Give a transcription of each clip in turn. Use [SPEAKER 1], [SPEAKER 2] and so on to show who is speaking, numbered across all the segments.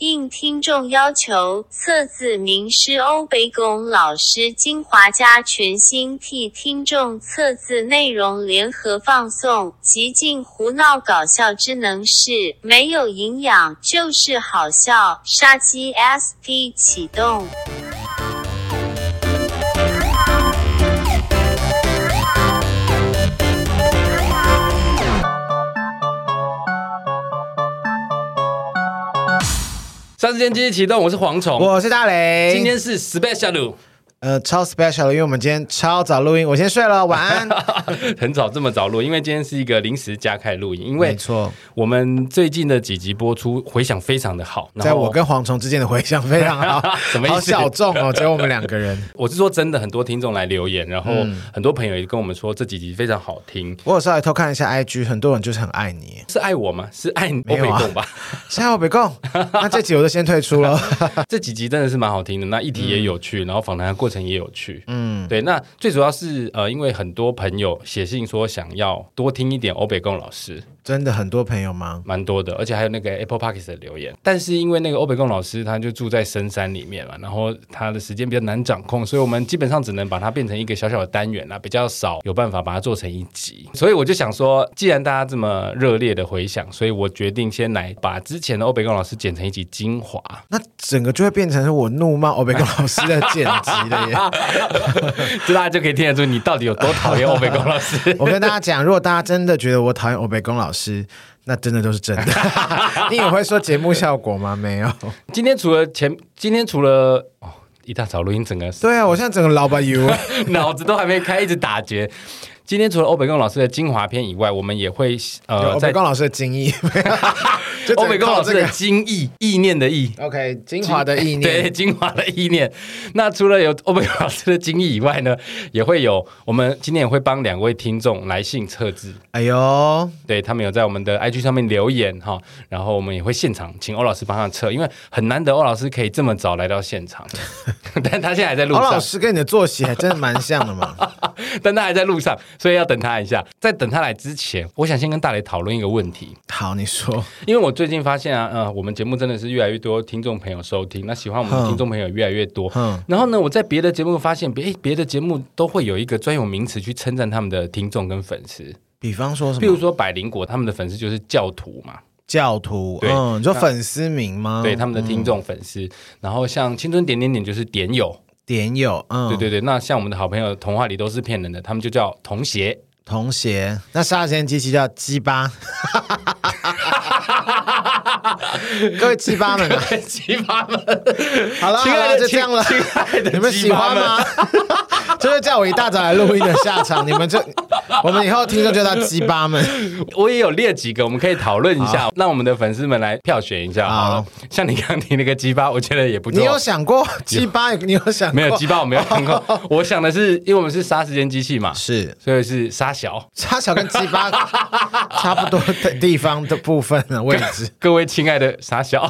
[SPEAKER 1] 应听众要求，测字名师欧北拱老师金华家全新替听众测字内容联合放送，极尽胡闹搞笑之能事，没有营养就是好笑。杀鸡 SP 启动。
[SPEAKER 2] 三十天机器启动，我哎是蝗虫。
[SPEAKER 3] 我是大雷，
[SPEAKER 2] 今天是 special，
[SPEAKER 3] 呃超 special 了，因为我们今天超早录音，我先睡了，晚安。
[SPEAKER 2] 很早这么早录，因为今天是一个临时加开录音，因
[SPEAKER 3] 没
[SPEAKER 2] 为
[SPEAKER 3] 错，
[SPEAKER 2] 我们最近的几集播出回响非常的好。然
[SPEAKER 3] 在
[SPEAKER 2] 后，
[SPEAKER 3] 我跟蝗虫之间的回响非常好
[SPEAKER 2] 什么意思
[SPEAKER 3] 好小众哦，只有我们两 个人。
[SPEAKER 2] 我是说真的，很多听众来留言，然后很多朋友也跟我们说这几集非常好听，
[SPEAKER 3] 我有稍微偷看一下 IG，很多人就是很爱你。
[SPEAKER 2] 是爱我吗？是爱欧美
[SPEAKER 3] 没有啊
[SPEAKER 2] 共 吧？
[SPEAKER 3] 现在我别 供，那这集我就先退出了。
[SPEAKER 2] 这几集真的是蛮好听的，那议题也有趣，然后访谈的过程也有趣。嗯，对。那最主要是呃，因为很多朋友写信说想要多听一点欧北共老师，
[SPEAKER 3] 真的很多朋友吗？
[SPEAKER 2] 蛮多的，而且还有那个 Apple Parkes 的留言。但是因为那个欧北贡老师他就住在深山里面嘛，然后他的时间比较难掌控，所以我们基本上只能把它变成一个小小的单元啊啦，比较少有办法把它做成一集。所以我就想说，既然大家这么热烈的回响，所以我决定先来把之前的欧北贡老师剪成一集精华。
[SPEAKER 3] 那整个就会变成是我怒骂欧贝克老师的剪辑了 耶。。
[SPEAKER 2] 这大家啊就可以听得出你到底有多讨厌欧北贡老师
[SPEAKER 3] 我跟大家讲，如果大家真的觉得我讨厌欧北宫老师，那真的都是真 的。 你有会说节目效果吗？没有。
[SPEAKER 2] 今天除了前，今天除了哦，一大早录音，整个
[SPEAKER 3] 对啊，我现在整个老板油。
[SPEAKER 2] 脑子都还没开，一直打结。今天除了欧北贡老师的精华片以外，我们也会
[SPEAKER 3] 有
[SPEAKER 2] 呃
[SPEAKER 3] 欧
[SPEAKER 2] 在
[SPEAKER 3] 北光老师的精益，就
[SPEAKER 2] 欧北贡老师
[SPEAKER 3] 整
[SPEAKER 2] 的
[SPEAKER 3] 套
[SPEAKER 2] 精意意念的意。
[SPEAKER 3] 这个 OK 精华的意
[SPEAKER 2] 对
[SPEAKER 3] 念，
[SPEAKER 2] 精华的意念，那除了有欧北贡老师的精意以外呢，也会有我们今天也会帮两位听众来信测字，
[SPEAKER 3] 哎呦，
[SPEAKER 2] 对他们有在我们的 IG 上面留言哈，然后我们也会现场请欧老师帮他测，因为很难得欧老师可以这么早来到现场， 但他现在还在路
[SPEAKER 3] 欧
[SPEAKER 2] 上
[SPEAKER 3] 哦老。师跟你的作息还真的蛮像的嘛。
[SPEAKER 2] 但他还在路上，所以要等他一下。在等他来之前，我想先跟大雷讨论一个问题，
[SPEAKER 3] 好，你说
[SPEAKER 2] 因为我最近发现啊，呃，我们节目真的是越来越多听众朋友收听，那喜欢我们的
[SPEAKER 3] 哼
[SPEAKER 2] 听众朋友越来越多。
[SPEAKER 3] 哼
[SPEAKER 2] 然后呢，我在别的节目发现，别诶别的节目都会有一个专有名词去称赞他们的听众跟粉丝，
[SPEAKER 3] 比方说什
[SPEAKER 2] 比如
[SPEAKER 3] 么
[SPEAKER 2] 说百灵果，他们的粉丝就是教徒嘛，
[SPEAKER 3] 教徒，
[SPEAKER 2] 对
[SPEAKER 3] 嗯，你说
[SPEAKER 2] 那
[SPEAKER 3] 粉丝名吗？
[SPEAKER 2] 对他们的听众粉丝。然后像青春点点点就是点友，
[SPEAKER 3] 点友，嗯，
[SPEAKER 2] 对对对。那像我们的好朋友童话里都是骗人的，他们就叫童鞋。
[SPEAKER 3] 童鞋。那杀时间机器叫鸡巴，各位鸡巴们啊，
[SPEAKER 2] 奇葩们，
[SPEAKER 3] 好了
[SPEAKER 2] 亲
[SPEAKER 3] 好
[SPEAKER 2] 爱
[SPEAKER 3] 了，
[SPEAKER 2] 的
[SPEAKER 3] 就这样了，
[SPEAKER 2] 亲爱的
[SPEAKER 3] 你们喜欢吗？这 就叫我一大早来录音的下场，你们就我们以后听众就叫鸡巴们。
[SPEAKER 2] 我也有列几个，我们可以讨论一下，让我们的粉丝们来票选一下好了
[SPEAKER 3] 好
[SPEAKER 2] 像你刚提那个鸡巴，我觉得也不错
[SPEAKER 3] 你。有 想过鸡巴？你有想过
[SPEAKER 2] 没有鸡巴，我没有看 过。我想的是，因为我们是杀时间机器嘛，
[SPEAKER 3] 是
[SPEAKER 2] 所以是杀小。
[SPEAKER 3] 插小跟鸡巴差不多的地方的部分 的位置，
[SPEAKER 2] 各位亲爱的杀小，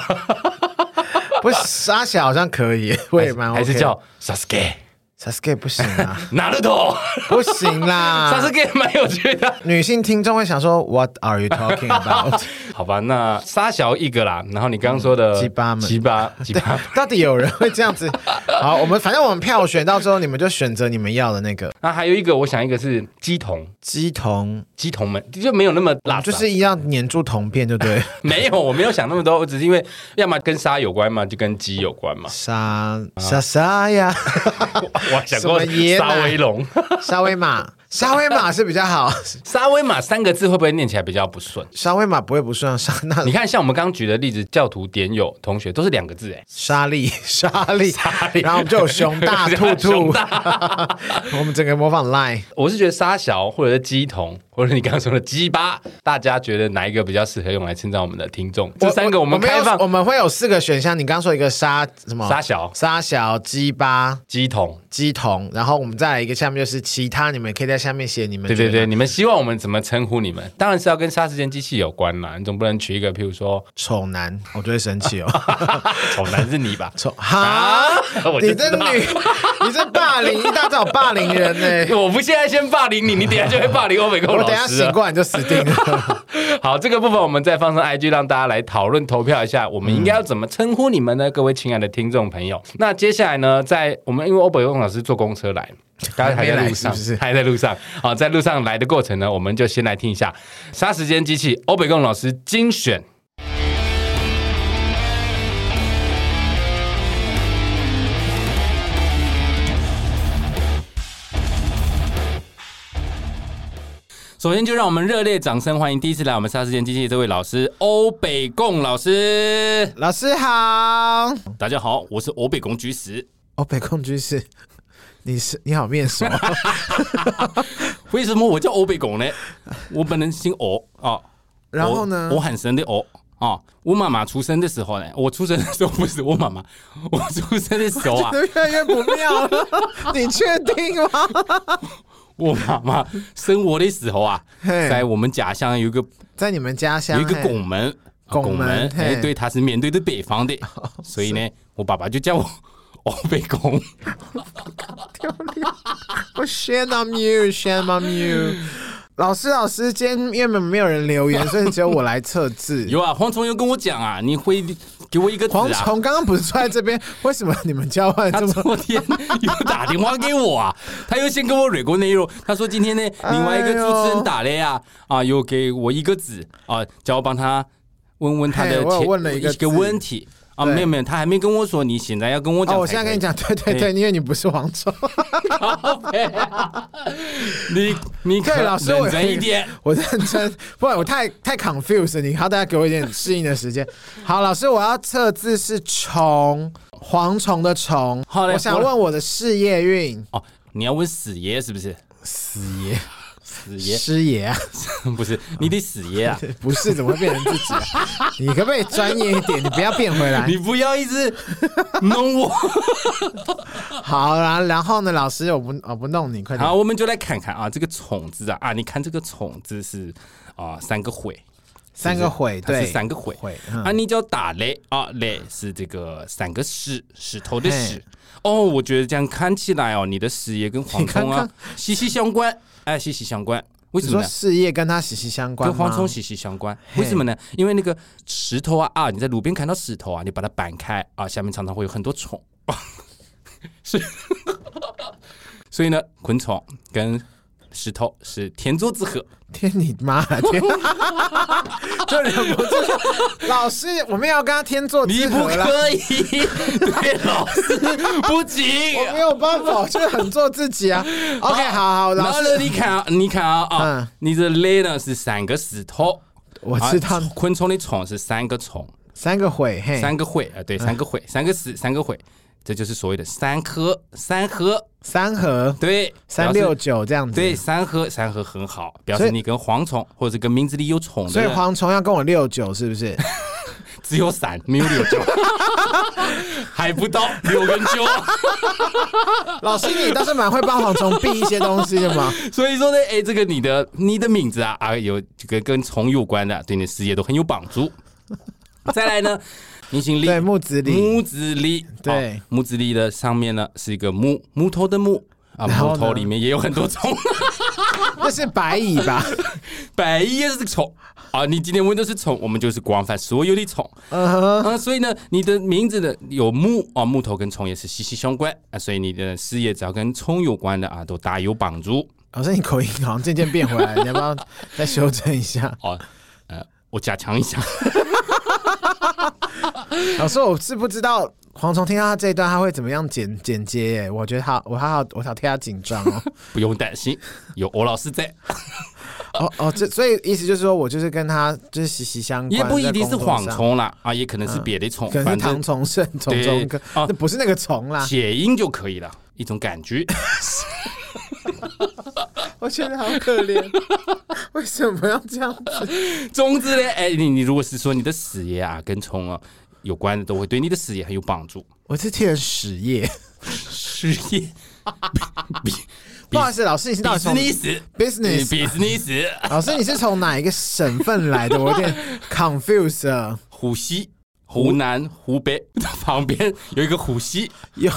[SPEAKER 3] 不是沙小好像可以，我也蛮 OK
[SPEAKER 2] 还
[SPEAKER 3] 的
[SPEAKER 2] 是叫 Sasuke
[SPEAKER 3] Sasuke 不行啊，
[SPEAKER 2] Naruto
[SPEAKER 3] 不行啦。
[SPEAKER 2] Sasuke 蛮有趣的。
[SPEAKER 3] 女性听众会想说，What are you talking about？
[SPEAKER 2] 好吧，那杀小一个啦，然后你刚刚说的
[SPEAKER 3] 嗯鸡巴们
[SPEAKER 2] 鸡巴鸡 巴。
[SPEAKER 3] 到底有人会这样子？好，我们反正我们票选到最后，你们就选择你们要的那个
[SPEAKER 2] 那还有一个，我想一个是鸡童，
[SPEAKER 3] 鸡同，
[SPEAKER 2] 鸡童们就没有那么辣，
[SPEAKER 3] 哦就是一样粘住铜片，就对。
[SPEAKER 2] 没有，我没有想那么多，我只是因为要么跟沙有关嘛，就跟鸡有关 嘛。
[SPEAKER 3] 沙沙沙呀，
[SPEAKER 2] 我还想过
[SPEAKER 3] 什么椰奶
[SPEAKER 2] 沙威 龙、
[SPEAKER 3] 沙威玛，沙威玛是比较好，
[SPEAKER 2] 沙威玛三个字会不会念起来比较不 顺？
[SPEAKER 3] 沙威玛不会不顺啊，沙那
[SPEAKER 2] 你看，像我们刚刚举的例子，教徒、点友、同学都是两个字，哎，
[SPEAKER 3] 沙 粒，沙粒，
[SPEAKER 2] 沙粒
[SPEAKER 3] 然后我们就有熊大兔
[SPEAKER 2] 熊
[SPEAKER 3] 兔，我们整个模仿 line
[SPEAKER 2] 我是觉得沙小或者是鸡童， 或者你刚刚说的鸡巴，大家觉得哪一个比较适合用来称赞我们的听众？这三个我们
[SPEAKER 3] 有
[SPEAKER 2] 开放
[SPEAKER 3] 我们会有四个选项，你刚说一个沙什么
[SPEAKER 2] 沙小、
[SPEAKER 3] 沙小鸡巴
[SPEAKER 2] 鸡童。
[SPEAKER 3] 鸡童，然后我们再来一个下面就是其他，你们也可以在在下面写你们
[SPEAKER 2] 对
[SPEAKER 3] 觉
[SPEAKER 2] 对
[SPEAKER 3] 得
[SPEAKER 2] 对，你们希望我们怎么称呼你们？当然是要跟杀时间机器有关啦，你总不能取一个，譬如 说啊
[SPEAKER 3] 丑男，我就会生气哦。？
[SPEAKER 2] 丑男是你吧
[SPEAKER 3] 丑哈，
[SPEAKER 2] 我就
[SPEAKER 3] 你
[SPEAKER 2] 知
[SPEAKER 3] 这
[SPEAKER 2] 道
[SPEAKER 3] 女， 你这霸凌，一大早霸凌人呢、
[SPEAKER 2] 我不现在先霸凌你， 你等一下就会霸凌欧美工
[SPEAKER 3] 我
[SPEAKER 2] 老
[SPEAKER 3] 等一下
[SPEAKER 2] 师啊
[SPEAKER 3] 醒
[SPEAKER 2] 了。
[SPEAKER 3] 过来你就死定 了。
[SPEAKER 2] 好，这个部分我们再放上 IG，让大家来讨论投票一下，我们应该要怎么称呼你们呢？各位亲爱的听众朋友，那接下来呢，在我们因为欧北用老师坐公车来。大家还在路上，
[SPEAKER 3] 还没来是不是
[SPEAKER 2] 还在路上。好，在路上来的过程呢，我们就先来听一下《杀时间机器》欧北共老师精选。首先，就让我们热烈掌声欢迎第一次来我们《杀时间机器》这位老师欧北共老师。
[SPEAKER 3] 老师好，
[SPEAKER 2] 大家好，我是欧北共居士。
[SPEAKER 3] 哦，北控居士，你是你好 面熟，
[SPEAKER 2] 为什么我叫欧北贡呢？我本人姓欧哦，
[SPEAKER 3] 然后呢
[SPEAKER 2] 我？我很神的欧哦。我妈妈出生的时候呢，我出生的时候不是我妈 妈，我出生的时候 啊，
[SPEAKER 3] 越来越不妙了， 你确定吗？
[SPEAKER 2] 我妈妈生我的时候啊，
[SPEAKER 3] 嘿
[SPEAKER 2] 在我们家乡有一个
[SPEAKER 3] 在你们家乡
[SPEAKER 2] 有一个
[SPEAKER 3] 嘿
[SPEAKER 2] 拱门，啊
[SPEAKER 3] 拱
[SPEAKER 2] 拱门
[SPEAKER 3] 门，嘿哦
[SPEAKER 2] 哎，对，它是面对着北方 的，所以呢，我爸爸就叫我 欧北贡。
[SPEAKER 3] 我 shame on you, shame on you。老 师，老师，今天原本没有人留言，所以只有我来测字。
[SPEAKER 2] 有啊，蝗虫又跟我讲啊，你会给我一个字
[SPEAKER 3] 蝗
[SPEAKER 2] 啊。
[SPEAKER 3] 虫刚刚不是坐在这边，为什么你们交换
[SPEAKER 2] 他
[SPEAKER 3] 这么？
[SPEAKER 2] 昨 天又打电话给我啊，他又先跟我蕊过内容，他说今天呢，另外一个
[SPEAKER 3] 哎
[SPEAKER 2] 主持人打了呀，啊，又给我一个字啊，叫我帮他问问他的
[SPEAKER 3] 嘿我有
[SPEAKER 2] 前
[SPEAKER 3] 问了一个字
[SPEAKER 2] 问题啊，
[SPEAKER 3] 对
[SPEAKER 2] 没有没有，他还没跟我说，你现在要跟我讲，
[SPEAKER 3] 哦，我现在跟你，讲，对对对，因为你不是蝗虫。
[SPEAKER 2] 你你可
[SPEAKER 3] 对，老师，我
[SPEAKER 2] 认真一 点，，
[SPEAKER 3] 我认真，不然我太太 confused 你，好，大家给我一点适应的时间。好，老师，我要测字是虫，蝗虫的虫。
[SPEAKER 2] 好嘞
[SPEAKER 3] 我想
[SPEAKER 2] 我
[SPEAKER 3] 问我的事业运，
[SPEAKER 2] 哦，你要问死爷是不是？
[SPEAKER 3] 死爷，
[SPEAKER 2] 死爷
[SPEAKER 3] 师爷啊，
[SPEAKER 2] 不是你的死爷啊，
[SPEAKER 3] 不是怎么会变成自己啊？你可不可以专业一点？你不要变回来
[SPEAKER 2] 你。不要一直弄我。
[SPEAKER 3] 好，然后然后呢，老师，我不我不弄你，快点
[SPEAKER 2] 好，。我们就来看看啊，这个虫字啊啊，你看这个虫字是啊三个悔，
[SPEAKER 3] 三个悔，
[SPEAKER 2] 它
[SPEAKER 3] 对，
[SPEAKER 2] 是
[SPEAKER 3] 嗯
[SPEAKER 2] 三个悔
[SPEAKER 3] 悔
[SPEAKER 2] 啊，你叫打雷啊，雷是这个三个石石头的石
[SPEAKER 3] 嘿。
[SPEAKER 2] 哦，我觉得这样看起来哦，你的事业跟蝗虫
[SPEAKER 3] 你看
[SPEAKER 2] 啊
[SPEAKER 3] 看
[SPEAKER 2] 息息相关，哎，息息相关。为
[SPEAKER 3] 你
[SPEAKER 2] 什么
[SPEAKER 3] 说
[SPEAKER 2] 呢？
[SPEAKER 3] 事业跟他息息相关
[SPEAKER 2] 跟
[SPEAKER 3] 吗？
[SPEAKER 2] 蝗虫息息相关，为什么呢？因为那个石头啊啊，你在路边看到石头啊，你把它搬开啊，下面常常会有很多虫， 是， 所以呢，昆虫跟石头是天作之合。
[SPEAKER 3] 天你妈！天，就忍不住。老师，我们要跟他天作
[SPEAKER 2] 你
[SPEAKER 3] 之
[SPEAKER 2] 不
[SPEAKER 3] 合啦。
[SPEAKER 2] 可以对老师不 敬。
[SPEAKER 3] 我没有办法，我就是很做 自己啊。OK，好好，
[SPEAKER 2] 然
[SPEAKER 3] 老
[SPEAKER 2] 后呢，
[SPEAKER 3] 师，
[SPEAKER 2] 你看啊，你看啊啊
[SPEAKER 3] 嗯，
[SPEAKER 2] 你的雷呢是三个石头，
[SPEAKER 3] 我知道
[SPEAKER 2] 啊昆虫的虫是三个虫，
[SPEAKER 3] 三个悔，嘿，
[SPEAKER 2] 三个会啊，
[SPEAKER 3] 嗯
[SPEAKER 2] 对，三个会，三个石，三个会，这就是所谓的三合三合，
[SPEAKER 3] 三合
[SPEAKER 2] 对，
[SPEAKER 3] 三
[SPEAKER 2] 表
[SPEAKER 3] 六
[SPEAKER 2] 示。
[SPEAKER 3] 九这样子。
[SPEAKER 2] 对，，三合三合很好，表示
[SPEAKER 3] 所以
[SPEAKER 2] 你跟蝗虫或者是跟名字里有虫
[SPEAKER 3] 所
[SPEAKER 2] 的
[SPEAKER 3] 以
[SPEAKER 2] 人，
[SPEAKER 3] 蝗虫要跟我六九是不是？
[SPEAKER 2] 只有三没有六 九，还不到六跟九。
[SPEAKER 3] 老师，你倒是蛮会帮蝗虫避一些东西的 嘛。
[SPEAKER 2] 所以说呢，哎，这个你的你的名字啊啊，有这个跟虫有关的，对你的事业都很有帮 助。再来呢，你姓李，
[SPEAKER 3] 对，木子李，
[SPEAKER 2] 木子李，
[SPEAKER 3] 对
[SPEAKER 2] 哦木子李的上面呢是一个木木头的木啊，
[SPEAKER 3] 然后
[SPEAKER 2] 木
[SPEAKER 3] 呢
[SPEAKER 2] 头里面也有很多虫，
[SPEAKER 3] 那是白蚁吧？
[SPEAKER 2] 百叶是虫啊。你今天问的是虫，我们就是广泛所有的虫
[SPEAKER 3] 嗯哼，
[SPEAKER 2] 啊。所以呢，你的名字呢有木啊，木头跟虫也是息息相关啊，所以你的事业只要跟虫有关的啊，都大有帮助
[SPEAKER 3] 老师，你口音好像渐渐变回来，你要不要再修正 一下？
[SPEAKER 2] 哦。呃，我加强一下。
[SPEAKER 3] 老师，我是不知道蝗虫听到他这一段他会怎么样剪剪接耶，我觉得他我还好我好替他紧张哦。
[SPEAKER 2] 不用担心，有欧老师在，
[SPEAKER 3] 哦哦，这所以意思就是说我就是跟他就是息息相关，
[SPEAKER 2] 也不一定
[SPEAKER 3] 在
[SPEAKER 2] 是
[SPEAKER 3] 工作上嗯
[SPEAKER 2] 蝗，虫啦，啊，也可能是别的虫，
[SPEAKER 3] 可能是
[SPEAKER 2] 反
[SPEAKER 3] 唐
[SPEAKER 2] 正
[SPEAKER 3] 虫、啊圣虫、
[SPEAKER 2] 对
[SPEAKER 3] 虫哥，
[SPEAKER 2] 哦
[SPEAKER 3] 那不是那个虫啦。
[SPEAKER 2] 谐音就可以了，一种感 觉。
[SPEAKER 3] 我觉得好可怜， 为什么要这样子？
[SPEAKER 2] 总之呢，哎，你你如果是说你的事业啊跟虫啊有关的，都会对你的事业很有帮助。
[SPEAKER 3] 我是替人屎业，
[SPEAKER 2] 事业 比比嗯
[SPEAKER 3] 不好意思，老师，你是到
[SPEAKER 2] 比
[SPEAKER 3] 底
[SPEAKER 2] 斯
[SPEAKER 3] 从
[SPEAKER 2] 尼死，你
[SPEAKER 3] business？
[SPEAKER 2] 比斯尼死，
[SPEAKER 3] 老师，你是从哪一个省份来的？我有点 confused 啊了。
[SPEAKER 2] 虎溪。湖南、湖北 旁边有一个虎溪，
[SPEAKER 3] 有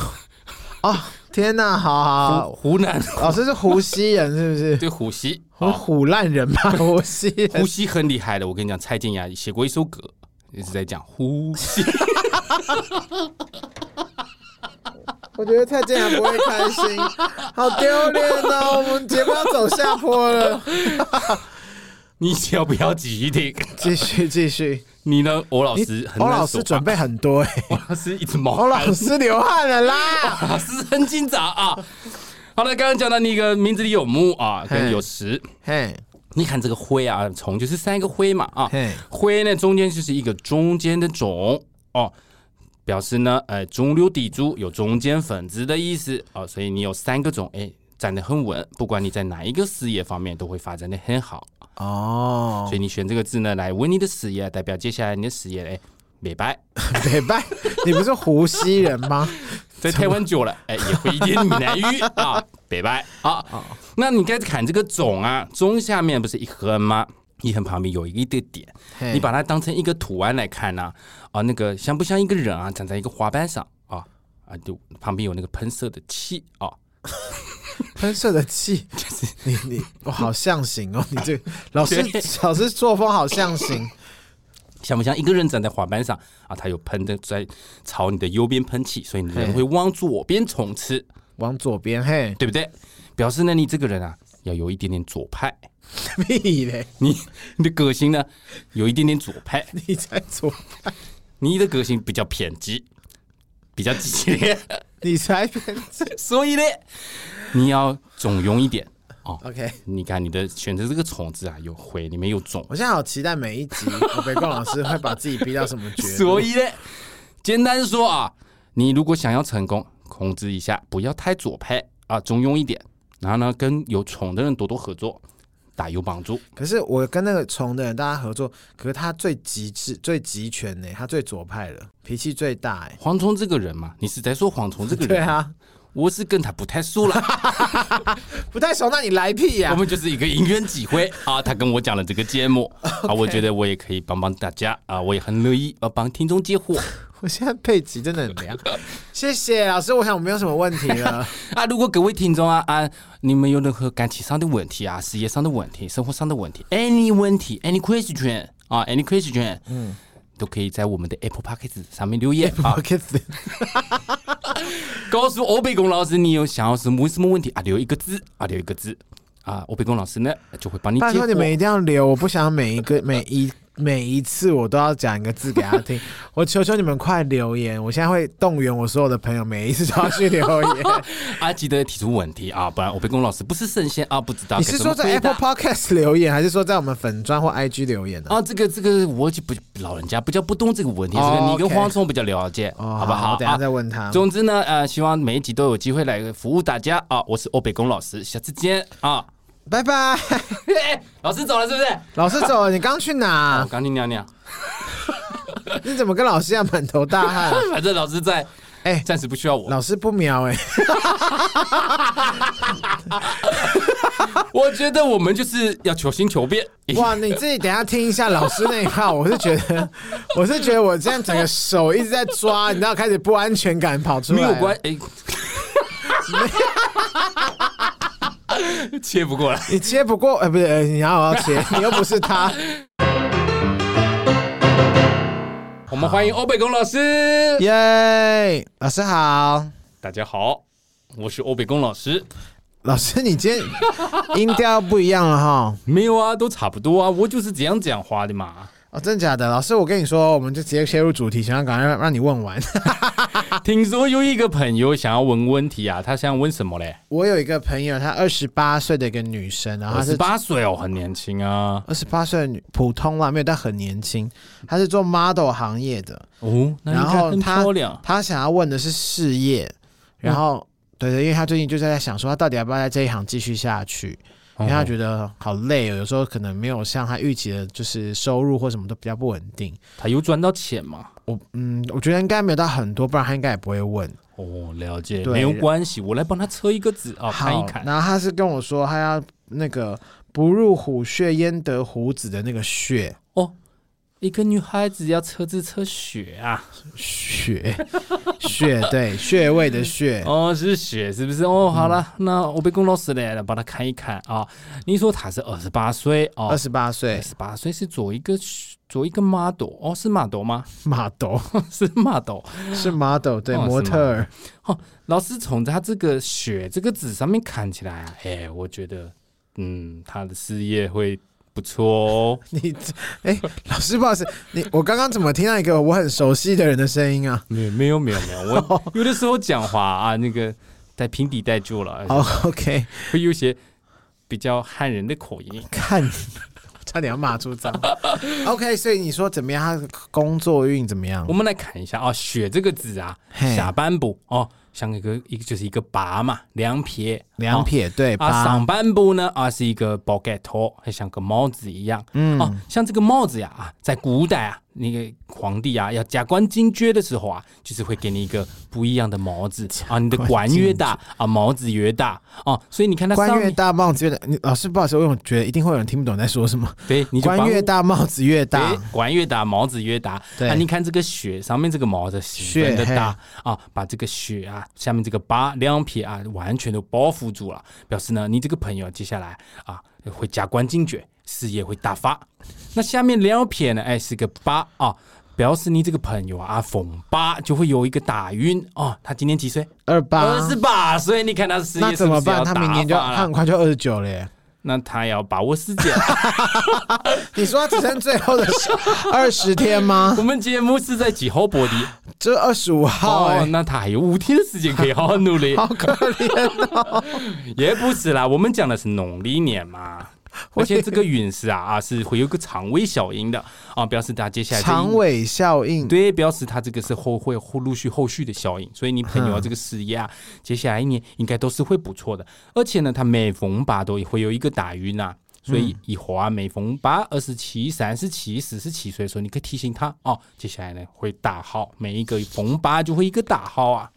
[SPEAKER 3] 哦，天哪，好好
[SPEAKER 2] 湖
[SPEAKER 3] 好，
[SPEAKER 2] 湖 南
[SPEAKER 3] 老师是湖西人是不是？
[SPEAKER 2] 对虎溪，
[SPEAKER 3] 我
[SPEAKER 2] 好，
[SPEAKER 3] 虎烂人 吧，湖西
[SPEAKER 2] 呼
[SPEAKER 3] 人。
[SPEAKER 2] 吸很厉害的。我跟你讲，蔡健雅写过一首歌，一直在讲呼 吸。
[SPEAKER 3] 我觉得蔡健雅不会开心，好丢脸哦！我们节目要走下坡了。
[SPEAKER 2] 你要不要继续听？
[SPEAKER 3] 继续继续，
[SPEAKER 2] 你呢？欧老
[SPEAKER 3] 你
[SPEAKER 2] 师很
[SPEAKER 3] 欧
[SPEAKER 2] 难
[SPEAKER 3] 老
[SPEAKER 2] 说
[SPEAKER 3] 师
[SPEAKER 2] 吧
[SPEAKER 3] 准备很多哎、
[SPEAKER 2] 欧老师一直
[SPEAKER 3] 欧
[SPEAKER 2] 毛
[SPEAKER 3] 老师流汗了 啦。
[SPEAKER 2] 老师很紧张啊。好了，刚刚讲到那个名字里有木啊，跟
[SPEAKER 3] 嘿
[SPEAKER 2] 有时。
[SPEAKER 3] 嘿，
[SPEAKER 2] 你看这个灰啊，虫就是三个灰嘛啊
[SPEAKER 3] 嘿，
[SPEAKER 2] 灰呢中间就是一个中间的种哦，表示呢，呃，中流砥柱有中间分子的意思哦，所以你有三个种，哎，站得很稳，不管你在哪一个事业方面都会发展的很好，
[SPEAKER 3] 哦
[SPEAKER 2] 所，以你选这个字呢来为你的事业，代表接下来你的事业，哎，美白。
[SPEAKER 3] 北 拜，你不是湖西人吗？
[SPEAKER 2] 在台湾久了，哎，也会一点闽南语啊，北拜啊。
[SPEAKER 3] 哦
[SPEAKER 2] 那你该砍这个种啊，种下面不是一横吗？一横旁边有一个点，
[SPEAKER 3] 嘿
[SPEAKER 2] 你把它当成一个图案来看呢、啊，那个像不像一个人啊，站在一个花瓣上啊啊，就旁边有那个喷射的气啊，
[SPEAKER 3] 喷射的 气，你你我好象形哦，你这个老师
[SPEAKER 2] 对
[SPEAKER 3] 老师作风好象形，
[SPEAKER 2] 像不像一个人站在滑板上啊？他有喷的在朝你的右边喷气，所以你人
[SPEAKER 3] 嘿
[SPEAKER 2] 会往左边冲刺，
[SPEAKER 3] 往左边嘿，
[SPEAKER 2] 对不对？表示呢，你这个人啊，要有一点点左派，
[SPEAKER 3] 屁嘞，
[SPEAKER 2] 你你的个性呢，有一点点左派。
[SPEAKER 3] 你在左，
[SPEAKER 2] 你的个性比较偏激，比较激烈，
[SPEAKER 3] 你才偏
[SPEAKER 2] 所以呢，你要中庸一点哦。
[SPEAKER 3] OK。
[SPEAKER 2] 你看你的选择这个虫子啊，有灰，里面有种，
[SPEAKER 3] 我现在好期待每一集我北贡老师会把自己逼到什么 绝路。
[SPEAKER 2] 所以呢，简单说啊，你如果想要成功，控制一下，不要太左派啊，中庸一点。然后呢，跟有虫的人多多合作，大有帮助。
[SPEAKER 3] 可是我跟那个虫的人大家合作，可是他最极致、最极权呢、他最左派了，脾气最大哎、
[SPEAKER 2] 蝗虫这个人嘛，你是在说蝗虫这个
[SPEAKER 3] 对
[SPEAKER 2] 人？
[SPEAKER 3] 啊，
[SPEAKER 2] 我是跟他不太熟了。
[SPEAKER 3] 不太熟，那你来屁呀、
[SPEAKER 2] 我们就是一个因缘际会啊，他跟我讲了这个节目啊，我觉得我也可以帮帮大家啊，我也很乐意啊帮听众接货
[SPEAKER 3] 我现在配齐真的很 凉，谢谢老师，我想我没有什么问题了。
[SPEAKER 2] 啊。如果各位听众啊啊，你们有任何感情上的问题啊、事业上的问题、生活上的问题，any 问题，any question 啊，any question，嗯，都可以在我们的 Apple p o c k e t 上面留言啊，
[SPEAKER 3] Pockets
[SPEAKER 2] 告诉欧贝公老师你有想要什么什么问题啊，留一个字啊，留一个字啊，欧贝公老师呢就会帮你
[SPEAKER 3] 拜
[SPEAKER 2] 接
[SPEAKER 3] 托
[SPEAKER 2] 货
[SPEAKER 3] 你。们一定要留，我不想每一个每一每一次我都要讲一个字给他 听，我求求你们快留言，我现在会动员我所有的朋友，每一次都要去留 言。
[SPEAKER 2] 啊，记得提出问题啊，不然欧贝公老师不是圣贤啊，不知道
[SPEAKER 3] 你
[SPEAKER 2] 该
[SPEAKER 3] 是
[SPEAKER 2] 怎么
[SPEAKER 3] 说在
[SPEAKER 2] 回
[SPEAKER 3] Apple
[SPEAKER 2] 答
[SPEAKER 3] Podcast 留言，还是说在我们粉砖或 IG 留言呢、
[SPEAKER 2] 啊，这个这个我就不老人家比较不懂这个问题，这个
[SPEAKER 3] 哦
[SPEAKER 2] 你跟
[SPEAKER 3] OK
[SPEAKER 2] 蝗虫比较了解，
[SPEAKER 3] 哦，
[SPEAKER 2] 不好？
[SPEAKER 3] 我等一下
[SPEAKER 2] 啊
[SPEAKER 3] 再问他。
[SPEAKER 2] 总之呢，呃，希望每一集都有机会来服务大家啊！我是欧北宫老师，下次见啊！
[SPEAKER 3] 拜拜，
[SPEAKER 2] 嘿嘿老师走了是不是？
[SPEAKER 3] 老师走了，你刚去
[SPEAKER 2] 我
[SPEAKER 3] 哪？
[SPEAKER 2] 刚去尿尿，
[SPEAKER 3] 你怎么跟老师一样满头大 汗？
[SPEAKER 2] 反正老师在，
[SPEAKER 3] 哎、
[SPEAKER 2] 暂时不需要 我。
[SPEAKER 3] 老师不瞄哎、
[SPEAKER 2] 我觉得我们就是要求新求变。
[SPEAKER 3] 哇！你自己等一下听一下老师那一套，我是觉得，我是觉得我这样整个手一直在抓，你知道开始不安全感跑出来
[SPEAKER 2] 没
[SPEAKER 3] 了。
[SPEAKER 2] 有关，哎，哎 切不过来。
[SPEAKER 3] 你切不过，呃，不是，呃你要我要切，你又不是他。
[SPEAKER 2] 我们欢迎欧北宫老师。
[SPEAKER 3] 耶、老师好，
[SPEAKER 2] 大家好，我是欧北宫老师。
[SPEAKER 3] 老师你今天音调不一样了哈。
[SPEAKER 2] 没有啊，都差不多啊，我就是这样讲话的嘛。
[SPEAKER 3] 哦，真的假的？老师，我跟你说，我们就直接切入主题，想要赶快让让你问 完。啊
[SPEAKER 2] 听说有一个朋友想要问问题啊，他想问什么嘞？
[SPEAKER 3] 我有一个朋友，她二十八岁的一个女生，然后
[SPEAKER 2] 二
[SPEAKER 3] 她
[SPEAKER 2] 十
[SPEAKER 3] 啊是
[SPEAKER 2] 八岁哦，很年轻啊。
[SPEAKER 3] 二十八岁的女，普通啦，没有，但很年轻。她是做 model 行业的，
[SPEAKER 2] 哦，那
[SPEAKER 3] 然
[SPEAKER 2] 应该
[SPEAKER 3] 后
[SPEAKER 2] 很
[SPEAKER 3] 她
[SPEAKER 2] 漂亮。嗯
[SPEAKER 3] 她想要问的是事业，然后、对对，因为她最近就是在想说，她到底要不要在这一行继续下
[SPEAKER 2] 嗯
[SPEAKER 3] 去？因为她觉得好累哦，有时候可能没有像她预期的，就是收入或什么都比较不稳定。
[SPEAKER 2] 他有赚到钱吗？
[SPEAKER 3] 我嗯，我觉得应该没有到很多，不然她应该也不会问。
[SPEAKER 2] 哦，了解，
[SPEAKER 3] 对
[SPEAKER 2] 没有关系，我来帮他车一个子啊，
[SPEAKER 3] 好，
[SPEAKER 2] 砍一砍。
[SPEAKER 3] 然后他是跟我说，他要那个不入虎穴焉得虎子的那个穴
[SPEAKER 2] 哦，一个女孩子要车子车血啊，
[SPEAKER 3] 哎 穴穴，对穴位的穴。
[SPEAKER 2] 哦，是血是不是？
[SPEAKER 3] 嗯
[SPEAKER 2] 哦，好了，那我被公老师来了，把他砍一砍啊。你说他是二十八岁哦
[SPEAKER 3] 二，十八岁
[SPEAKER 2] 二，十八岁是左一个左一个 model 哦，是 model 吗？
[SPEAKER 3] 马斗
[SPEAKER 2] 是 model。
[SPEAKER 3] 是 model，对
[SPEAKER 2] 哦是
[SPEAKER 3] 模特儿，
[SPEAKER 2] 老师从他这个血这个纸上面砍起来啊，哎，我觉得，嗯，他的事业会不错哦。
[SPEAKER 3] 你哎、老师不好意思，你我刚刚怎么听到一个我很熟悉的人的声音啊？
[SPEAKER 2] 没有没有没有没有，我有的时候讲话啊，那个带平底带住了，
[SPEAKER 3] 哦、o k
[SPEAKER 2] 会有一些比较汉人的口音。
[SPEAKER 3] 看，差点要骂出脏。OK，所以你说怎么样？他的工作运怎么样
[SPEAKER 2] 我？们来看一下啊，雪这个字啊，
[SPEAKER 3] 嘿
[SPEAKER 2] 下半部哦，像一个一个就是一个拔嘛，两撇
[SPEAKER 3] 两。撇对
[SPEAKER 2] 哦啊，
[SPEAKER 3] 八，
[SPEAKER 2] 上半部呢啊是一个 b o g e t o 还像个帽子一样。
[SPEAKER 3] 嗯
[SPEAKER 2] 哦，像这个帽子呀啊，在古代啊，那个皇帝啊要加官进爵的时候啊，就是会给你一个不一样的帽子啊，你的官越大啊，帽子越大哦，所以你看它上
[SPEAKER 3] 官越
[SPEAKER 2] 面
[SPEAKER 3] 大帽子越大。你老师不好意思，我总觉得一定会有人听不懂你在说什么。
[SPEAKER 2] 对，你就
[SPEAKER 3] 官
[SPEAKER 2] 把
[SPEAKER 3] 越大帽子越大
[SPEAKER 2] 对，，管越大，毛子越大。
[SPEAKER 3] 对
[SPEAKER 2] 啊，你看这个雪上面这个毛的十分的
[SPEAKER 3] 血
[SPEAKER 2] 大啊，把这个雪啊，下面这个疤两撇啊，完全都包覆住了，表示呢，你这个朋友接下来啊会加官进爵，事业会大发。那下面两撇呢，哎，是个八啊。表示你这个朋友啊，逢八就会有一个打晕哦。他今年几岁？
[SPEAKER 3] 二八，
[SPEAKER 2] 二十八岁。你看他事
[SPEAKER 3] 那
[SPEAKER 2] 业是
[SPEAKER 3] 怎
[SPEAKER 2] 不
[SPEAKER 3] 么
[SPEAKER 2] 是要
[SPEAKER 3] 办？他明年就
[SPEAKER 2] 大发
[SPEAKER 3] 他很
[SPEAKER 2] 了
[SPEAKER 3] 快就二十九了耶。
[SPEAKER 2] 那他要把握时间。
[SPEAKER 3] 你说他只剩最后的二十天吗
[SPEAKER 2] 我？们节目是在几号播的？
[SPEAKER 3] 这二十五号
[SPEAKER 2] 哦，
[SPEAKER 3] 哎，
[SPEAKER 2] 那他还有五天的时间可以好 好努力。
[SPEAKER 3] 好可怜哦。
[SPEAKER 2] 也不是啦，我们讲的是农历年嘛。 而且这个陨石啊啊是会有个长尾效应的啊，表示他接下来这一
[SPEAKER 3] 长尾效应，
[SPEAKER 2] 对，表示他这个是后会后陆续后续的效应，所以你朋友啊
[SPEAKER 3] 嗯
[SPEAKER 2] 这个事业 啊，接下来一年应该都是会不错的。而且呢，他每逢八都会有一个打晕啊。所以
[SPEAKER 3] 嗯
[SPEAKER 2] 以后啊，每逢八、二十七、三十七、四十七岁的时候，你可以提醒他哦。接下来呢，会大号，每一个逢八就会一个大号啊。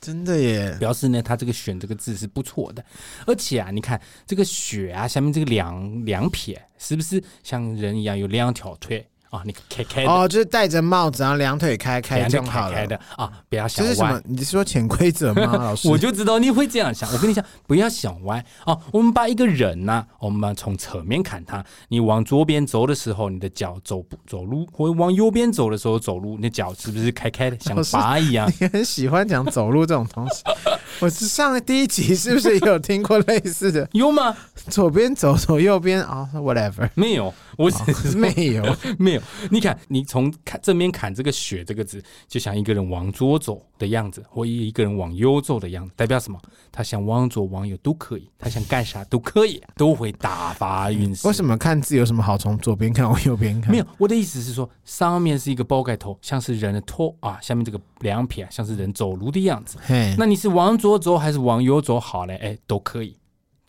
[SPEAKER 3] 真的耶。
[SPEAKER 2] 表示呢，他这个“选”这个字是不错的，而且啊，你看这个“雪”啊，下面这个两两撇，是不是像人一样有两条腿啊？你开开的，
[SPEAKER 3] 哦，就是戴着帽子，然后两腿开开
[SPEAKER 2] 两
[SPEAKER 3] 这
[SPEAKER 2] 条
[SPEAKER 3] 样好
[SPEAKER 2] 开开
[SPEAKER 3] 了。
[SPEAKER 2] 的啊，不要
[SPEAKER 3] 这
[SPEAKER 2] 想
[SPEAKER 3] 是什么
[SPEAKER 2] 歪。？
[SPEAKER 3] 你是说潜规 则吗，老师？
[SPEAKER 2] 我就知道你会这样想。我跟你讲，不要想歪啊！我们把一个人呐、我们从侧面看他。你往左边走的时候，你的脚走不走路；或往右边走的时候走路，你的脚是不是开开的，像
[SPEAKER 3] 老师
[SPEAKER 2] 拔一样？
[SPEAKER 3] 你很喜欢讲走路这种东西。 我是上第一集是不是也有听过类似的？
[SPEAKER 2] 有吗？
[SPEAKER 3] 左边走，左右边啊、w h a t e v e r
[SPEAKER 2] 没有，我只是
[SPEAKER 3] 没有，
[SPEAKER 2] 没有，你看，你从看正面看这个“雪”这个字，就像一个人往左走的样子，或一个人往右走的样子，代表什么？他想往左往右都可以，他想干啥都可以，都会大发运势。
[SPEAKER 3] 为什
[SPEAKER 2] 么？
[SPEAKER 3] 么看字有什么好从左边看往右边看？
[SPEAKER 2] 没有，我的意思是说，上面是一个包盖头，像是人的头啊，下面这个两撇啊像是人走路的样子。
[SPEAKER 3] 嘿，
[SPEAKER 2] 那你是往左走还是往右走好嘞？哎，都可以。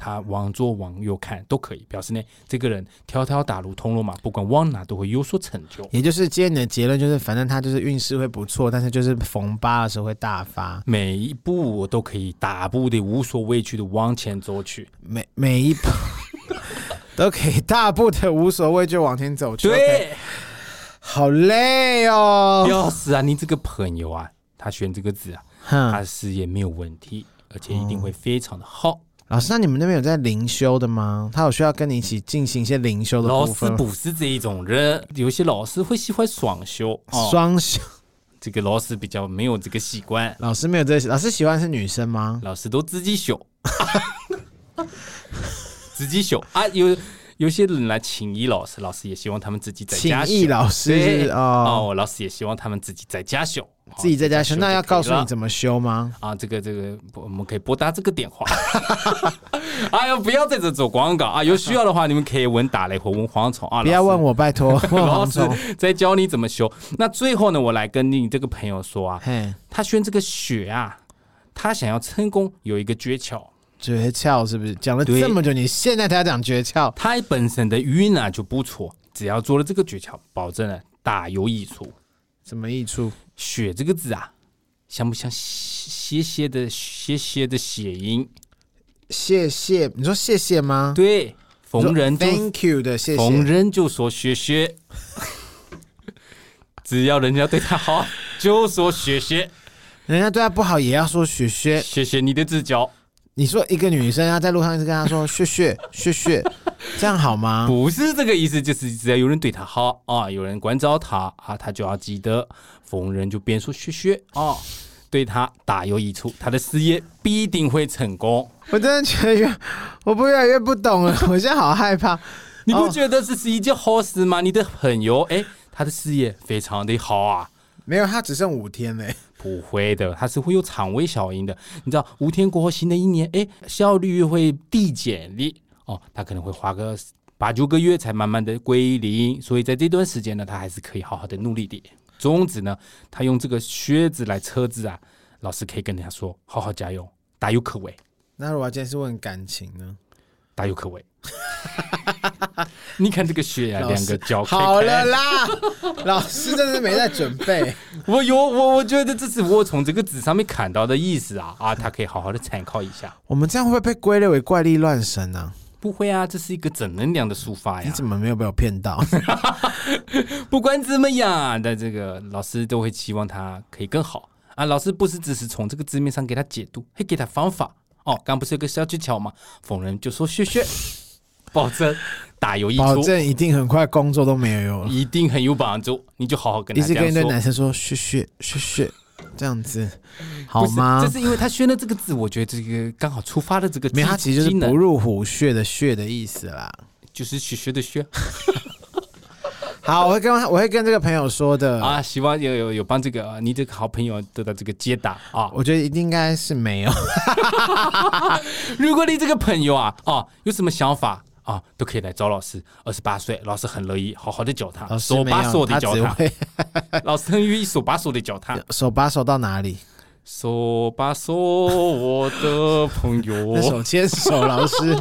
[SPEAKER 2] 他往左往右看都可以，表示呢，这个人条条大路通罗马，不管往哪都会有所成就。
[SPEAKER 3] 也就是今天你的结论就是，反正他就是运势会不错，但是就是逢八的时候会大发，
[SPEAKER 2] 每一步我都可以大步的无所畏惧的往前走去。
[SPEAKER 3] 每每一步 都可以大步的无所谓就往前走去。OK，
[SPEAKER 2] 对，
[SPEAKER 3] 好累哦。
[SPEAKER 2] 要死啊！你这个朋友啊，他选这个字啊，他
[SPEAKER 3] 哼，
[SPEAKER 2] 的事业没有问题，而且一
[SPEAKER 3] 哦
[SPEAKER 2] 定会非常的好。
[SPEAKER 3] 老师，那你们那边有在灵修的吗？他有需要跟你一起进行一些灵修的
[SPEAKER 2] 老
[SPEAKER 3] 部
[SPEAKER 2] 师
[SPEAKER 3] 分吗？
[SPEAKER 2] 不是这一种人，有些老师会喜欢双休哦。
[SPEAKER 3] 双修，
[SPEAKER 2] 这个老师比较没有这个习惯，
[SPEAKER 3] 老师没有这，老师喜欢是女生吗？
[SPEAKER 2] 老师都自己 修，自己修啊。有有些人来请益老师，老师也希望他们自己在
[SPEAKER 3] 请
[SPEAKER 2] 家
[SPEAKER 3] 益
[SPEAKER 2] 修
[SPEAKER 3] 老师
[SPEAKER 2] 对
[SPEAKER 3] 哦，
[SPEAKER 2] 哦，老师也希望他们自己在家修，哦
[SPEAKER 3] 自己在家修，那要告诉你
[SPEAKER 2] 么
[SPEAKER 3] 怎么修吗？
[SPEAKER 2] 啊？这个这个，我们可以拨打这个电话。哎呀，不要在这做广告啊！有需要的话，你们可以问打雷或问蝗虫啊。
[SPEAKER 3] 不要
[SPEAKER 2] 老师
[SPEAKER 3] 问我，拜托，问
[SPEAKER 2] 老
[SPEAKER 3] 黄
[SPEAKER 2] 师
[SPEAKER 3] 总。
[SPEAKER 2] 在教你怎么修。那最后呢，我来跟你这个朋友说啊，
[SPEAKER 3] 嘿，
[SPEAKER 2] 他宣这个学啊，他想要成功有一个诀窍，
[SPEAKER 3] 诀窍是不是讲了
[SPEAKER 2] 对
[SPEAKER 3] 这么久？你现在才要讲诀窍？
[SPEAKER 2] 他本身的运啊就不错，只要做了这个诀窍，保证了大有益处。
[SPEAKER 3] 什么益处？
[SPEAKER 2] “雪”这个字啊，像不像西斜斜的斜斜的写音，
[SPEAKER 3] 谢谢，你说谢谢吗？
[SPEAKER 2] 对，
[SPEAKER 3] 你说
[SPEAKER 2] 逢人就
[SPEAKER 3] Thank you 的谢
[SPEAKER 2] 逢
[SPEAKER 3] 谢。
[SPEAKER 2] 人就说学学， 只要人家对他好，就说学 学，
[SPEAKER 3] 人家对他不好也要说雪雪。
[SPEAKER 2] 谢谢你的哦指教。
[SPEAKER 3] 你说一个女生要在路上一直跟他 说雪雪雪雪，这样好吗？
[SPEAKER 2] 不是这个意思，就是只要有人对他好啊，有人关照他啊，他就要记得逢人就边说学学啊，对他大有益处，他的事业必定会成功。
[SPEAKER 3] 我真的觉得越我不越来越不懂了， 我现在好害怕。
[SPEAKER 2] 你不
[SPEAKER 3] 哦
[SPEAKER 2] 觉得这是一件好事吗？你的朋友，哎，他的事业非常的好啊。
[SPEAKER 3] 没有，他只剩五天嘞。
[SPEAKER 2] 不会的，它是会有肠胃效应的。你知道，五天过后，新的一年，哎，效率会递减的哦，它可能会花个八九个月才慢慢的归零。所以在这段时间呢，他还是可以好好的努力的。总之呢，他用这个靴子来车子啊，老师可以跟人家说，好好加油，大有可为，
[SPEAKER 3] 那如果今天是问感情呢？
[SPEAKER 2] 大有可为。你看这个靴呀、
[SPEAKER 3] 老
[SPEAKER 2] 两
[SPEAKER 3] 师
[SPEAKER 2] 个脚开开
[SPEAKER 3] 好了 啦，老师真是没在准备。
[SPEAKER 2] 我有我，我觉得这是我从这个纸上面看到的意思啊啊，他可以好好的参考一下。
[SPEAKER 3] 我们这样会不会被归类为怪力乱神呢、
[SPEAKER 2] 不会啊，这是一个正能量的抒发
[SPEAKER 3] 你
[SPEAKER 2] 呀。
[SPEAKER 3] 怎么没有被我骗到？
[SPEAKER 2] 不管怎么样，但这个老师都会期望他可以更好啊。老师不是只是从这个字面上给他解读，还给他方法哦。刚不是有个小技巧吗？逢人就说学学，保证大有益
[SPEAKER 3] 保
[SPEAKER 2] 处，
[SPEAKER 3] 证一定很快工作都没有了。
[SPEAKER 2] 一定很有帮助。你就好好跟
[SPEAKER 3] 一
[SPEAKER 2] 他这
[SPEAKER 3] 直跟
[SPEAKER 2] 样
[SPEAKER 3] 一堆
[SPEAKER 2] 说
[SPEAKER 3] 男。生说谢谢谢谢，这样子好
[SPEAKER 2] 不是，
[SPEAKER 3] 吗
[SPEAKER 2] 这？是因为他宣了这个字，我觉得这个刚好触发了这个
[SPEAKER 3] 没有，
[SPEAKER 2] 技
[SPEAKER 3] 他其实就
[SPEAKER 2] 技
[SPEAKER 3] 是
[SPEAKER 2] 能
[SPEAKER 3] 不入虎穴的穴的意思啦。
[SPEAKER 2] 就是学学的学
[SPEAKER 3] 好，我会跟我会跟这个朋友说的。
[SPEAKER 2] 啊，希望有有有帮这个啊你这个好朋友得到这个解答啊。
[SPEAKER 3] 我觉得一定应该是没 有。
[SPEAKER 2] 如果你这个朋友啊，哦，有什么想法啊，都可以来找老师。二十八岁，老师很乐意好好的教他，
[SPEAKER 3] 老师
[SPEAKER 2] 手
[SPEAKER 3] 没
[SPEAKER 2] 把手
[SPEAKER 3] 有，
[SPEAKER 2] 的
[SPEAKER 3] 他
[SPEAKER 2] 教
[SPEAKER 3] 只
[SPEAKER 2] 他，
[SPEAKER 3] 会
[SPEAKER 2] 老师很愿意手把手的教他，
[SPEAKER 3] 手把手到哪里？
[SPEAKER 2] 手把手，我的朋
[SPEAKER 3] 那
[SPEAKER 2] 友。
[SPEAKER 3] 手牵手，老 师，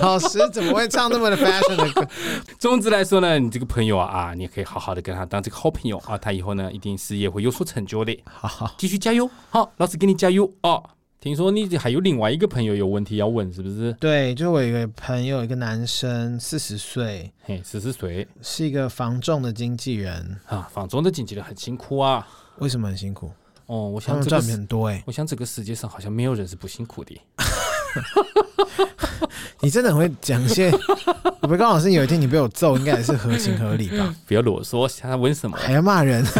[SPEAKER 3] 老师怎么会唱那么的 fashion 的歌？
[SPEAKER 2] 总之来说呢，你这个朋友啊，啊，你也可以好好的跟他当这个好朋友啊，他以后呢一定事业会有所成就的。
[SPEAKER 3] 好好，
[SPEAKER 2] 继续加油，好，老师给你加油哦。听说你还有另外一个朋友有问题要问，是不是？
[SPEAKER 3] 对，就我有一个朋友，一个男生，四十岁，
[SPEAKER 2] 嘿，十四岁
[SPEAKER 3] 是一个房仲的经纪人。
[SPEAKER 2] 啊，房中的经纪人很辛苦啊。
[SPEAKER 3] 为什么很辛苦？
[SPEAKER 2] 哦，我
[SPEAKER 3] 他
[SPEAKER 2] 想
[SPEAKER 3] 们
[SPEAKER 2] 这个
[SPEAKER 3] 赚
[SPEAKER 2] 是
[SPEAKER 3] 很多哎、
[SPEAKER 2] 我想这个世界上好像没有人是不辛苦的。
[SPEAKER 3] 你真的很会讲 一些。我不告老师，有一天你被我揍，应该也是合情合理吧？
[SPEAKER 2] 不要啰嗦，想问什么？
[SPEAKER 3] 还要骂人。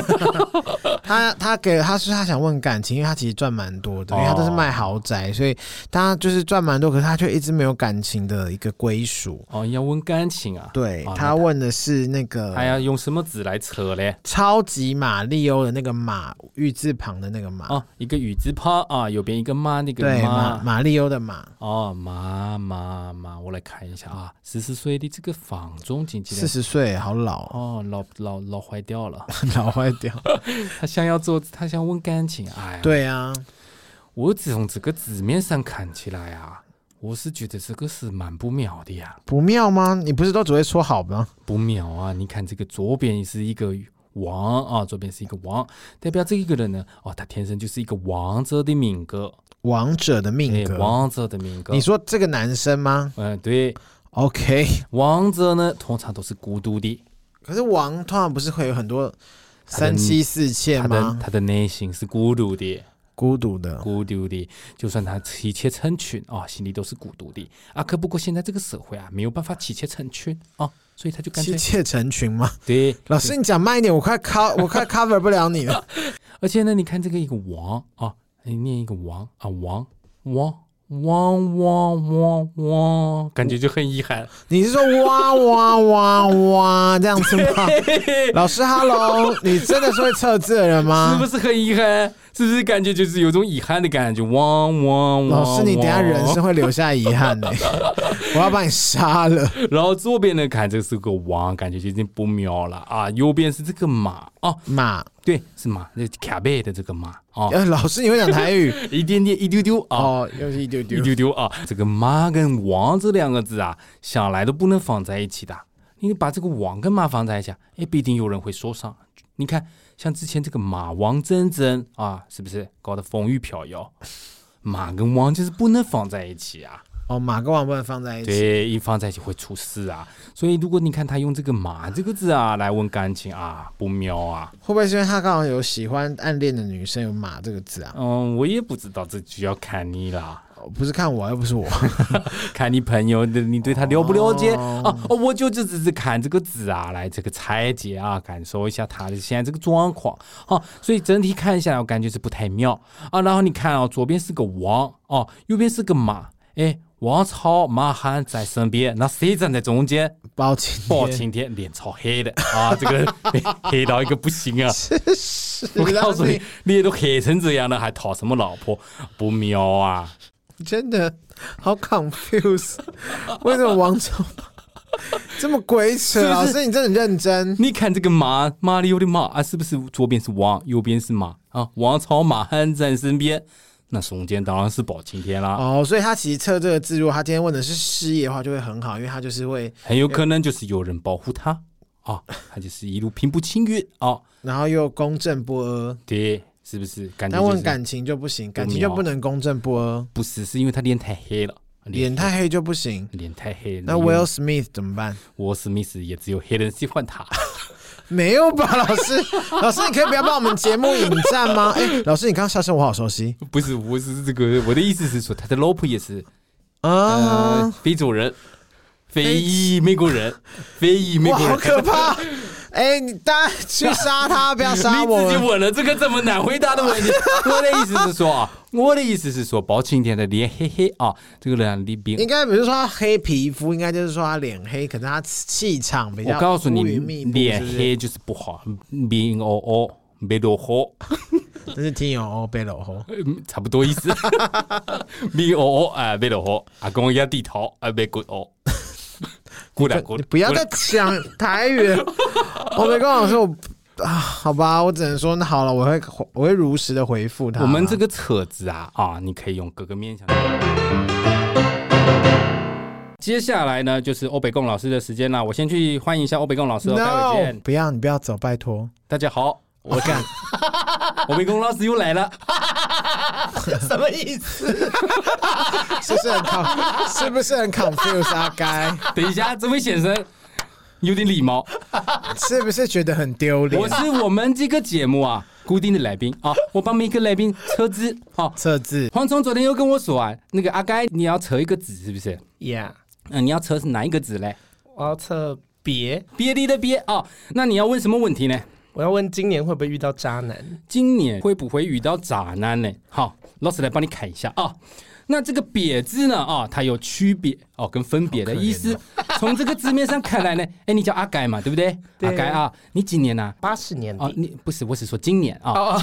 [SPEAKER 3] 他他给他是他想问感情，因为他其实赚蛮多
[SPEAKER 2] 哦
[SPEAKER 3] 的，因为他都是卖豪宅，所以他就是赚蛮多，可是他却一直没有感情的一个归属。
[SPEAKER 2] 哦，要问感情啊？
[SPEAKER 3] 对
[SPEAKER 2] 哦
[SPEAKER 3] 他问的是那个
[SPEAKER 2] 他要用什么字来扯嘞？
[SPEAKER 3] 超级马里欧的那个马，玉字旁的那个马，
[SPEAKER 2] 哦，一个雨字旁啊，右边一个妈，那个
[SPEAKER 3] 对马
[SPEAKER 2] 妈。
[SPEAKER 3] 马里欧的马，
[SPEAKER 2] 哦，妈妈妈，我来看一下啊，十四岁的这个房中经纪
[SPEAKER 3] 四
[SPEAKER 2] 人，
[SPEAKER 3] 十岁，好老 哦，
[SPEAKER 2] 哦，老老老坏掉了。
[SPEAKER 3] 老坏掉。
[SPEAKER 2] 他想要做，他想问感情。哎呀，
[SPEAKER 3] 对啊，
[SPEAKER 2] 我只从这个字面上看起来啊，我是觉得这个是蛮不妙的呀。
[SPEAKER 3] 不妙吗？你不是都只会说好吗？
[SPEAKER 2] 不妙啊！你看这个左边是一个王啊，左边是一个王，代表这一个人呢，哦，他天生就是一个王者的命格，
[SPEAKER 3] 王者的命
[SPEAKER 2] 对，
[SPEAKER 3] 格。
[SPEAKER 2] 王者的命格。
[SPEAKER 3] 你，说这个男生吗
[SPEAKER 2] 嗯、对，
[SPEAKER 3] ？OK，
[SPEAKER 2] 王者呢通常都是孤独的，
[SPEAKER 3] 可是王通常不是会有很多
[SPEAKER 2] 的
[SPEAKER 3] 三妻四妾
[SPEAKER 2] 他的
[SPEAKER 3] 吗？
[SPEAKER 2] 他的内心是孤独的，
[SPEAKER 3] 孤独的，
[SPEAKER 2] 孤独的，就算他妻妾成群啊、心里都是孤独的啊。可不过现在这个社会啊，没有办法妻妾成群啊，所以他就干
[SPEAKER 3] 妻
[SPEAKER 2] 脆
[SPEAKER 3] 妾成群吗？
[SPEAKER 2] 对，
[SPEAKER 3] 老师，你讲慢一点，我快 co 我快 cover 不了你了。
[SPEAKER 2] 而且呢，你看这个一个王啊，你念一个王啊，王王王王王王，感觉就很遗憾。
[SPEAKER 3] 你是说哇哇哇哇这样子吗？老师，Hello，你真的是会测字的人
[SPEAKER 2] 是不
[SPEAKER 3] 吗？
[SPEAKER 2] 是很遗憾？是不是感觉就是有种遗憾的感觉？汪汪汪！
[SPEAKER 3] 老师，你等一下人生会留下遗憾 的、我要把你杀了。
[SPEAKER 2] 然后左边呢，看这是个王，感觉就已经不妙了啊。右边是这个马哦，
[SPEAKER 3] 马，
[SPEAKER 2] 对，是马，那卡贝的这个马哦，
[SPEAKER 3] 呃，老师你会讲台 语
[SPEAKER 2] 一点点一丢丢啊，
[SPEAKER 3] 哦，又是一丢
[SPEAKER 2] 一
[SPEAKER 3] 丢。
[SPEAKER 2] 丢丢啊！这个“妈”跟“王”这两个字啊，想来都不能放在一起的。你把这个“王”跟“妈”放在一起啊，哎，必定有人会受伤。你看，像之前这个马王真真啊，是不是搞得风雨飘摇？马跟王就是不能放在一起啊。
[SPEAKER 3] 哦，马跟王不能放在一起。
[SPEAKER 2] 对，一放在一起会出事啊。所以如果你看他用这个“马”这个字啊来问感情啊，不妙啊。
[SPEAKER 3] 会不会是因为他刚好有喜欢暗恋的女生有“马”这个字啊？
[SPEAKER 2] 嗯，我也不知道，这就要看你啦，
[SPEAKER 3] 哦不是看我，又不 是我。
[SPEAKER 2] 看你朋友的你对他了不了解
[SPEAKER 3] 哦
[SPEAKER 2] 啊。哦，我就就只是看这个字啊，来这个拆解啊，感受一下他的现在这个状况啊。所以整体看下来，我感觉是不太妙啊。然后你看哦，左边是个王哦，右边是个马，哎，王朝马汉在身边，那谁站在中间？
[SPEAKER 3] 包青天，
[SPEAKER 2] 包青天脸超黑的啊，这个黑到一个不行啊！我
[SPEAKER 3] 是
[SPEAKER 2] 告诉你
[SPEAKER 3] 让，
[SPEAKER 2] 脸都黑成这样了，还讨什么老婆？不妙啊！
[SPEAKER 3] 你真的好 confuse，为 什么王总 这么鬼扯？
[SPEAKER 2] 是不是
[SPEAKER 3] 老师，你真的很认真。
[SPEAKER 2] 你看这个马马里奥的马啊，是不是左边是王，右边是马啊？王朝马汉在身边，那中间当然是包青天啦，
[SPEAKER 3] 哦，所以他其实测这个字，如果他今天问的是事业的话，就会很好，因为他就是会，
[SPEAKER 2] 很有可能就是有人保护他啊，他就是一路平步青云啊，
[SPEAKER 3] 然后又公正不阿。
[SPEAKER 2] 对，是不是？哦感觉
[SPEAKER 3] 但
[SPEAKER 2] 就
[SPEAKER 3] 问
[SPEAKER 2] 是
[SPEAKER 3] 感情就不行，感情
[SPEAKER 2] 妙
[SPEAKER 3] 就不能公正不阿，
[SPEAKER 2] 不是，是因为他脸太黑了，
[SPEAKER 3] 脸太黑就不行。
[SPEAKER 2] 脸太黑了。
[SPEAKER 3] 那 Will Smith 怎么办？
[SPEAKER 2] 我史密斯也只有黑人喜欢他。
[SPEAKER 3] 没有吧，老师，老师，你可以不要帮我们节目引战吗？哎、老师，你刚刚笑声我好熟悉
[SPEAKER 2] 不是，我是这个，我的意思是说，他的老婆也是
[SPEAKER 3] 啊！
[SPEAKER 2] 呃非洲人，非裔美国人，非裔美
[SPEAKER 3] 哇，
[SPEAKER 2] 国
[SPEAKER 3] 好
[SPEAKER 2] 人。
[SPEAKER 3] 可怕！ 哎、你大家去杀他，不要杀
[SPEAKER 2] 你
[SPEAKER 3] 我
[SPEAKER 2] 自己。问了这个这么难回答的 问题。我的意思是说啊，我的意思是说，包青天的脸黑黑啊，这个人李
[SPEAKER 3] 应
[SPEAKER 2] 斌，
[SPEAKER 3] 该比如说他黑皮肤，应该就是说他脸黑，可是他气场比较
[SPEAKER 2] 我告诉你
[SPEAKER 3] 乌云密，布
[SPEAKER 2] 脸
[SPEAKER 3] 是不是
[SPEAKER 2] 黑就是不好，脸哦哦， 没落火，
[SPEAKER 3] 真是听友哦被搂吼。
[SPEAKER 2] 嗯差不多意 思。脸哦哦啊，没落火，阿公要低头啊，没骨 哦。过来过
[SPEAKER 3] 你
[SPEAKER 2] 来，
[SPEAKER 3] 不要再讲 台语了，我没跟我说我啊，好吧，我只能说那好了，我会我会如实的回复他。
[SPEAKER 2] 我们这个扯子啊啊，你可以用各个面向。接下来呢，就是欧北贡老师的时间啦。我先去欢迎一下欧北贡老师哦，待会
[SPEAKER 3] no
[SPEAKER 2] 见。
[SPEAKER 3] 不要你不要走，拜托。
[SPEAKER 2] 大家好，
[SPEAKER 3] 我干
[SPEAKER 2] 欧北贡老师又来了。
[SPEAKER 3] 什么意思？是不是很 con 是不是很 confuse 阿该？
[SPEAKER 2] 等一下，这位先生有点礼貌，
[SPEAKER 3] 是不是觉得很丢脸
[SPEAKER 2] 我？是我们这个节目啊固定的来宾啊，我帮每个来宾车资啊。
[SPEAKER 3] 测字
[SPEAKER 2] 黄虫昨天又跟我说啊，那个阿该你要扯一个子是不是？
[SPEAKER 4] 呀
[SPEAKER 2] 嗯、你要扯是哪一个子嘞？
[SPEAKER 4] 我要测别，
[SPEAKER 2] 别离的别啊、那你要问什么问题呢？
[SPEAKER 4] 我要问今年会不会遇到渣男？
[SPEAKER 2] 今年会不会遇到渣男呢？好，老师来帮你看一下啊。那这个“瘪”字呢？啊，它有区别哦，跟分别的意思。从这个字面上看来呢，哎，你叫阿该嘛，对不对？
[SPEAKER 4] 对
[SPEAKER 2] 阿该啊，你今年呢、
[SPEAKER 4] 八十年
[SPEAKER 2] 啊？哦，
[SPEAKER 4] 底，
[SPEAKER 2] 你不是，我是说今年啊。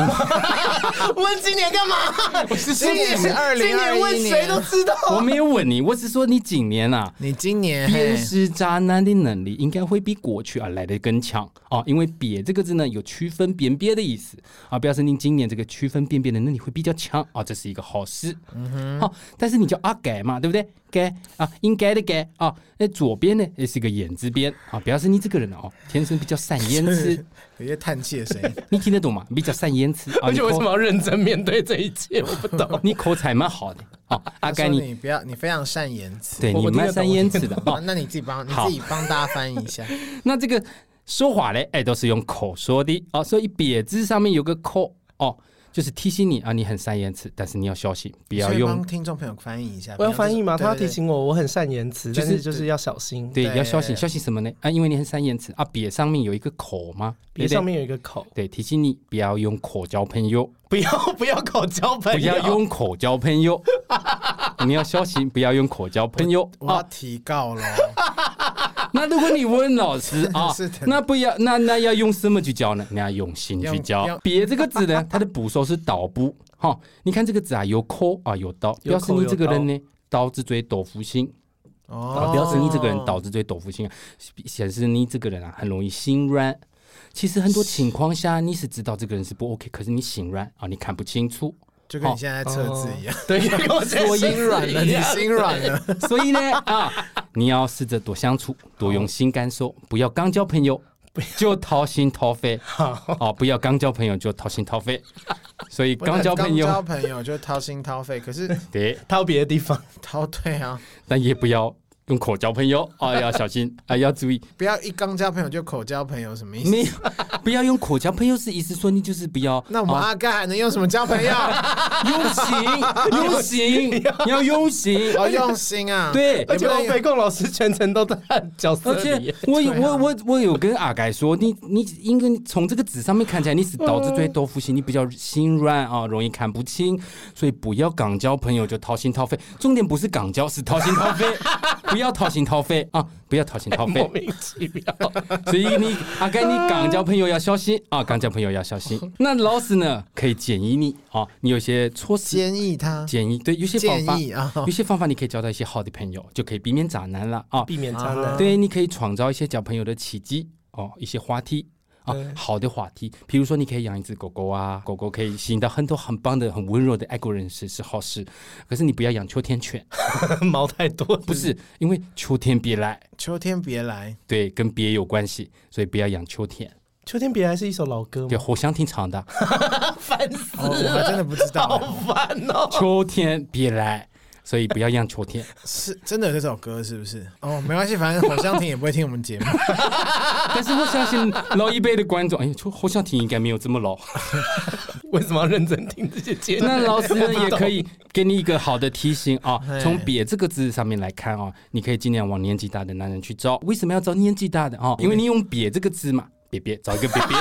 [SPEAKER 4] 问今年干嘛？
[SPEAKER 3] 今年是二零
[SPEAKER 4] 今
[SPEAKER 3] 二
[SPEAKER 4] 年问
[SPEAKER 3] 一
[SPEAKER 4] 谁都
[SPEAKER 3] 年，
[SPEAKER 4] 知道。
[SPEAKER 2] 我没有问你，我是说你今年啊，
[SPEAKER 3] 你今 年
[SPEAKER 2] 辨
[SPEAKER 3] 嘿
[SPEAKER 2] 识渣男的能力应该会比过去啊来的更强啊，因为“瘪”这个字呢有区分辨别的意思啊，表示你今年这个区分辨别的能力会比较强啊，这是一个好事。
[SPEAKER 4] 嗯
[SPEAKER 2] 好、但是你叫阿改嘛，对不对？改啊，应该的改啊，那左边呢也是一个眼字边啊，表示你这个人哦天生比较善言 辞，
[SPEAKER 3] 有些叹气的声音，
[SPEAKER 2] 你听得懂吗？比较善言辞啊，
[SPEAKER 4] 而
[SPEAKER 2] 你
[SPEAKER 4] 且为什么
[SPEAKER 2] 口
[SPEAKER 4] 要认真面对这一切？我不 懂。
[SPEAKER 2] 你口才蛮好的啊，阿
[SPEAKER 3] 他
[SPEAKER 2] 改
[SPEAKER 3] 说
[SPEAKER 2] 你
[SPEAKER 3] 你不要，你非常善言辞。
[SPEAKER 2] 对
[SPEAKER 4] 我
[SPEAKER 2] 你
[SPEAKER 4] 我听
[SPEAKER 2] 蛮
[SPEAKER 4] 得懂
[SPEAKER 2] 善
[SPEAKER 4] 我
[SPEAKER 2] 言
[SPEAKER 4] 听
[SPEAKER 2] 辞
[SPEAKER 4] 得
[SPEAKER 2] 的
[SPEAKER 3] 啊
[SPEAKER 2] 啊，，
[SPEAKER 3] 那你自己帮你
[SPEAKER 2] 好
[SPEAKER 3] 自己帮大家翻译 一下。
[SPEAKER 2] 那这个说话嘞，哎，都是用口说的哦，所以瘪字上面有个口哦，就是提醒你啊，你很善言辞，但是你要小心，不要
[SPEAKER 3] 所以
[SPEAKER 2] 用
[SPEAKER 3] 帮听众朋友翻译一下。
[SPEAKER 4] 我要翻译吗？
[SPEAKER 3] 不
[SPEAKER 4] 他要
[SPEAKER 3] 要
[SPEAKER 4] 提
[SPEAKER 3] 这种。
[SPEAKER 4] 醒我，我很善言辞，
[SPEAKER 2] 就
[SPEAKER 4] 但
[SPEAKER 2] 是
[SPEAKER 4] 是就是要小心。
[SPEAKER 2] 对，
[SPEAKER 3] 对
[SPEAKER 2] 要小心，小心什么呢？啊，因为你很善言辞啊，瘪上面有一个口嘛，对
[SPEAKER 4] 别
[SPEAKER 2] 不对
[SPEAKER 4] 上面有一个口，
[SPEAKER 2] 对，提醒你不要用口交朋友，
[SPEAKER 4] 不要不要口交朋
[SPEAKER 2] 不
[SPEAKER 3] 哎
[SPEAKER 4] 友，
[SPEAKER 2] 要用口交朋友，你要小心，不要用口交朋友
[SPEAKER 3] 对对对我要
[SPEAKER 4] 哦
[SPEAKER 2] 啊。
[SPEAKER 3] 提告 喽，
[SPEAKER 2] 那如果你问老师啊
[SPEAKER 3] 是的，
[SPEAKER 2] 那不要那那要用什么去教呢？你要用心去
[SPEAKER 3] 用
[SPEAKER 2] 教
[SPEAKER 3] 用。
[SPEAKER 2] 别这个字 呢，它的捕手是刀部。哈、你看这个字啊，有抠啊，有刀，
[SPEAKER 4] 有
[SPEAKER 2] 表
[SPEAKER 4] 抠
[SPEAKER 2] 示你这个
[SPEAKER 4] 有刀
[SPEAKER 2] 人呢，刀子嘴豆腐心，啊，
[SPEAKER 3] 哦
[SPEAKER 2] 表示你这个人刀子嘴豆腐心啊，显示你这个人啊很容易心软。其实很多情况下你是知道这个人是不 OK，可是你心软啊，你看不清楚，
[SPEAKER 3] 就跟你现在在测字一样，
[SPEAKER 4] 对，跟我
[SPEAKER 2] 所
[SPEAKER 4] 说
[SPEAKER 2] 以
[SPEAKER 4] 哦心软
[SPEAKER 3] 你 心软了，
[SPEAKER 2] 所以呢啊，你要试着多相处，多用心感受，不要刚交朋友，就掏心掏肺，哦，不要刚交朋友就掏心掏肺，所以刚交朋
[SPEAKER 3] 刚交
[SPEAKER 2] 友
[SPEAKER 3] 朋友就掏心掏肺，可是
[SPEAKER 2] 对，
[SPEAKER 4] 到别的地方，
[SPEAKER 3] 掏对啊，
[SPEAKER 2] 但也不要用口交朋友， 啊，要小心，啊，要注意，
[SPEAKER 3] 不要一刚交朋友就口交朋友，什么意思？
[SPEAKER 2] 没有，不要用口交朋友是意思说你就是不要，
[SPEAKER 3] 那我们
[SPEAKER 2] 啊
[SPEAKER 3] 阿盖还能用什么交朋友？
[SPEAKER 2] 用 心，用心，要用心，
[SPEAKER 3] 哦，用心啊！
[SPEAKER 2] 对，
[SPEAKER 4] 而且
[SPEAKER 3] 也不能
[SPEAKER 4] 欧北贡老师全程都在他的角色
[SPEAKER 2] 而且
[SPEAKER 4] 里，
[SPEAKER 2] 我有
[SPEAKER 3] 对啊
[SPEAKER 2] 我我我有跟阿改说，你你应该从这个纸上面看起来，你是导致对豆腐心，你比较心软啊，容易看不清，所以不要港交朋友就掏心掏肺。重点不是港交，是掏心掏 肺，不要掏心掏肺啊，不要掏心掏
[SPEAKER 3] 哎
[SPEAKER 4] 莫
[SPEAKER 2] 肺。
[SPEAKER 4] 名 其妙。
[SPEAKER 2] 所以你阿改，你港交朋友要小心啊，港交朋友要小 心。那老师呢，可以建议你啊，你有一些措施
[SPEAKER 3] 建议他
[SPEAKER 2] 建议，对，有些方
[SPEAKER 3] 建
[SPEAKER 2] 法，
[SPEAKER 3] 议啊，
[SPEAKER 2] 有些方法你可以交到一些好的朋友，就可以避免渣男了啊。
[SPEAKER 4] 避免渣
[SPEAKER 3] 啊
[SPEAKER 4] 男。
[SPEAKER 2] 对，你可以创造一些交朋友的契机哦，一些话题啊，好的话题，比如说你可以养一只狗狗啊，狗狗可以吸引到很多很棒的、很温柔的爱国人士是好事，可是你不要养秋天犬，
[SPEAKER 4] 毛太多，
[SPEAKER 2] 啊不是因为秋天别来，
[SPEAKER 3] 秋天别来，
[SPEAKER 2] 对，跟别有关系，所以不要养秋天。
[SPEAKER 4] 秋天别来是一首老歌
[SPEAKER 2] 对，
[SPEAKER 4] 吗？
[SPEAKER 2] 侯湘婷唱的
[SPEAKER 4] 烦死
[SPEAKER 3] 哦，我还真的不知 道，
[SPEAKER 4] 烦哦！
[SPEAKER 2] 《秋天别来》，所以不要养秋天。
[SPEAKER 3] 是真的有这首歌是不是？哦，没关系，反正侯湘婷也不会听我们节目，
[SPEAKER 2] 但是我相信老一辈的观众，哎，秋侯湘婷应该没有这么老。
[SPEAKER 4] 为什么要认真听这些 节目？
[SPEAKER 2] 那老师呢也可以给你一个好的提醒啊
[SPEAKER 3] 哎，
[SPEAKER 2] 从“别”这个字上面来看啊，你可以尽量往年纪大的男人去招。为什么要招年纪大的啊？因为你用“别”这个字嘛，别别找一个别别，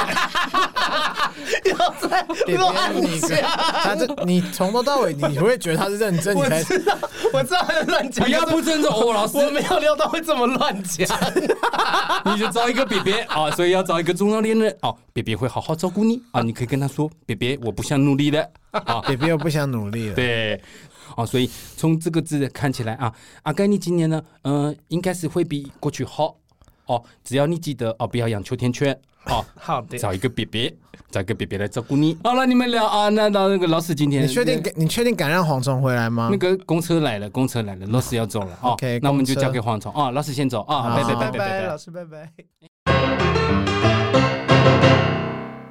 [SPEAKER 3] 别
[SPEAKER 4] 乱
[SPEAKER 3] 你个，他这你从头到尾你会觉得他是认真，你
[SPEAKER 4] 我
[SPEAKER 3] 才
[SPEAKER 4] 知道， 我知道他在乱讲，
[SPEAKER 2] 不要不尊重我老师，
[SPEAKER 4] 我没有料到会这么乱讲。
[SPEAKER 2] 你就招一个别别啊，所以要找一个中老年人哦，别别会好好照顾你啊，你可以跟他说，别别我不想努力了啊，
[SPEAKER 3] 别别又不想努力了，
[SPEAKER 2] 对。哦，所以从这个字看起来啊，阿甘你今年呢，嗯、应该是会比过去好哦。只要你记得哦，不要养秋天圈哦，
[SPEAKER 4] 好的，
[SPEAKER 2] 找一个 BB，找一个 BB 来照顾你。好了，你们聊啊，那到那个老师今天，
[SPEAKER 3] 你确定
[SPEAKER 2] 那？
[SPEAKER 3] 你确定敢让蝗虫回来吗
[SPEAKER 2] 那？个公车来了，公车来了，老师要走了哦
[SPEAKER 3] OK，
[SPEAKER 2] 那我们就
[SPEAKER 3] 公车
[SPEAKER 2] 交给蝗虫哦，老师先走啊，
[SPEAKER 3] 好
[SPEAKER 2] 拜拜
[SPEAKER 3] 好
[SPEAKER 2] 拜拜拜拜
[SPEAKER 4] 老，师拜拜。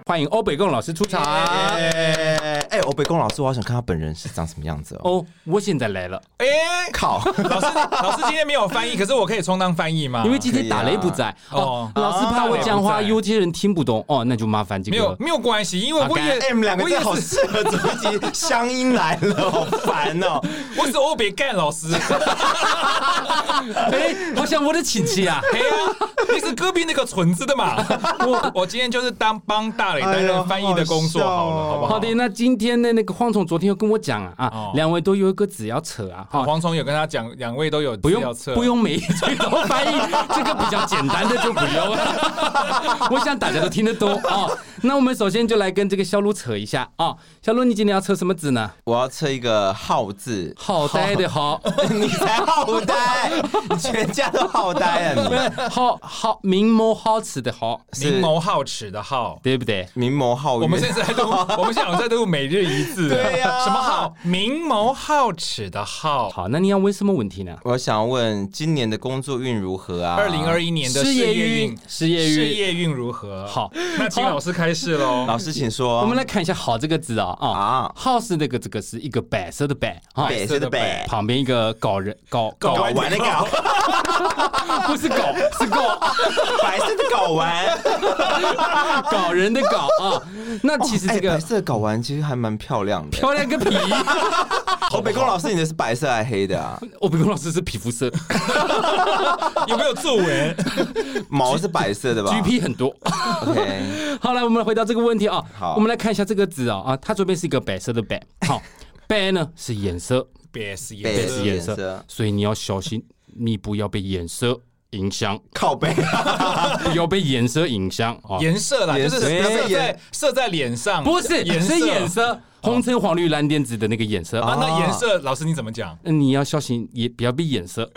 [SPEAKER 2] 欢迎欧北贡老师出场
[SPEAKER 5] 哎哎，欧北贡老师，我好想看他本人是长什么样子哦。
[SPEAKER 2] 哦，我现在来了，
[SPEAKER 6] 哎、
[SPEAKER 5] 靠，
[SPEAKER 6] 老师， 老师今天没有翻译，可是我可以充当翻译吗？
[SPEAKER 2] 因为今
[SPEAKER 5] 可
[SPEAKER 2] 天
[SPEAKER 5] 以啊
[SPEAKER 2] 打雷不在哦
[SPEAKER 6] 哦，
[SPEAKER 2] 老师怕我讲
[SPEAKER 6] 啊
[SPEAKER 2] 话
[SPEAKER 6] 打雷不在
[SPEAKER 2] 有些人听不懂哦，那就麻烦这
[SPEAKER 6] 没有
[SPEAKER 2] 个
[SPEAKER 6] 没有关系，因为我也
[SPEAKER 5] 哎，你们两个
[SPEAKER 6] 我
[SPEAKER 5] 真
[SPEAKER 6] 也
[SPEAKER 5] 的好
[SPEAKER 6] 是
[SPEAKER 5] 适合主一集，乡音来了，好烦 哦。
[SPEAKER 6] 我是欧北干 老师，
[SPEAKER 2] 哎，好像我的亲戚啊，
[SPEAKER 6] 哎呀，你是隔壁那个纯子 的嘛？我我今天就是当帮大磊担任翻译的工作好了，好不好？
[SPEAKER 2] 好的，那今天的那个蝗虫昨天又跟我讲啊，啊
[SPEAKER 6] 哦，
[SPEAKER 2] 两位都有一个纸要扯啊，哈，
[SPEAKER 6] 蝗虫有跟他讲，两位都有
[SPEAKER 2] 不
[SPEAKER 6] 不
[SPEAKER 2] 用不用每一句都翻译，这个比较简单的就不用 了。我想大家都听得懂啊、哦。那我们首先就来跟这个小鹿扯一下啊、哦。小鹿，你今天要测什么字呢？
[SPEAKER 5] 我要测一个好字，
[SPEAKER 2] 好呆的好，
[SPEAKER 5] 你才好呆，你全家都好呆啊
[SPEAKER 2] 不
[SPEAKER 5] 你！
[SPEAKER 2] 是好好明眸皓齿的好，
[SPEAKER 6] 明眸皓齿的皓。
[SPEAKER 2] 对不对？
[SPEAKER 5] 明眸皓月，
[SPEAKER 6] 我们现在在录，我们现在有在录每日一字，啊
[SPEAKER 5] 对呀
[SPEAKER 6] 什么好？明眸皓齿的皓，
[SPEAKER 2] 好，那你要问什么问题呢？
[SPEAKER 5] 我想要问今年的工作运如何啊？
[SPEAKER 6] 二零二一年的
[SPEAKER 2] 事业
[SPEAKER 6] 业
[SPEAKER 2] 运
[SPEAKER 6] 运，，
[SPEAKER 2] 事业
[SPEAKER 6] 事
[SPEAKER 2] 运。
[SPEAKER 6] 业运如何？
[SPEAKER 2] 好，
[SPEAKER 6] 那请老师开始喽。
[SPEAKER 5] 老师请说。
[SPEAKER 2] 我们来看一下“好”这个字啊啊
[SPEAKER 5] 啊，
[SPEAKER 2] 好是那个这个是一个白色的白啊，
[SPEAKER 5] 北是的北，
[SPEAKER 2] 旁边一个搞人搞
[SPEAKER 5] 搞
[SPEAKER 2] 搞
[SPEAKER 5] 完的搞，
[SPEAKER 2] 不是狗是狗。
[SPEAKER 5] 白色的搞完。
[SPEAKER 2] 搞人的搞啊。那其实这
[SPEAKER 5] 哎
[SPEAKER 2] 个
[SPEAKER 5] 白色的搞完其实还蛮漂亮的。
[SPEAKER 2] 漂亮个皮，
[SPEAKER 5] 哦，北宫老师，你的是白色还是黑的 啊？
[SPEAKER 2] 我不用老师是皮肤色
[SPEAKER 6] 有没有皱纹？
[SPEAKER 5] 毛是白色的吧
[SPEAKER 2] ，GP 很多。
[SPEAKER 5] OK，
[SPEAKER 2] 好了，我们回到这个问题啊，
[SPEAKER 5] 好
[SPEAKER 2] 我们来看一下这个字啊啊，它左边是一个白色的白，好，白呢是颜色，
[SPEAKER 6] 别是
[SPEAKER 5] 白
[SPEAKER 2] 是
[SPEAKER 5] 色
[SPEAKER 6] 也
[SPEAKER 5] 是
[SPEAKER 2] 颜
[SPEAKER 5] 颜
[SPEAKER 2] 色
[SPEAKER 5] 色，
[SPEAKER 2] 所以你要小心，你不要被颜色影 响，
[SPEAKER 5] 靠背。
[SPEAKER 2] 不要被颜色影响啊。
[SPEAKER 6] 颜色啦，就
[SPEAKER 5] 颜
[SPEAKER 6] 是
[SPEAKER 5] 色
[SPEAKER 6] 射
[SPEAKER 5] 哎
[SPEAKER 6] 在
[SPEAKER 5] 颜
[SPEAKER 6] 射在脸上，
[SPEAKER 2] 不是，
[SPEAKER 6] 颜色
[SPEAKER 2] 是颜色，红橙黄绿蓝靛紫的那个颜色
[SPEAKER 6] 啊
[SPEAKER 2] 啊。。
[SPEAKER 6] 那颜色，老师你怎么讲？
[SPEAKER 2] 那你要小心，也不要被颜色。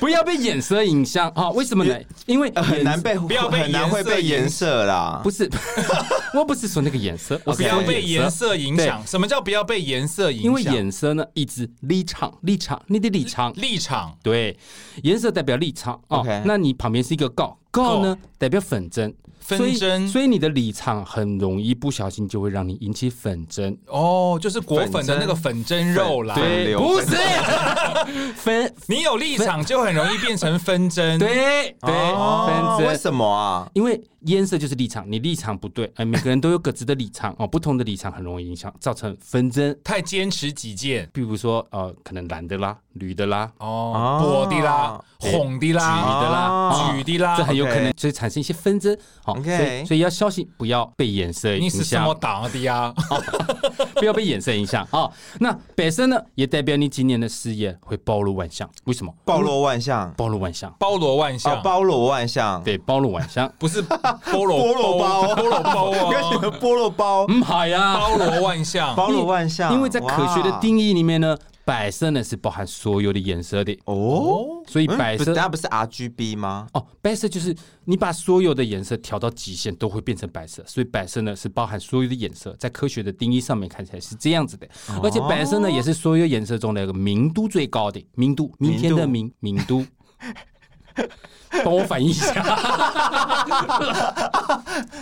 [SPEAKER 2] 不要被眼色影响啊、为什么呢？因为
[SPEAKER 5] 呃很难
[SPEAKER 2] 眼
[SPEAKER 5] 被
[SPEAKER 6] 不要被
[SPEAKER 5] 很难会被
[SPEAKER 6] 颜
[SPEAKER 5] 颜色啦。
[SPEAKER 2] 不是， 我不是说那个颜色，我
[SPEAKER 6] 不
[SPEAKER 2] 是
[SPEAKER 6] 要
[SPEAKER 2] 说
[SPEAKER 6] 被颜色影响。
[SPEAKER 2] 对
[SPEAKER 6] 什么叫不要被颜色影响？
[SPEAKER 2] 因为眼色呢，一直立场，立场，你的立场，
[SPEAKER 6] 立场
[SPEAKER 2] 对，颜色代表立场哦。
[SPEAKER 5] OK
[SPEAKER 2] 那你旁边是一个告，告呢代表纷争，
[SPEAKER 6] 纷
[SPEAKER 2] 所以
[SPEAKER 6] 争
[SPEAKER 2] 所以你的立场很容易不小心就会让你引起纷争。
[SPEAKER 6] 哦，就是果粉的那个粉蒸肉啦。
[SPEAKER 5] 对流
[SPEAKER 2] 不
[SPEAKER 5] 纷
[SPEAKER 2] 是纷，
[SPEAKER 6] 你有立场就很容易变成纷争。
[SPEAKER 2] 对对
[SPEAKER 5] 哦，
[SPEAKER 2] 纷
[SPEAKER 5] 为
[SPEAKER 2] 争。
[SPEAKER 5] 什么啊？
[SPEAKER 2] 因为颜色就是立场，你立场不对，哎，每个人都有各自的立场哦，不同的立场很容易影响，造成纷争。
[SPEAKER 6] 太坚持己见
[SPEAKER 2] 比如说，呃，可能蓝的啦、绿的啦、
[SPEAKER 6] 哦
[SPEAKER 5] 哦，
[SPEAKER 6] 薄的啦，
[SPEAKER 2] 啊对
[SPEAKER 6] 红的啦，
[SPEAKER 2] 橘的啦啊
[SPEAKER 5] 哦
[SPEAKER 6] 举的啦，
[SPEAKER 2] 这很有可能
[SPEAKER 5] OK
[SPEAKER 2] 就会产生一些纷争。好
[SPEAKER 5] OK
[SPEAKER 2] 所以所以要小心，不要被颜色影
[SPEAKER 6] 你是什么
[SPEAKER 2] 响，
[SPEAKER 6] 党的呀？
[SPEAKER 2] 不要被颜色影响。好，那本身呢，也代表你今年的事业会包罗万象。为什么？
[SPEAKER 5] 包罗万象，
[SPEAKER 2] 包罗万象，
[SPEAKER 6] 包罗万
[SPEAKER 5] 哦
[SPEAKER 6] 象，，
[SPEAKER 5] 包罗万象，
[SPEAKER 2] 嗯 对，包罗万象。
[SPEAKER 6] 不是菠萝
[SPEAKER 5] 菠萝包啊
[SPEAKER 6] 菠萝包
[SPEAKER 5] 我跟你
[SPEAKER 6] 啊，
[SPEAKER 5] 们菠萝包，
[SPEAKER 2] 嗯，好呀，
[SPEAKER 6] 包罗万象。
[SPEAKER 5] 包罗万象，
[SPEAKER 2] 因为在科学的
[SPEAKER 5] 哇哦
[SPEAKER 2] 定义里面呢，百色呢是包含所有的颜色的，
[SPEAKER 5] 哦，
[SPEAKER 2] 所以
[SPEAKER 5] 嗯
[SPEAKER 2] 百
[SPEAKER 5] 不
[SPEAKER 2] 色
[SPEAKER 5] 是它不是 RGB 吗？
[SPEAKER 2] 哦，白色就是你把所有的颜色调到极限都会变成白色，所以白色呢是包含所有的颜色，在科学的定义上面看起来是这样子的。而且白色呢也是所有颜色中的一个明度最高的明度，明天的明明度。帮我反译一下，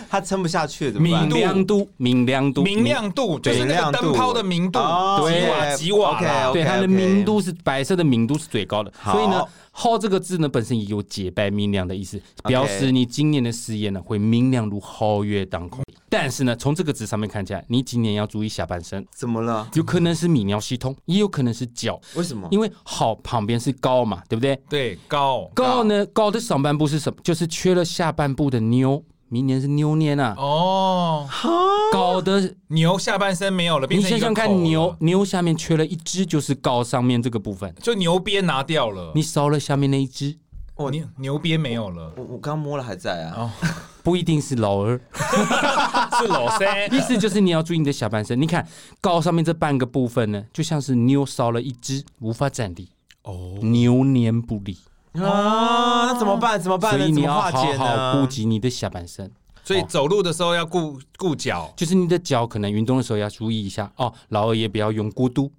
[SPEAKER 5] 它撑不下去了，怎么办
[SPEAKER 2] 明亮度，明亮度，
[SPEAKER 6] 明。亮度就是那个灯泡的明度，
[SPEAKER 5] 哦
[SPEAKER 6] 几瓦
[SPEAKER 5] 对
[SPEAKER 6] 几瓦啦。
[SPEAKER 5] OK，OK
[SPEAKER 2] 对，它的
[SPEAKER 5] OK，OK
[SPEAKER 2] 明度是白色的明度是最高的，
[SPEAKER 5] 好
[SPEAKER 2] 所以呢，浩这个字呢本身也有洁白明亮的意思，表示你今年的事业呢会明亮如皓月当空。但是呢，从这个字上面看起来，你今年要注意下半身，
[SPEAKER 5] 怎么了？
[SPEAKER 2] 有可能是泌尿系统，也有可能是脚，
[SPEAKER 5] 为
[SPEAKER 6] 嗯
[SPEAKER 5] 什么？
[SPEAKER 2] 因为好旁边是高嘛，对不对？
[SPEAKER 6] 对，高
[SPEAKER 2] 高呢，高的上半部是什么？就是缺了下半部的妞。明年是牛年啊，
[SPEAKER 6] 哦，
[SPEAKER 2] 高的
[SPEAKER 6] 牛下半身没有了，变
[SPEAKER 2] 你
[SPEAKER 6] 成
[SPEAKER 2] 想
[SPEAKER 6] 一个
[SPEAKER 2] 想
[SPEAKER 6] 口
[SPEAKER 2] 看
[SPEAKER 6] 了
[SPEAKER 2] 牛，牛下面缺了一只，就是高上面这个部分，
[SPEAKER 6] 就牛鞭拿掉了，
[SPEAKER 2] 你少了下面那一只，
[SPEAKER 5] 我
[SPEAKER 6] 牛牛鞭没 有了，
[SPEAKER 5] 我我刚摸了还在啊，
[SPEAKER 2] 不一定是老二，
[SPEAKER 6] 是老三。
[SPEAKER 2] 意思就是你要注意你的下半身。你看高上面这半个部分呢，就像是妞少了一只，无法站立，哦，牛年不利，
[SPEAKER 5] 啊，那怎么办？怎么办
[SPEAKER 2] 哦所
[SPEAKER 5] 呢？
[SPEAKER 2] 以你
[SPEAKER 5] 怎
[SPEAKER 2] 要
[SPEAKER 5] 么化
[SPEAKER 2] 好
[SPEAKER 5] 解
[SPEAKER 2] 好顾
[SPEAKER 5] 呢？
[SPEAKER 2] 及你的下半身。
[SPEAKER 6] 所以走路的时候要顾顾脚，
[SPEAKER 2] 就是你的脚可能运动的时候要注意一下哦，老二也不要用过度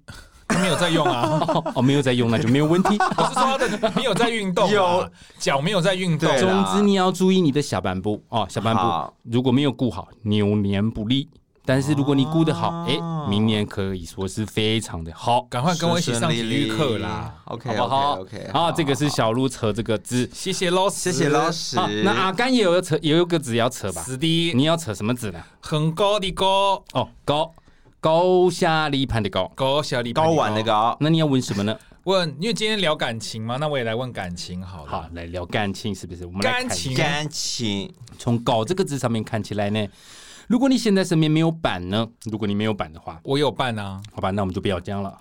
[SPEAKER 6] 他没有在用啊。
[SPEAKER 2] 哦哦，没有在用那就没有 问题。
[SPEAKER 6] 我是说他的没有在运动啊，
[SPEAKER 5] 有
[SPEAKER 6] 脚没有在运动啊
[SPEAKER 5] 对，啦
[SPEAKER 2] 总之你要注意你的下半部哦，下半部
[SPEAKER 5] 好
[SPEAKER 2] 如果没有顾好，牛年不利。但是如果你顾得好，哎、明年可以说是非常的好，
[SPEAKER 6] 赶快跟我一起上体育课啦！
[SPEAKER 5] ，OK
[SPEAKER 2] 好
[SPEAKER 5] OK
[SPEAKER 2] 不好
[SPEAKER 5] OK，
[SPEAKER 2] 啊，这个是小鹿扯这个字。
[SPEAKER 6] 谢谢老师，
[SPEAKER 5] 谢谢老师
[SPEAKER 2] 好，。那阿甘也有要扯，也有个字要扯吧？
[SPEAKER 6] 死的，
[SPEAKER 2] 你要扯什么字呢？
[SPEAKER 6] 很高的高
[SPEAKER 2] 哦，高高下立判的高。
[SPEAKER 6] 高小李白
[SPEAKER 5] 高
[SPEAKER 6] 的
[SPEAKER 5] 玩那个啊
[SPEAKER 2] 那你要问什么 呢？
[SPEAKER 6] 问，因为今天聊感情嘛，那我也来问感情好了。
[SPEAKER 2] 好，来聊感情是不是？我们来看一
[SPEAKER 6] 感
[SPEAKER 2] 下
[SPEAKER 6] 情
[SPEAKER 5] 感情
[SPEAKER 2] 从“搞”这个字上面看起来呢，如果你现在身边没有板呢，如果你没有板的话，
[SPEAKER 6] 我有办 啊。
[SPEAKER 2] 好吧，那我们就不要这样了。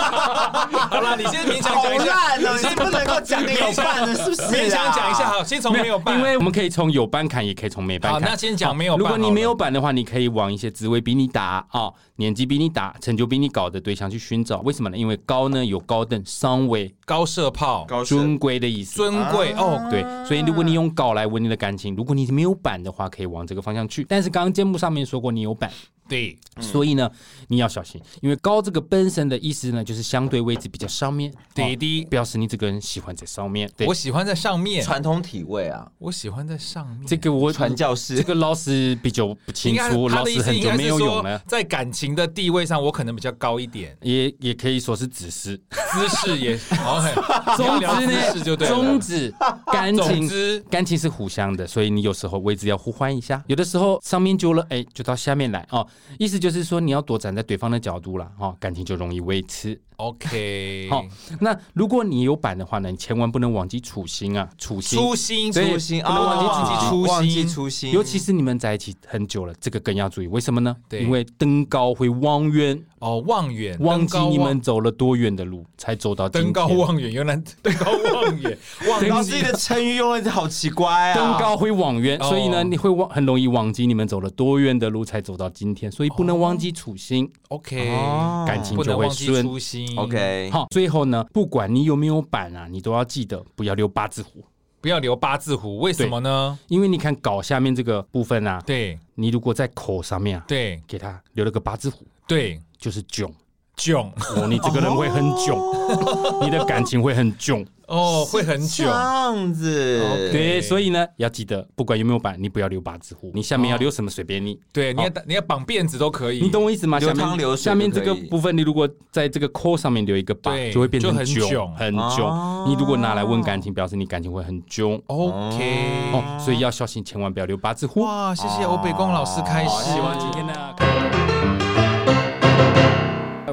[SPEAKER 6] 好啦，你先勉强
[SPEAKER 5] 好
[SPEAKER 6] 讲一下，
[SPEAKER 5] 烂哦！你不能够讲个有伴的，是不是啊？
[SPEAKER 6] 勉强讲一下，好，先从没有办，
[SPEAKER 2] 因为我们可以从有板看，也可以从没板
[SPEAKER 6] 好，
[SPEAKER 2] 看。
[SPEAKER 6] 那先讲没有办
[SPEAKER 2] 如
[SPEAKER 6] 好了。
[SPEAKER 2] 果你没有板的话，你可以往一些职位比你大啊、哦年纪比你大、成就比你高的对象去寻找。为什么呢？因为高呢有高等、上位、
[SPEAKER 6] 高射炮、
[SPEAKER 5] 高深
[SPEAKER 2] 尊贵的意思。
[SPEAKER 6] 尊贵
[SPEAKER 2] 啊
[SPEAKER 6] 哦，
[SPEAKER 2] 对，所以如果你用高来问你的感情，如果你没有板的话，可以往这个方向去。但是刚刚节目上面说过，你有板，
[SPEAKER 6] 对，
[SPEAKER 2] 所以呢，你要小心，因为高这个本身的意思呢，就是相对位置比较上面，
[SPEAKER 6] 对
[SPEAKER 2] 哦
[SPEAKER 6] 的
[SPEAKER 2] 表示你这个人喜欢在上面。对
[SPEAKER 6] 我，喜欢在上面，
[SPEAKER 5] 传统体位啊，
[SPEAKER 6] 我喜欢在上面。
[SPEAKER 2] 这个我
[SPEAKER 5] 传教士
[SPEAKER 2] 这个老师比较不清
[SPEAKER 6] 应该
[SPEAKER 2] 楚，
[SPEAKER 6] 他
[SPEAKER 2] 老
[SPEAKER 6] 的意
[SPEAKER 2] 师
[SPEAKER 6] 思
[SPEAKER 2] 很
[SPEAKER 6] 应
[SPEAKER 2] 久
[SPEAKER 6] 该
[SPEAKER 2] 没
[SPEAKER 6] 是
[SPEAKER 2] 有
[SPEAKER 6] 说
[SPEAKER 2] 用了，，
[SPEAKER 6] 在感情的地位上，我可能比较高 一点，
[SPEAKER 2] 也也可以说是指示。
[SPEAKER 6] 姿势也 OK。
[SPEAKER 2] 总
[SPEAKER 6] 要聊
[SPEAKER 2] 之
[SPEAKER 6] 姿势就
[SPEAKER 2] 呢，
[SPEAKER 6] 对了
[SPEAKER 2] 宗 旨感
[SPEAKER 6] 总
[SPEAKER 2] 情。
[SPEAKER 6] 之，
[SPEAKER 2] 感情是互相的，所以你有时候位置要互换一下，有的时候上面久了，哎，就到下面来哦。意思就是说，你要多站在对方的角度啦，哦，感情就容易维持。
[SPEAKER 6] OK，
[SPEAKER 2] 好、那如果你有板的话呢，你千万不能忘记初心啊，初心，
[SPEAKER 6] 初心，
[SPEAKER 2] 对
[SPEAKER 6] 初
[SPEAKER 5] 初心
[SPEAKER 2] 不能
[SPEAKER 5] 啊，
[SPEAKER 2] 忘记自己
[SPEAKER 6] 初心
[SPEAKER 5] 忘记初心，
[SPEAKER 2] 尤其是你们在一起很久了，这个更要注意。为什么呢？
[SPEAKER 6] 对
[SPEAKER 2] 因为登高会望远，
[SPEAKER 6] 哦，望远，
[SPEAKER 2] 忘记
[SPEAKER 6] 登高
[SPEAKER 2] 你们走了多远的路才走到今天。
[SPEAKER 6] 登高望远，原来登高 望远，望
[SPEAKER 5] 老
[SPEAKER 6] 远
[SPEAKER 5] 师的成语用的好奇怪啊！
[SPEAKER 2] 登高会往远，
[SPEAKER 6] 哦
[SPEAKER 2] 所以呢，你会忘很容易忘记你们走了多远的路才走到今天，所以不能忘记初心，
[SPEAKER 6] ，OK，
[SPEAKER 2] 哦感情
[SPEAKER 6] 哦不
[SPEAKER 2] 就
[SPEAKER 6] 能
[SPEAKER 2] 会
[SPEAKER 6] 忘记
[SPEAKER 2] 顺。
[SPEAKER 6] 初心
[SPEAKER 5] OK，
[SPEAKER 2] 好，最后呢，不管你有没有板啊，你都要记得不要溜八字胡，
[SPEAKER 6] 不要留八字胡，为什么呢？
[SPEAKER 2] 因为你看搞下面这个部分啊，
[SPEAKER 6] 对
[SPEAKER 2] 你如果在口上面啊，
[SPEAKER 6] 对
[SPEAKER 2] 给他留了个八字胡，
[SPEAKER 6] 对，
[SPEAKER 2] 就是囧
[SPEAKER 6] 囧
[SPEAKER 2] 哦，你这个人会很 囧，你的感情会很囧。
[SPEAKER 6] 哦，会很囧
[SPEAKER 5] 这，
[SPEAKER 2] 啊
[SPEAKER 5] 样子，
[SPEAKER 2] 对，所以呢，要记得，不管有没有板，你不要留八字胡，你下面要留什么随便你。
[SPEAKER 6] 对，你要
[SPEAKER 2] 好
[SPEAKER 6] 打你要绑辫子都可以，
[SPEAKER 2] 你懂我意思吗？
[SPEAKER 5] 流
[SPEAKER 2] 下
[SPEAKER 5] 汤流
[SPEAKER 2] 面
[SPEAKER 5] 水
[SPEAKER 2] 下面
[SPEAKER 5] 都
[SPEAKER 2] 这
[SPEAKER 5] 可
[SPEAKER 2] 个
[SPEAKER 5] 以
[SPEAKER 2] 部分，你如果在这个 call 上面留一个把，
[SPEAKER 6] 对
[SPEAKER 2] 就会变成
[SPEAKER 6] 就很
[SPEAKER 2] 囧
[SPEAKER 6] 囧
[SPEAKER 2] 很
[SPEAKER 5] 哦
[SPEAKER 2] 囧。你如果拿来问感情，表示你感情会很囧
[SPEAKER 6] ？OK，
[SPEAKER 5] 嗯
[SPEAKER 2] 哦，所以要小心，千万不要留八字胡。
[SPEAKER 6] 哇，谢谢欧北宫老师开
[SPEAKER 2] 好
[SPEAKER 6] 始，
[SPEAKER 2] 哦希望今天呢。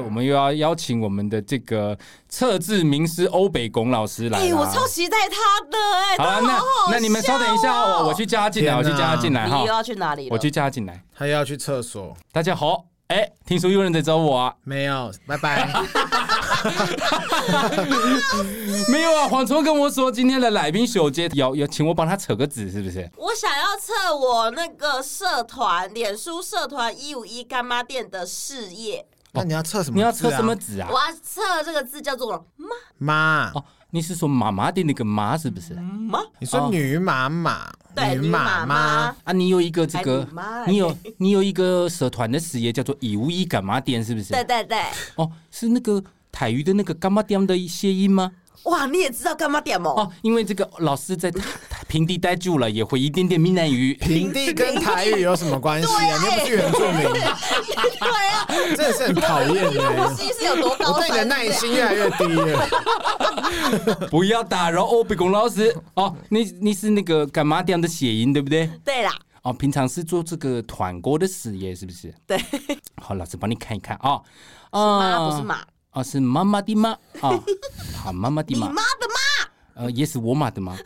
[SPEAKER 2] 我们又要邀请我们的这个测字名师欧北拱老师来啦。
[SPEAKER 7] 哎、我超期待他的哎、
[SPEAKER 2] 好
[SPEAKER 7] 他
[SPEAKER 2] 了，那
[SPEAKER 7] 好好
[SPEAKER 2] 那你们稍等一下
[SPEAKER 7] 笑
[SPEAKER 2] 哦，
[SPEAKER 7] 哦
[SPEAKER 2] 我我去叫他进来，
[SPEAKER 3] 天哪
[SPEAKER 2] 我去叫他进来
[SPEAKER 7] 你哦又
[SPEAKER 2] 哈，
[SPEAKER 7] 要去哪里了？
[SPEAKER 2] 我去叫他进来。
[SPEAKER 3] 他要去厕所，
[SPEAKER 2] 大家好，哎，听说有人在找我啊？
[SPEAKER 3] 没有，拜拜。
[SPEAKER 2] 没有啊，蝗虫跟我说今天的来宾首接要要请我帮他扯个纸，是不是？
[SPEAKER 7] 我想要测我那个社团，脸书社团一五一干妈店的事业，
[SPEAKER 3] 那你要测什么、
[SPEAKER 2] 你要扯什么？纸啊
[SPEAKER 7] 我？要测这个字叫做妈
[SPEAKER 3] 妈，
[SPEAKER 2] 哦，你是说妈妈的那个妈是不是？
[SPEAKER 7] 妈，
[SPEAKER 3] 你说女妈妈，
[SPEAKER 7] 对，女
[SPEAKER 3] 妈
[SPEAKER 7] 妈妈，。
[SPEAKER 2] 啊，你有一个这
[SPEAKER 7] 哎
[SPEAKER 2] 个
[SPEAKER 7] 你妈，嘞
[SPEAKER 2] 你有你有一个社团的事业叫做以无一干妈店，是不是？
[SPEAKER 7] 对对对，
[SPEAKER 2] 哦，是那个台语的那个干妈店的谐音吗？
[SPEAKER 7] 哇，你也知道干妈店哦
[SPEAKER 2] 哦，因为这个老师在平地待住了，也会一点点闽南语。
[SPEAKER 3] 平地跟台语有什么关系
[SPEAKER 7] 对
[SPEAKER 3] 啊？
[SPEAKER 7] 啊
[SPEAKER 3] 你又不是原住民，
[SPEAKER 7] 对啊，
[SPEAKER 3] 真的是很讨厌
[SPEAKER 7] 呼
[SPEAKER 3] 的。欸
[SPEAKER 7] 吸是有多 高
[SPEAKER 3] 我对
[SPEAKER 7] 深？
[SPEAKER 3] 你的耐心越来越低了。
[SPEAKER 2] 不要打扰欧北宫老师哦，你你是那个干妈店的谐音对不对？
[SPEAKER 7] 啊对啦，
[SPEAKER 2] 哦，平常是做这个团购的事业，是不是？
[SPEAKER 7] 对，
[SPEAKER 2] 好，老师帮你看一看啊。啊、
[SPEAKER 7] 妈不是妈，
[SPEAKER 2] 哦，是妈妈的妈啊、 好，妈妈的
[SPEAKER 7] 你
[SPEAKER 2] 妈，
[SPEAKER 7] 妈的妈，
[SPEAKER 2] 呃，也是我妈的妈。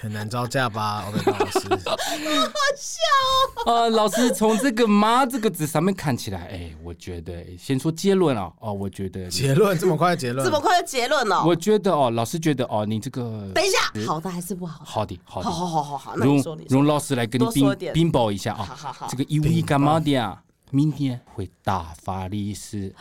[SPEAKER 3] 很难招架吧，欧贝老师？
[SPEAKER 2] 呃，老师从这个“妈”这个字上面看起来，哎，我觉得先说结论啊，哦，我觉得，
[SPEAKER 3] 结论这么快结论
[SPEAKER 7] 这？么快就结论了？
[SPEAKER 2] 嗯我嗯觉得哦，老师觉得哦，你这个
[SPEAKER 7] 等一下，好的还是不好的？
[SPEAKER 2] 好的，好
[SPEAKER 7] 好好
[SPEAKER 2] 的，
[SPEAKER 7] 好好好，那你说
[SPEAKER 2] 容
[SPEAKER 7] 你说
[SPEAKER 2] 容老师来跟你
[SPEAKER 7] 多说
[SPEAKER 2] 冰
[SPEAKER 7] 一点
[SPEAKER 2] 冰雹一下啊，
[SPEAKER 7] 好好好
[SPEAKER 2] 这个一五一干嘛的啊？明天会大发利是，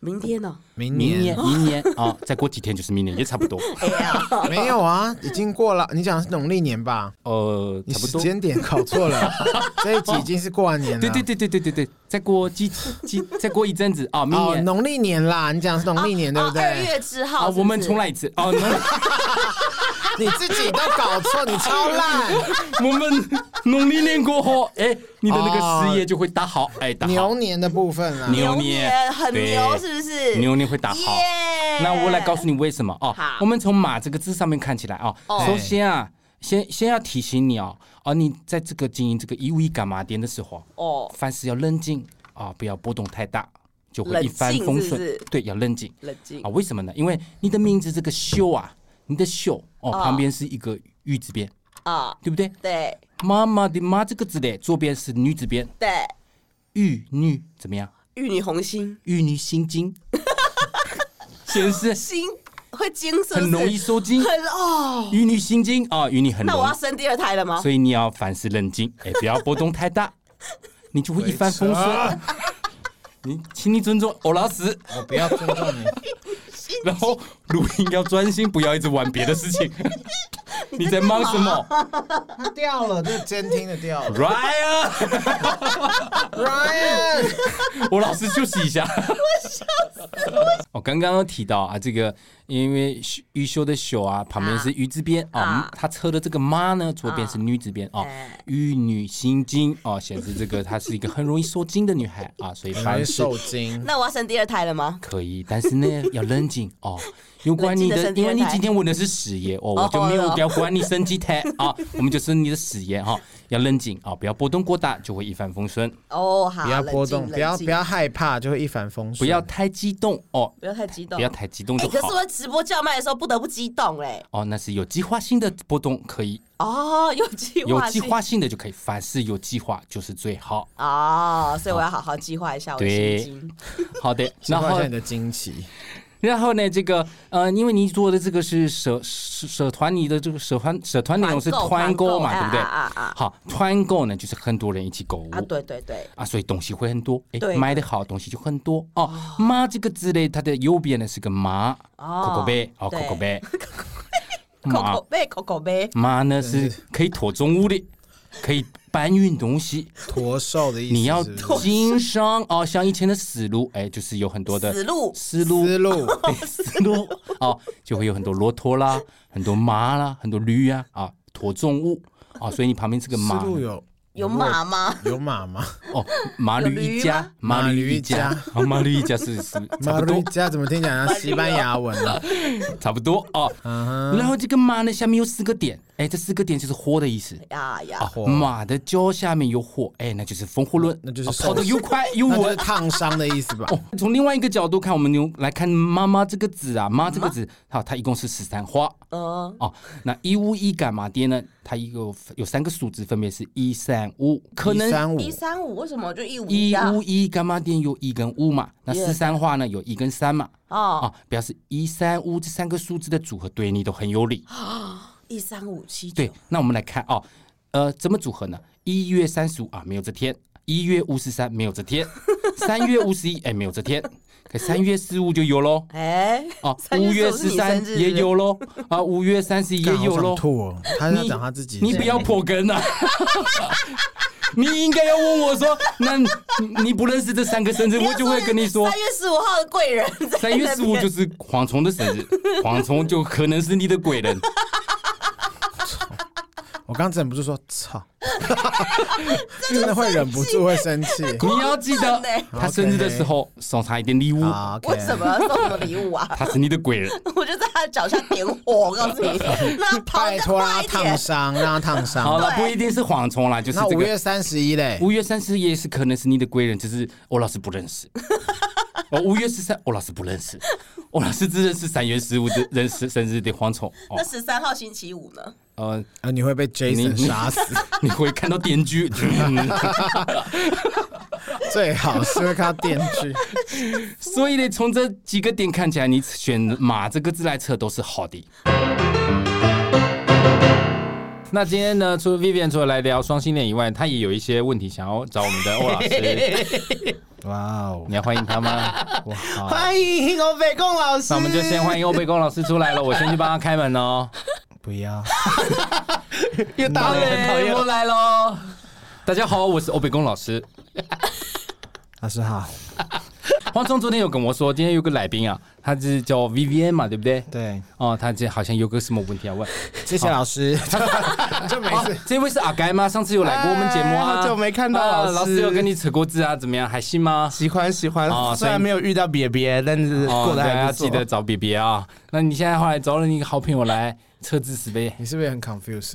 [SPEAKER 7] 明天哦呢？
[SPEAKER 3] 明
[SPEAKER 2] 明年
[SPEAKER 3] 年
[SPEAKER 2] 明年啊、
[SPEAKER 6] 哦
[SPEAKER 2] 再过几天就是明年，也差不多，
[SPEAKER 7] 哎呀，
[SPEAKER 3] 没有啊，已经过了。你讲的是农历年吧？
[SPEAKER 2] 呃，
[SPEAKER 3] 你
[SPEAKER 2] 差不
[SPEAKER 3] 时
[SPEAKER 2] 多。
[SPEAKER 3] 间啊点搞错 了，这一集已经是过完年了。
[SPEAKER 2] 对对对对对对对，再过几几，再过一阵子啊，明
[SPEAKER 3] 哦，
[SPEAKER 2] 年
[SPEAKER 3] 农历年啦，你讲的是农历年对不
[SPEAKER 7] 哦二
[SPEAKER 3] 对？
[SPEAKER 7] 月之
[SPEAKER 2] 啊，
[SPEAKER 7] 号，
[SPEAKER 2] 我们重
[SPEAKER 7] 来。
[SPEAKER 2] 来一次啊，那
[SPEAKER 3] 你自己都搞错，你超 烂。
[SPEAKER 2] 我们农历年过后，哎、你的那个事业就会打好，哎、打
[SPEAKER 3] 牛
[SPEAKER 2] 好，
[SPEAKER 3] 年的部分啊啦，
[SPEAKER 2] 牛
[SPEAKER 7] 牛
[SPEAKER 2] 年
[SPEAKER 7] 年很牛，
[SPEAKER 2] 对
[SPEAKER 7] 是不是？
[SPEAKER 2] 牛年会打好。
[SPEAKER 7] 耶
[SPEAKER 2] 那我来告诉你为什么哦
[SPEAKER 7] 好。
[SPEAKER 2] 我们从马这个字上面看起来哦，
[SPEAKER 7] 哦
[SPEAKER 2] 首先啊，先先要提醒你哦，哦，你在这个经营这个一五一干嘛店的时候，啊
[SPEAKER 7] 哦，
[SPEAKER 2] 凡事要冷静啊、不要波动太大，就会
[SPEAKER 7] 冷
[SPEAKER 2] 一帆
[SPEAKER 7] 静
[SPEAKER 2] 风
[SPEAKER 7] 是不
[SPEAKER 2] 顺。
[SPEAKER 7] 是
[SPEAKER 2] 对，要冷静。
[SPEAKER 7] 冷静
[SPEAKER 2] 啊，为什么呢？因为你的名字这个秀啊，你的秀哦，旁边是一个玉字边，
[SPEAKER 7] 啊，
[SPEAKER 2] 对不对？
[SPEAKER 7] 对
[SPEAKER 2] 妈妈的妈这个字嘞，左边是女字边，
[SPEAKER 7] 对，
[SPEAKER 2] 玉女怎么样？
[SPEAKER 7] 玉女红心，
[SPEAKER 2] 玉女心 经，显示
[SPEAKER 7] 心会惊是不是
[SPEAKER 2] 很容易收精。
[SPEAKER 7] 很哦。
[SPEAKER 2] 玉女心经啊，玉女很
[SPEAKER 7] 那
[SPEAKER 2] 容
[SPEAKER 7] 我要
[SPEAKER 2] 易，
[SPEAKER 7] 生第二胎了吗
[SPEAKER 2] 所？以你要凡事冷静，哎，不要波动太大，你就会一帆风顺。你，请你尊重欧拉斯，
[SPEAKER 3] 我啊哦不要尊重你。
[SPEAKER 2] 然后录音要专心，不要一直玩别的事情。你在忙什么
[SPEAKER 3] 它掉了，这个监听的掉 了。
[SPEAKER 2] ，Ryan？
[SPEAKER 3] Ryan，
[SPEAKER 2] 我老师休息一下。我笑死！我刚刚有提
[SPEAKER 6] 哦
[SPEAKER 2] 到啊，这个因为玉修的修啊，旁边是鱼字边啊
[SPEAKER 7] 啊，
[SPEAKER 2] 他车的这个妈呢，左边是女字边哦
[SPEAKER 7] 哎，
[SPEAKER 2] 玉女心经哦，显示这个她是一个很容易受惊的女孩啊，所以
[SPEAKER 3] 容易
[SPEAKER 2] 凡事
[SPEAKER 3] 受惊。
[SPEAKER 7] 那我要生第二胎了吗？
[SPEAKER 2] 可以，但是呢要冷静哦。有关你
[SPEAKER 7] 冷
[SPEAKER 2] 的，
[SPEAKER 7] 静地生第
[SPEAKER 2] 因
[SPEAKER 7] 二
[SPEAKER 2] 为你
[SPEAKER 7] 胎
[SPEAKER 2] 今天问的是事业哦，我就没有要管你生几胎啊，
[SPEAKER 7] 哦
[SPEAKER 2] 我们就是你的事业哈，要冷静啊，不要波动过大，就会一帆风顺。
[SPEAKER 7] 哦，好，
[SPEAKER 3] 不要波动，
[SPEAKER 7] 冷静
[SPEAKER 3] 不要
[SPEAKER 7] 冷
[SPEAKER 3] 不
[SPEAKER 7] 静
[SPEAKER 3] 要害怕，就会一帆风顺。
[SPEAKER 2] 不要太激动哦，
[SPEAKER 7] 不要太激动，
[SPEAKER 2] 不要太激动
[SPEAKER 7] 哎。
[SPEAKER 2] 就
[SPEAKER 7] 可
[SPEAKER 2] 好
[SPEAKER 7] 是。我直播叫卖的时候不得不激动嘞、
[SPEAKER 2] 哦，那是有计划性的波动可以，
[SPEAKER 7] 哦， 有计
[SPEAKER 2] 有
[SPEAKER 7] 划
[SPEAKER 2] 计
[SPEAKER 7] 性，
[SPEAKER 2] 划性的就可以，凡事有计划就是最好。
[SPEAKER 7] 哦，所以我要好好计划一下我的
[SPEAKER 2] 对
[SPEAKER 7] 心经。
[SPEAKER 2] 好的，
[SPEAKER 3] 然
[SPEAKER 2] 然
[SPEAKER 3] 后
[SPEAKER 2] 后
[SPEAKER 3] 你的惊奇，
[SPEAKER 2] 然后呢，这个呃，因为你做的这个是社社社团里的这个社团社团内容是团购嘛，对
[SPEAKER 7] 团
[SPEAKER 2] 不对？
[SPEAKER 7] 啊啊啊
[SPEAKER 2] 好，团购呢就是很多人一起购物
[SPEAKER 7] 啊！对对对，
[SPEAKER 2] 啊，所以东西会很多，哎，
[SPEAKER 7] 对
[SPEAKER 2] 买的好东西就很多哦。妈这个字嘞，它的右边呢是个妈，
[SPEAKER 7] 哦
[SPEAKER 2] 口口杯，哦，
[SPEAKER 7] 对
[SPEAKER 2] 口口 杯，
[SPEAKER 7] 口
[SPEAKER 2] 妈
[SPEAKER 7] 口杯，口口杯，
[SPEAKER 2] 妈呢是可以驮重物的，可以搬运东西。
[SPEAKER 3] 驼兽的意思
[SPEAKER 2] 你要
[SPEAKER 3] 是不是
[SPEAKER 2] 经商哦，像以前的死路，哎，就是有很多的
[SPEAKER 7] 死路
[SPEAKER 2] 思路
[SPEAKER 3] 思路，
[SPEAKER 2] 丝路哦，就会有很多骆驼 啦，很多马啦，很多驴呀啊，驮重物啊，所以你旁边是个
[SPEAKER 3] 思
[SPEAKER 2] 马
[SPEAKER 3] 路有
[SPEAKER 7] 有马吗？
[SPEAKER 3] 有马吗？
[SPEAKER 2] 哦，马
[SPEAKER 7] 有
[SPEAKER 2] 驴
[SPEAKER 7] 驴
[SPEAKER 2] 一家
[SPEAKER 7] 吗，
[SPEAKER 2] 马驴一
[SPEAKER 3] 马
[SPEAKER 2] 家
[SPEAKER 3] 驴一，
[SPEAKER 2] 啊，马驴一家 是是 差
[SPEAKER 3] 马
[SPEAKER 2] 不
[SPEAKER 3] 路
[SPEAKER 2] 多
[SPEAKER 3] 家怎么听起 来像西班牙文啊 呢？
[SPEAKER 2] 差不多哦。
[SPEAKER 3] 啊
[SPEAKER 2] 然后这个马呢，下面有四个点，哎，这四个点就是火的意思。
[SPEAKER 7] 呀呀
[SPEAKER 2] 啊，马的脚下面有火，哎，那就是风火轮，
[SPEAKER 3] 那就是
[SPEAKER 2] 啊
[SPEAKER 3] 寿
[SPEAKER 2] 跑得
[SPEAKER 3] 司
[SPEAKER 2] 又快又
[SPEAKER 3] 那就是
[SPEAKER 2] 稳。
[SPEAKER 3] 烫伤的意思吧？
[SPEAKER 2] 哦，从另外一个角度看，我们用来看“妈妈”这个字啊，“妈”这个字，好，它一共是十三花，
[SPEAKER 7] 嗯，
[SPEAKER 2] 哦，那一五一干嘛爹呢？它一个有三个数字，分别是一三五，可
[SPEAKER 3] 一
[SPEAKER 2] 能
[SPEAKER 3] 三五
[SPEAKER 7] 一三五为什么就一五
[SPEAKER 2] 一
[SPEAKER 7] 啊？
[SPEAKER 2] 五一干嘛爹有一跟五嘛，那
[SPEAKER 7] Yeah
[SPEAKER 2] 四三话呢有一跟三嘛，
[SPEAKER 7] 哦，
[SPEAKER 2] 啊，表示一三五这三个数字的组合对你都很有
[SPEAKER 7] 啊
[SPEAKER 2] 理。
[SPEAKER 7] 一三五七九
[SPEAKER 2] 对，那我们来看哦，呃，怎么组合呢？一月三十五啊，没有这天；一月五十三没有这天；三月五十一哎没有这天，可三月十五就有喽。
[SPEAKER 7] 哎，
[SPEAKER 2] 哦，
[SPEAKER 7] 三月
[SPEAKER 2] 五月
[SPEAKER 7] 15是
[SPEAKER 2] 十
[SPEAKER 7] 你生
[SPEAKER 2] 三
[SPEAKER 7] 日
[SPEAKER 2] 也有喽，啊，五月三 十一也
[SPEAKER 3] 干好
[SPEAKER 2] 有
[SPEAKER 3] 想
[SPEAKER 2] 喽。
[SPEAKER 3] 吐哦，他要
[SPEAKER 2] 你
[SPEAKER 3] 讲他自己，
[SPEAKER 2] 你不要破梗啊！ 你应该要问我说，那你你不认识这三个生日，我就会跟你说
[SPEAKER 7] 三，月十五号的贵人在
[SPEAKER 2] 三月十五
[SPEAKER 7] 那边
[SPEAKER 2] 就是蝗虫的 生日，蝗虫就可能是你的贵人。
[SPEAKER 3] 我刚忍不住说 操，真的会忍不住会生气。
[SPEAKER 2] 你要记得
[SPEAKER 7] 狂奔欸
[SPEAKER 2] 他生日的时候送他一点礼物，
[SPEAKER 3] 好，OK，啊
[SPEAKER 7] 为什么要送我礼物啊？
[SPEAKER 2] 他是你的贵人。
[SPEAKER 7] 我就在他的脚下点火，我告诉 你，让他跑
[SPEAKER 3] 拜
[SPEAKER 7] 得
[SPEAKER 3] 托
[SPEAKER 7] 快
[SPEAKER 3] 让他
[SPEAKER 7] 一
[SPEAKER 3] 烫
[SPEAKER 7] 点。
[SPEAKER 3] 伤，让他烫伤。
[SPEAKER 2] 好了，
[SPEAKER 7] 对
[SPEAKER 2] 不一定是蝗虫啦，就是
[SPEAKER 3] 那
[SPEAKER 2] 这
[SPEAKER 3] 五
[SPEAKER 2] 个
[SPEAKER 3] 月三十一嘞，
[SPEAKER 2] 五月三十也是可能是你的贵人，只是欧老师不认 识。哦，五月十三，欧老师不认识，欧老师只认识三月十五的认识生日的蝗虫。哦
[SPEAKER 7] 那，十三号星期五呢？
[SPEAKER 2] 呃，
[SPEAKER 3] 啊，你会被
[SPEAKER 2] 你
[SPEAKER 3] Jason
[SPEAKER 2] 你
[SPEAKER 3] 杀死，
[SPEAKER 2] 你会看到电锯。
[SPEAKER 3] 最好是会看到电锯。
[SPEAKER 2] 所以呢，从这几个点看起来，你选“马”这个字来测都是好的。
[SPEAKER 6] 那今天呢，除了 Vivian 除了来聊双性恋以外，他也有一些问题想要找我们的欧 老师，
[SPEAKER 3] 哇哦，
[SPEAKER 6] 你要欢迎他吗？哇，好
[SPEAKER 5] 哎
[SPEAKER 4] 欢迎欧北贡老师
[SPEAKER 6] 那我们就先欢迎欧贝公老师出来了，我先去帮他开门哦。
[SPEAKER 3] 不要，
[SPEAKER 4] 越大了很讨厌
[SPEAKER 6] 我来喽！大家好，我是欧贝公老师。
[SPEAKER 3] 老师好，
[SPEAKER 6] 黄忠昨天有跟我说，今天有个来宾啊，他是叫 Vivian 嘛，对不对？
[SPEAKER 3] 对，
[SPEAKER 6] 哦，他这好像有个什么问题要问。
[SPEAKER 3] 谢谢老师，就每次。
[SPEAKER 6] 哦，这位是阿该吗？上次有来过我们节目
[SPEAKER 5] 哎
[SPEAKER 6] 啊，
[SPEAKER 5] 好久没看到
[SPEAKER 6] 啊
[SPEAKER 5] 老师
[SPEAKER 6] 老师有跟你扯过字啊，怎么样？还行吗？
[SPEAKER 5] 喜欢喜欢
[SPEAKER 6] 哦，
[SPEAKER 5] 虽然
[SPEAKER 6] 所以
[SPEAKER 5] 没有遇到别别，但是
[SPEAKER 4] 哦
[SPEAKER 5] 过得
[SPEAKER 6] 大家
[SPEAKER 5] 还
[SPEAKER 6] 要
[SPEAKER 5] 不错。
[SPEAKER 6] 哦记得找 B B 啊。那你现在后来找了你一个好朋友来测字识呗
[SPEAKER 3] 你是不是很 confused？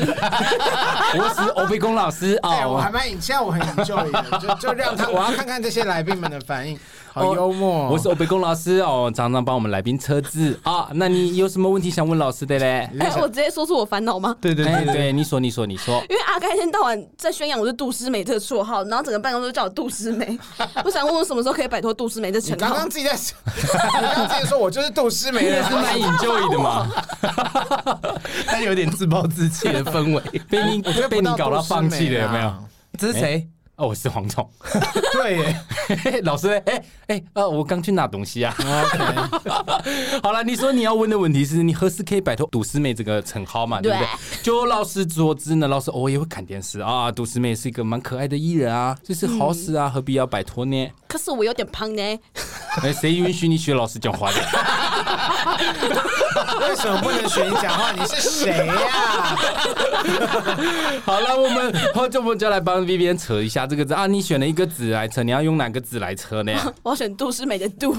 [SPEAKER 6] 我是欧贝公老师
[SPEAKER 2] 哦
[SPEAKER 3] 哎，我还
[SPEAKER 6] 啊，
[SPEAKER 3] 蛮引，现在我很 enjoy 的，就就让他，我要看看这些来宾们的反应，好
[SPEAKER 6] 哦
[SPEAKER 3] 幽默。
[SPEAKER 6] 我是欧贝公老师哦，常常帮我们来宾测字啊。那你有什么问题想问老师的嘞？
[SPEAKER 8] 哎、我直接说出我烦恼吗？
[SPEAKER 6] 对对
[SPEAKER 3] 哎
[SPEAKER 6] 对哎对，你说你说你说，
[SPEAKER 8] 因为阿盖一天到晚在宣扬我是杜诗美这个绰号，然后整个办公室都叫我杜 诗美。我想问我什么时候可以摆脱杜诗美这
[SPEAKER 3] 你
[SPEAKER 8] 称
[SPEAKER 3] 刚
[SPEAKER 8] 号
[SPEAKER 3] 刚？自己在， 你刚刚自己说我就是杜诗梅啊
[SPEAKER 6] 也
[SPEAKER 3] 人
[SPEAKER 6] 是，蛮 enjoy 的嘛，
[SPEAKER 5] 他有点自暴自弃的氛围。
[SPEAKER 6] 被你被你搞到
[SPEAKER 3] 啊
[SPEAKER 6] 放弃了有没有？
[SPEAKER 5] 这是谁？
[SPEAKER 6] 啊哦，我是蝗虫，
[SPEAKER 3] 对耶
[SPEAKER 6] 老师嘞，哎哎呃，我刚去拿东西啊。 好了，你说你要问的问题是你何时可以摆脱“赌师妹”这个称号嘛？对不对？就老师所知呢，老师偶尔也会看电视啊，赌师妹是一个蛮可爱的艺人啊，这是好事啊，何必要摆脱呢？
[SPEAKER 8] 可是我有点胖呢。
[SPEAKER 6] 哎，谁允许你学老师讲话的？
[SPEAKER 3] 为什么不能学你讲话？你是谁啊呀？
[SPEAKER 6] 好了，我们好久我们就来帮 v i v i 扯一下这个字啊，你选了一个字来扯，你要用哪个字来扯 呢？
[SPEAKER 8] 我要选杜诗美的杜。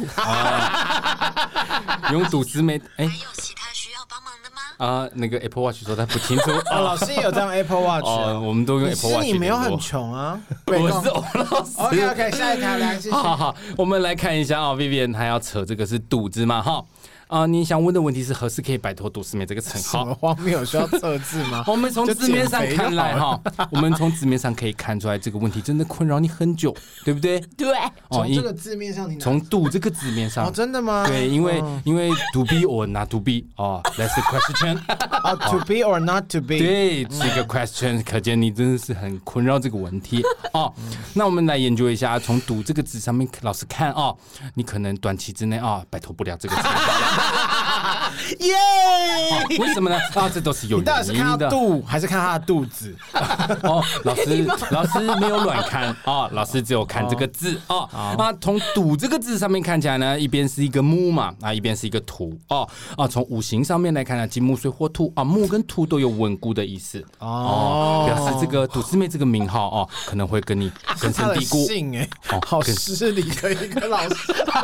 [SPEAKER 6] 用赌师妹，哎，
[SPEAKER 1] 有其他需要帮忙的吗？
[SPEAKER 2] 啊、那个 Apple Watch 说他不清 楚。
[SPEAKER 3] 哦，老师也有张 Apple Watch，
[SPEAKER 2] 哦，
[SPEAKER 3] 啊
[SPEAKER 2] 我们都用
[SPEAKER 3] 可
[SPEAKER 2] Apple
[SPEAKER 3] 是
[SPEAKER 2] Watch
[SPEAKER 3] 你没有
[SPEAKER 2] 联
[SPEAKER 3] 很
[SPEAKER 2] 络
[SPEAKER 3] 穷啊。
[SPEAKER 2] 我是欧老师。
[SPEAKER 3] OK OK，下一条来，谢谢。
[SPEAKER 2] 好好好，我们来看一下啊、v i v i a n 她要扯这个是赌资嘛哈啊、你想问的问题是何时可以摆脱赌师妹这个称
[SPEAKER 3] 什么
[SPEAKER 2] 号？？
[SPEAKER 3] 荒谬？需要测字吗
[SPEAKER 2] 我们从
[SPEAKER 3] 就
[SPEAKER 2] 字面上
[SPEAKER 3] 减肥就
[SPEAKER 2] 看来
[SPEAKER 3] 好
[SPEAKER 2] 哈，我们从字面上可以看出来这个问题真的困扰你很久，对不对？
[SPEAKER 8] 对，
[SPEAKER 2] 哦，
[SPEAKER 3] 从
[SPEAKER 2] 因
[SPEAKER 3] 这个字面上你拿
[SPEAKER 2] 从赌这个字面上，
[SPEAKER 3] 哦，真的吗？
[SPEAKER 2] 对，因为、
[SPEAKER 3] 哦
[SPEAKER 2] 因为 to be or not to be 哦，that's a question。
[SPEAKER 3] 哦，to be or not to be，
[SPEAKER 2] 对，这个 question，可见你真的是很困扰这个问题哦。那我们来研究一下，从“赌”这个字上面，老师看哦，你可能短期之内啊、摆脱不了这个词、
[SPEAKER 3] 耶！
[SPEAKER 2] 哦为什么呢？啊，这都是有
[SPEAKER 3] 哎你到底
[SPEAKER 2] 原
[SPEAKER 3] 是
[SPEAKER 2] 因
[SPEAKER 3] 看到
[SPEAKER 2] 的
[SPEAKER 3] 肚还是看他的 肚子？
[SPEAKER 2] 哦。老师，老师没有乱看 哦，老师只有看这个字哦。那从“赌”这个字上面看起来呢，一边是一个木嘛，啊，一边是一个土哦。啊，从五行上面来看呢，金木水火土啊，木跟土都有稳固的意思。哦，表示这个赌师妹这个名号哦，可能会跟你根
[SPEAKER 3] 他
[SPEAKER 2] 深
[SPEAKER 3] 的
[SPEAKER 2] 蒂固，
[SPEAKER 3] 姓哎
[SPEAKER 2] 哦，
[SPEAKER 3] 好
[SPEAKER 2] 跟
[SPEAKER 3] 失礼的一个老师。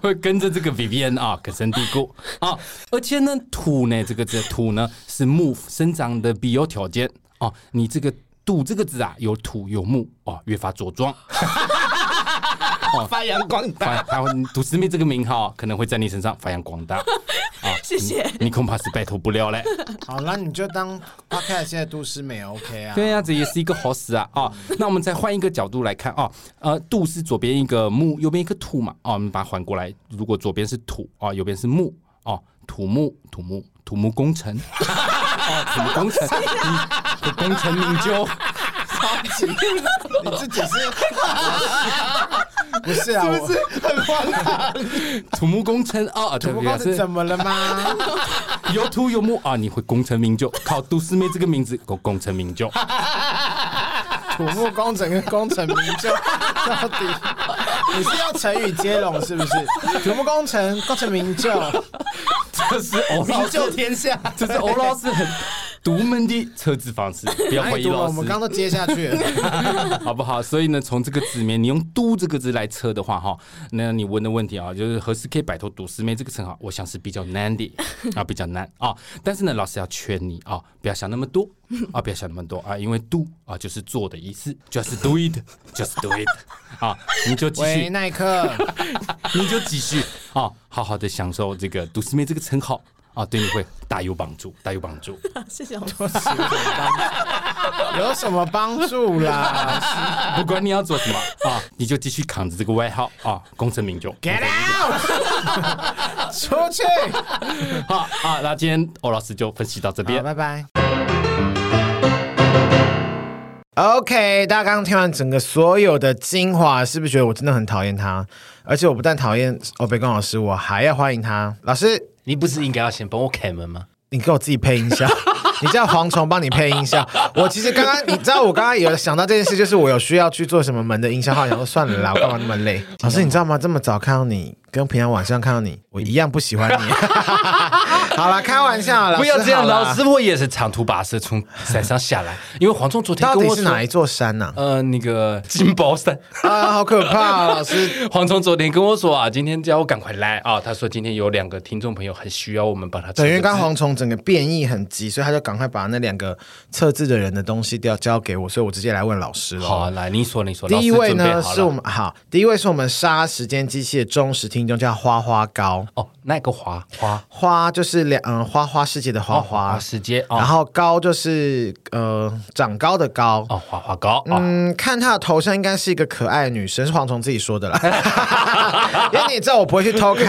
[SPEAKER 2] 会跟着这个 Vivian 啊根深蒂固啊。而且呢，土呢这个字土呢是木生长的必有条件哦。你这个土这个字啊，有土有木哦，越发茁 壮。啊
[SPEAKER 9] 发扬光大。
[SPEAKER 2] 发他会赌师妹这个名号啊可能会在你身上发扬光大 啊。
[SPEAKER 8] 谢谢
[SPEAKER 2] 你，你恐怕是拜托不了嘞。
[SPEAKER 3] 好，那你就当 podcast 现在都市美 OK 啊。
[SPEAKER 2] 对呀、这也是一个好事啊！ 哦，那我们再换一个角度来看哦，呃，度是左边一个木，右边一个土嘛，哦，我们把它缓过来，如果左边是土哦，右边是木哦，土木土木土木工程，哦，土木 工程，你的工程名就
[SPEAKER 3] 你自己是 不是啊？是不是很荒唐？
[SPEAKER 2] 土木工程哦，
[SPEAKER 3] 土
[SPEAKER 2] 对
[SPEAKER 3] 木
[SPEAKER 2] 不
[SPEAKER 3] 工程
[SPEAKER 2] 是
[SPEAKER 3] 怎么了吗？
[SPEAKER 2] 有土有木啊，你会功成名就，靠杜思妹这个名字够功成名就。
[SPEAKER 3] 土木工程跟工程名就到底，你是要成语接龙是不是？土木工程、工程名就、
[SPEAKER 2] 这 是欧老
[SPEAKER 3] 名
[SPEAKER 2] 师，
[SPEAKER 3] 就天下。
[SPEAKER 2] 这是欧老师很独门的测字方式，不要
[SPEAKER 3] 太
[SPEAKER 2] 怀疑
[SPEAKER 3] 多了，
[SPEAKER 2] 老
[SPEAKER 3] 哎我们
[SPEAKER 2] 师。
[SPEAKER 3] 刚刚都接下去了。
[SPEAKER 2] 好不好？所以呢，从这个字里面，你用“都”这个字来测的话，哈，那你问的问题啊，就是何时可以摆脱“赌师妹”这个称号，我想是比较难 的啊，比较难啊。但是呢，老师要劝你啊，不要想那么多啊，不要想那么多啊，因为 “do” 啊就是做的意思，just do it，just do it 啊，你就继
[SPEAKER 3] 喂，
[SPEAKER 2] 续，
[SPEAKER 3] 耐克，
[SPEAKER 2] 你就继续啊，好好的享受这个“赌师妹”这个称号啊，对你会大有帮助，大有帮助。
[SPEAKER 8] 谢谢。
[SPEAKER 3] 有什么帮助啦？
[SPEAKER 2] 不管你要做什么啊，你就继续扛着这个外号啊，功成名就。
[SPEAKER 3] Get out！出啊去！
[SPEAKER 2] 好啊，那今天欧老师就分析到这边
[SPEAKER 3] 好，。拜拜。OK，大家刚刚听完整个所有的精华，是不是觉得我真的很讨厌他？而且我不但讨厌欧北光老师，我还要欢迎他。老师，
[SPEAKER 6] 你不是应该要先帮我开门吗？
[SPEAKER 3] 你给我自己配音效， 你叫蝗虫帮你配音效。我其实刚刚，你知道我刚刚有想到这件事，就是我有需要去做什么门的音效号，想说算了啦，我干嘛那么 累？老师，你知道吗？这么早看到你，跟平常晚上看到你，我一样不喜欢你。 好啦，开玩笑啦，
[SPEAKER 6] 不要这样，
[SPEAKER 3] 好啦
[SPEAKER 6] 老师，我也是长途跋涉从山上下来，因为黄忠昨天
[SPEAKER 3] 到
[SPEAKER 6] 跟
[SPEAKER 3] 底
[SPEAKER 6] 我
[SPEAKER 3] 是哪
[SPEAKER 6] 说
[SPEAKER 3] 一，座山呐、
[SPEAKER 6] 呃，那个金宝山。
[SPEAKER 3] 啊？好可怕、啊，老师。
[SPEAKER 6] 黄忠昨天跟我说啊，今天叫我赶快来啊，他说今天有两个听众朋友很需要我们帮他测
[SPEAKER 3] 对，
[SPEAKER 6] 字。
[SPEAKER 3] 因为刚刚蝗虫整个变异很急，所以他就赶快把那两个测字的人的东西都要交给我，所以我直接来问老师了。
[SPEAKER 6] 好啊，来你说你说，
[SPEAKER 3] 第一
[SPEAKER 6] 老师
[SPEAKER 3] 位
[SPEAKER 6] 准备
[SPEAKER 3] 呢
[SPEAKER 6] 好了
[SPEAKER 3] 是我们好，第一位是我们杀时间机器的忠实听众，叫花花高。
[SPEAKER 6] 哦，那个华华
[SPEAKER 3] 花就是两嗯花花世界的花花，
[SPEAKER 6] 哦世界
[SPEAKER 3] 然
[SPEAKER 6] 啊，
[SPEAKER 3] 后高就是呃长高的高。
[SPEAKER 6] 哦华华高啊，
[SPEAKER 3] 嗯，看她的头像应该是一个可爱的女生，是蝗虫自己说的啦。 因为你也知道我不会去偷看，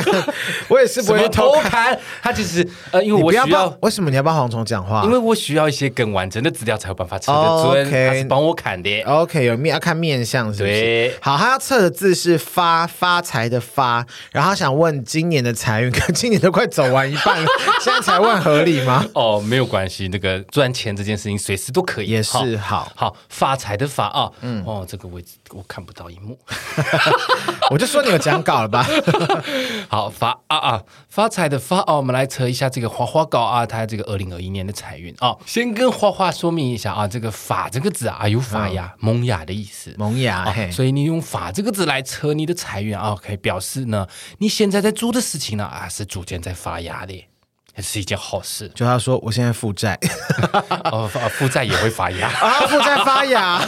[SPEAKER 3] 我也是不
[SPEAKER 6] 怎
[SPEAKER 3] 会
[SPEAKER 6] 么
[SPEAKER 3] 去偷
[SPEAKER 6] 偷
[SPEAKER 3] 看。
[SPEAKER 6] 看？他其实呃，因为
[SPEAKER 3] 你
[SPEAKER 6] 我
[SPEAKER 3] 不要
[SPEAKER 6] 需
[SPEAKER 3] 帮
[SPEAKER 6] 要，。
[SPEAKER 3] 为什么你要帮蝗虫讲话？
[SPEAKER 6] 因为我需要一些更完整的资料才有办法测
[SPEAKER 3] 哦
[SPEAKER 6] 得准，
[SPEAKER 3] ，OK
[SPEAKER 6] 他是帮我砍的。
[SPEAKER 3] OK 有面要看面相是不是？
[SPEAKER 6] 对
[SPEAKER 3] 好，他要测的字是发发财的发，然后他想问今年的财运， 可今年都快走完一半了，现在才问合 理吗？
[SPEAKER 6] 哦，没有关系，那个赚钱这件事情随时都可以，
[SPEAKER 3] 也是
[SPEAKER 6] 哈
[SPEAKER 3] 好，
[SPEAKER 6] 好发财的发啊，嗯，哦，这个位置我看不到一幕，
[SPEAKER 3] 我就说你有讲稿了吧？
[SPEAKER 6] 好发啊啊，发财的发哦，我们来测一下这个花花高啊，它这个二零二一年的财运啊。先跟花花说明一下啊，这个“发”这个字啊，有发芽、萌芽的意思。
[SPEAKER 3] 嗯萌芽，
[SPEAKER 2] 哦
[SPEAKER 6] 啊
[SPEAKER 3] 嘿，
[SPEAKER 6] 所以你用“法”这个字来测你的财运啊，可以表示呢，你现在在做的事情呢啊，是逐渐在发芽的。
[SPEAKER 2] 是一件好 事
[SPEAKER 3] 就他说我现在负债，
[SPEAKER 2] 哦，负负债也会发芽。
[SPEAKER 3] 啊，负债发芽，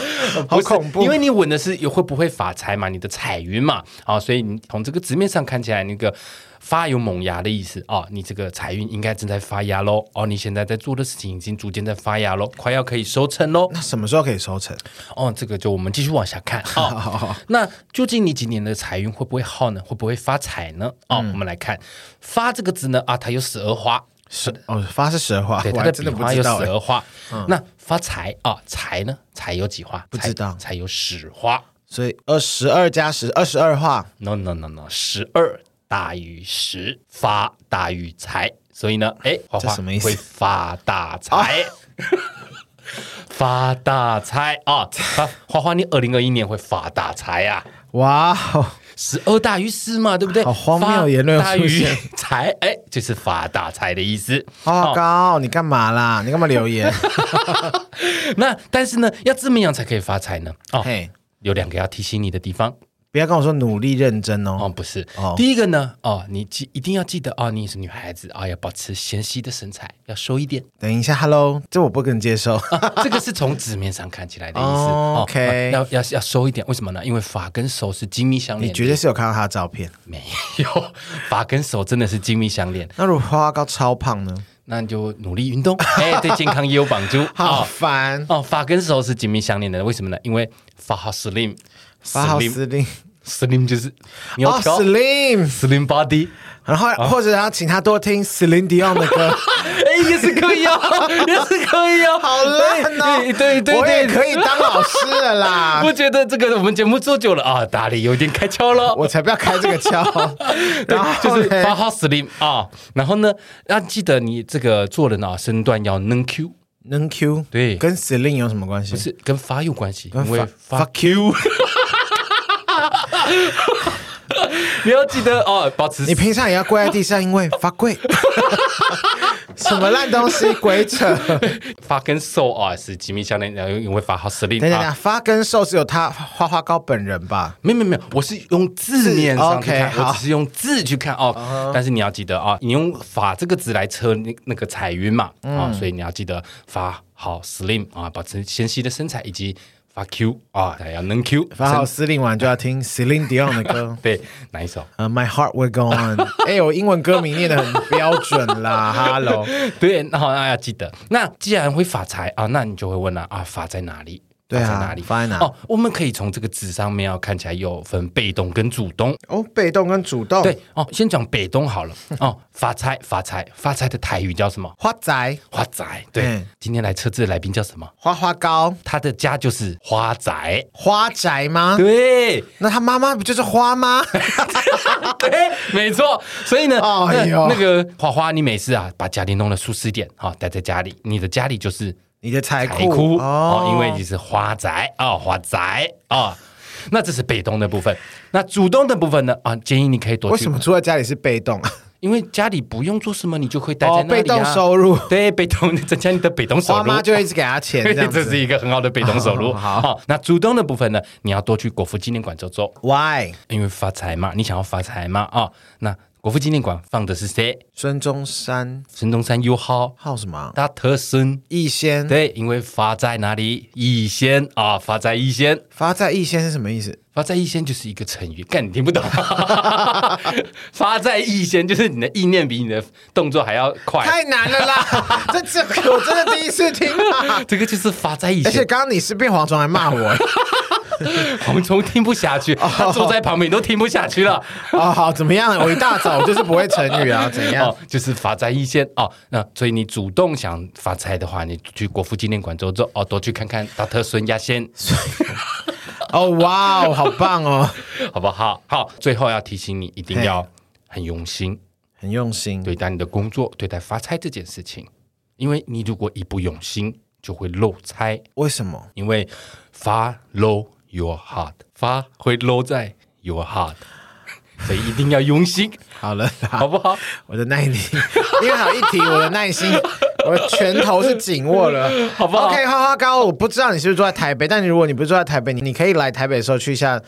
[SPEAKER 3] 好恐怖。
[SPEAKER 2] 因为你稳的是有会不会发财嘛，你的彩云嘛，啊，所以你从这个字面上看起来，那个发有萌芽的意思啊，你这个财运应该正在发芽喽，哦，你现在在做的事情已经逐渐在发芽喽，快要可以收成喽，
[SPEAKER 3] 那什么时候可以收成？
[SPEAKER 2] 哦，这个就我们继续往下看哦。那究竟你今年的财运会不会好呢？会不会发财呢？哦，
[SPEAKER 3] 嗯
[SPEAKER 2] 我们来看“发”这个字呢，啊，它有十二花，
[SPEAKER 3] 是哦，发是蛇花，
[SPEAKER 2] 对，
[SPEAKER 3] 我
[SPEAKER 2] 它
[SPEAKER 3] 还
[SPEAKER 2] 的
[SPEAKER 3] 真
[SPEAKER 2] 笔
[SPEAKER 3] 的不
[SPEAKER 2] 画有
[SPEAKER 3] 知
[SPEAKER 2] 十
[SPEAKER 3] 道欸。
[SPEAKER 2] 二花。那发财啊，财呢？财有几花？
[SPEAKER 3] 不知道
[SPEAKER 2] 财财有十花。
[SPEAKER 3] 所以二十二加十，二十二画
[SPEAKER 2] No no no no，十二大于十，发大于财，所以呢，哎，花
[SPEAKER 3] 这
[SPEAKER 2] 花
[SPEAKER 3] 什么意思啊
[SPEAKER 2] 会发大财。发大财啊！花花花，你二零二一年会发大财啊！
[SPEAKER 3] 哇哦，
[SPEAKER 2] 十二大于四嘛，对不对？
[SPEAKER 3] 好荒谬的言论
[SPEAKER 2] 发大于
[SPEAKER 3] 出现
[SPEAKER 2] 财，哎，就是发大财的意思。
[SPEAKER 3] 好高，哦你干嘛啦？你干嘛 留言？
[SPEAKER 2] 那但是呢，要怎么样才可以发财呢？哦，
[SPEAKER 3] 嘿，
[SPEAKER 2] 有两个要提醒你的地方
[SPEAKER 3] 不要跟我说努力认真
[SPEAKER 2] 哦，
[SPEAKER 3] 哦。
[SPEAKER 2] 不是。
[SPEAKER 3] 哦
[SPEAKER 2] 第一个呢，哦，你记一定要记得哦，你是女孩子啊、要保持纤细的身材，要瘦一 点。
[SPEAKER 3] 等一下，Hello，这我不能接 受。
[SPEAKER 2] 这个是从纸面上看起来的意思。
[SPEAKER 3] 哦
[SPEAKER 2] 哦
[SPEAKER 3] OK
[SPEAKER 2] 要要要瘦一点，为什么呢？因为发跟手是紧密相连
[SPEAKER 3] 你
[SPEAKER 2] 的。
[SPEAKER 3] 绝对是有看到他的照片。
[SPEAKER 2] 没有 发跟手真的是紧密相连，
[SPEAKER 3] 那如果花花高超胖呢？
[SPEAKER 2] 那你就努力运动，哎，对健康也有帮助。
[SPEAKER 3] 好
[SPEAKER 2] 哦
[SPEAKER 3] 烦，
[SPEAKER 2] 哦，发跟手是紧密相连的，为什么呢？因为发号 slim，
[SPEAKER 3] 发号
[SPEAKER 2] slim
[SPEAKER 3] 司令
[SPEAKER 2] slim 就是你
[SPEAKER 3] 哦
[SPEAKER 2] 要挑、
[SPEAKER 3] ，Slim，
[SPEAKER 2] slim body，
[SPEAKER 3] 然后或者要请他多听 Celine Dion 的歌，
[SPEAKER 2] 哎，也是可以哦， 也是可以哦，
[SPEAKER 3] 啊好烂哦！
[SPEAKER 2] 对对对
[SPEAKER 3] 我也
[SPEAKER 2] 对，
[SPEAKER 3] 可以当老师了 啦
[SPEAKER 2] 我，觉得这个我们节目做久了啊，大力有点开窍了。
[SPEAKER 3] 我才不要开这个 窍。然后
[SPEAKER 2] 就是
[SPEAKER 3] 嘞
[SPEAKER 2] 发号 slim 啊，然后呢，要记得你这个做人啊，身段要能 Q，
[SPEAKER 3] 能 Q
[SPEAKER 2] 对
[SPEAKER 3] 跟 Celine 有什么关系？
[SPEAKER 2] 不是跟发有关系，
[SPEAKER 3] 跟
[SPEAKER 2] 因为
[SPEAKER 3] fuck-
[SPEAKER 2] 发
[SPEAKER 3] fuck you，
[SPEAKER 2] 你要记得哦，保持
[SPEAKER 3] 你平常也要跪在地上，因为发 跪。什么烂东西，鬼扯！
[SPEAKER 2] 发跟瘦啊是紧密相连，然后因为发号 slim
[SPEAKER 3] 等一下等一下，
[SPEAKER 2] 啊，
[SPEAKER 3] 发跟瘦是有他花花高本人吧？
[SPEAKER 2] 没有没有没有，我是用字面上去看
[SPEAKER 3] 字，，OK，
[SPEAKER 2] 我
[SPEAKER 3] 好嗯
[SPEAKER 2] 只是用字去看哦。但是你要记得啊，你用“法”这个字来测那那个彩云嘛啊，
[SPEAKER 3] 嗯
[SPEAKER 2] 所以你要记得发好 slim 啊，保持纤细的身材以及发 Q 啊，要能 Q
[SPEAKER 3] 发号
[SPEAKER 2] 身
[SPEAKER 3] 司令完就要听 Celine Dion 的 歌。
[SPEAKER 2] 对哪一首？
[SPEAKER 3] 呃、m y heart will go on。哎、我英文歌名念的很标准 啦，Hello。
[SPEAKER 2] 对，然后大家记得，那既然会发财啊，那你就会问了啊，法在哪里？
[SPEAKER 3] 对啊
[SPEAKER 2] 法在哪里？
[SPEAKER 3] 法在哪
[SPEAKER 2] 哦，我们可以从这个字上面要看起来有分被动跟主动。
[SPEAKER 3] 哦，被动跟主动，
[SPEAKER 2] 对，哦，先讲北东好了。哦，发财，发财，发财的台语叫什么？
[SPEAKER 3] 花仔、
[SPEAKER 2] 花仔。对，
[SPEAKER 3] 嗯
[SPEAKER 2] 今天来测字的来宾叫什么？
[SPEAKER 3] 花花高、
[SPEAKER 2] 他的家就是花仔。
[SPEAKER 3] 花宅吗？
[SPEAKER 2] 对，
[SPEAKER 3] 那他妈妈不就是 花吗？
[SPEAKER 2] 对，没错。所以呢，
[SPEAKER 3] 哎
[SPEAKER 2] 那
[SPEAKER 3] 呦
[SPEAKER 2] 那个花花，你每次啊，把家里弄得舒适一点，好、待在家里，你的家里就是
[SPEAKER 3] 你的
[SPEAKER 2] 海
[SPEAKER 3] 财库
[SPEAKER 2] 哭哦，因为你是花宅哦，花宅哦。那这是被动的部分，那主动的部分呢？啊，建议你可以多去，
[SPEAKER 3] 为什么住在家里是被动？啊
[SPEAKER 2] 因为家里不用做什么，你就会待在那
[SPEAKER 3] 哦，
[SPEAKER 2] 里、啊
[SPEAKER 3] 被动 收入，
[SPEAKER 2] 对，被动增加你的被动收入，
[SPEAKER 3] 花妈就会一直给他 钱，这样
[SPEAKER 2] 这是
[SPEAKER 3] 子。
[SPEAKER 2] 一个很好的被动收入。好、那主动的部分呢？你要多去国父纪念馆走走，
[SPEAKER 3] Why？
[SPEAKER 2] 因为发财嘛，你想要发财嘛啊、那国父纪念馆放的是谁？
[SPEAKER 3] 孙中山
[SPEAKER 2] 孙中山友好，
[SPEAKER 3] 号什 么啊？
[SPEAKER 2] 大特孙。
[SPEAKER 3] 逸仙，
[SPEAKER 2] 对，因为发在哪里？逸仙啊，发在逸仙。
[SPEAKER 3] 发在逸仙是什么意思？
[SPEAKER 2] 发在一仙就是一个成语，干你听不懂。 发在一仙就是你的意念比你的动作还要快，
[SPEAKER 3] 太难了 啦！这这我真的第一次听啊！
[SPEAKER 2] 这个就是发在一
[SPEAKER 3] 而且
[SPEAKER 2] 仙。
[SPEAKER 3] 刚刚你是被蝗虫还骂我，
[SPEAKER 2] 蝗虫听不下去，他坐在旁边都听不下去 了。
[SPEAKER 3] 哦，好，怎么样？我一大早我就是不会成语 啊，怎样
[SPEAKER 2] 哦？，就是发在一仙哦。那所以你主动想发财的话，你去国父纪念馆走走哦，多去看看大特孙亚仙，
[SPEAKER 3] 哦，哇哦，好棒哦，
[SPEAKER 2] 好不好？好，最后要提醒你，一定要很用心
[SPEAKER 3] 很用心。
[SPEAKER 2] 对待你的工作，对待发财这件事情，因为你如果一不用心，就会漏财。
[SPEAKER 3] 为什么？
[SPEAKER 2] 因为发 low your heart，发啊会 low 在啊 your heart，所以一定要用心，
[SPEAKER 3] 好了啦，
[SPEAKER 2] 好不好？
[SPEAKER 3] 我的耐力，因为还有一题，我的耐心 我的拳头是紧握了，好不好？OK，花花糕，我不知道你是不是住在台北，但你如果你不是住在台北，你你可以来台北的时候去一下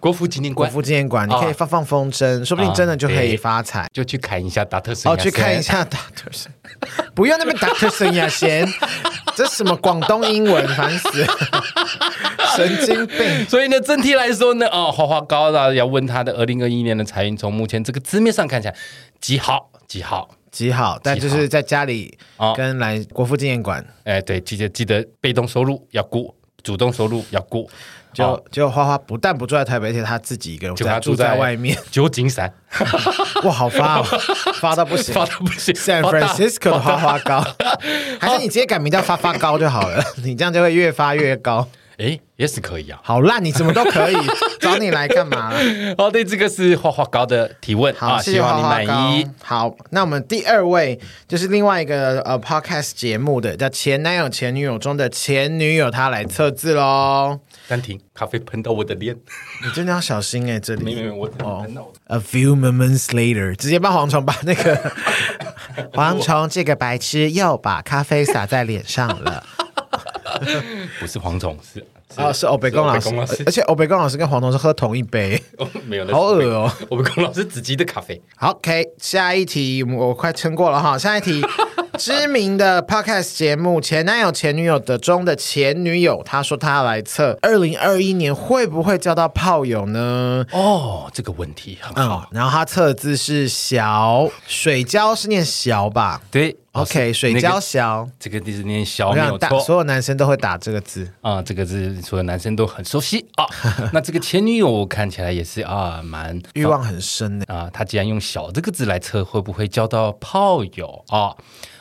[SPEAKER 2] 国服纪念
[SPEAKER 3] 国
[SPEAKER 2] 馆
[SPEAKER 3] 父纪念馆，你可以放放风筝，说不定真的就可以发财。
[SPEAKER 2] 就去看一下达特森
[SPEAKER 3] 哦，
[SPEAKER 2] 亚森。
[SPEAKER 3] 去看一下 Doctor 森， 不要那边 Doctor 森呀，先， 这什么广东英文，烦 死了，神经病。
[SPEAKER 2] 所以呢，整体来说呢，哦，花花高大家要问他的二零二一年的财运，从目前这个字面上看起来极好，极好。
[SPEAKER 3] 极好，但就是在家里
[SPEAKER 2] 哦
[SPEAKER 3] 跟来国父纪念馆，
[SPEAKER 2] 哎，对，记得记得被动收入要顾，主动收入要顾，
[SPEAKER 3] 就
[SPEAKER 2] 哦
[SPEAKER 3] 就花花不但不住在台北，而且她自己一个人
[SPEAKER 2] 就他
[SPEAKER 3] 住
[SPEAKER 2] 住
[SPEAKER 3] 在外面，
[SPEAKER 2] 酒井伞，
[SPEAKER 3] 哇，好发哦，发到不行，
[SPEAKER 2] 发到不行
[SPEAKER 3] San
[SPEAKER 2] 发大
[SPEAKER 3] Francisco 的花花 糕，还是你直接改名叫发发糕就好了，你这样就会越发越高。
[SPEAKER 2] 哎，也是可以啊。
[SPEAKER 3] 好烂，你怎么都 可以，找你来干嘛啊了？
[SPEAKER 2] 好哦的，这个是花花高的提问
[SPEAKER 3] 好，
[SPEAKER 2] 啊，
[SPEAKER 3] 谢
[SPEAKER 2] 希
[SPEAKER 3] 谢
[SPEAKER 2] 望你
[SPEAKER 3] 花花
[SPEAKER 2] 满意
[SPEAKER 3] 糕。。好，那我们第二位就是另外一个呃 podcast 节目的叫《前男友前女友》中的前女友，她来测字喽。
[SPEAKER 2] 暂停，咖啡喷到我的脸，
[SPEAKER 3] 你真的要小心哎、这里
[SPEAKER 2] 没没没，我喷到我的。
[SPEAKER 3] A few moments later，直接帮蝗虫把 那个蝗虫这个白痴又把咖啡洒在脸上了。
[SPEAKER 2] 不是黄总， 是
[SPEAKER 3] 哦，是欧北公老师，
[SPEAKER 2] 老
[SPEAKER 3] 而而且欧哦北公老师跟黄同是喝同一杯。
[SPEAKER 2] 哦，没有，那是
[SPEAKER 3] 好恶哦
[SPEAKER 2] 我们龚老师只记得咖啡，
[SPEAKER 3] 好 OK，下一题我快撑过了哈，下一题，知名的 Podcast 节目《前男友前女友》的中的前女友，她说她要来测二零二一年会不会交到炮友呢？
[SPEAKER 2] 哦，这个问题很
[SPEAKER 3] 嗯
[SPEAKER 2] 好，，
[SPEAKER 3] 然后她测的字是小水胶，是念小吧
[SPEAKER 2] 对
[SPEAKER 3] ？OK，水胶小。
[SPEAKER 2] 这哦个就是念小
[SPEAKER 3] 我
[SPEAKER 2] 没
[SPEAKER 3] 想
[SPEAKER 2] 有
[SPEAKER 3] 大
[SPEAKER 2] 错
[SPEAKER 3] 所有男生都会打这个字，
[SPEAKER 2] 啊，这个是所有男生都很熟悉 啊。那这个前女友看起来也是啊，蛮
[SPEAKER 3] 欲望很深呢。
[SPEAKER 2] 啊，他既然用“小”这个字来测，会不会交到炮友啊？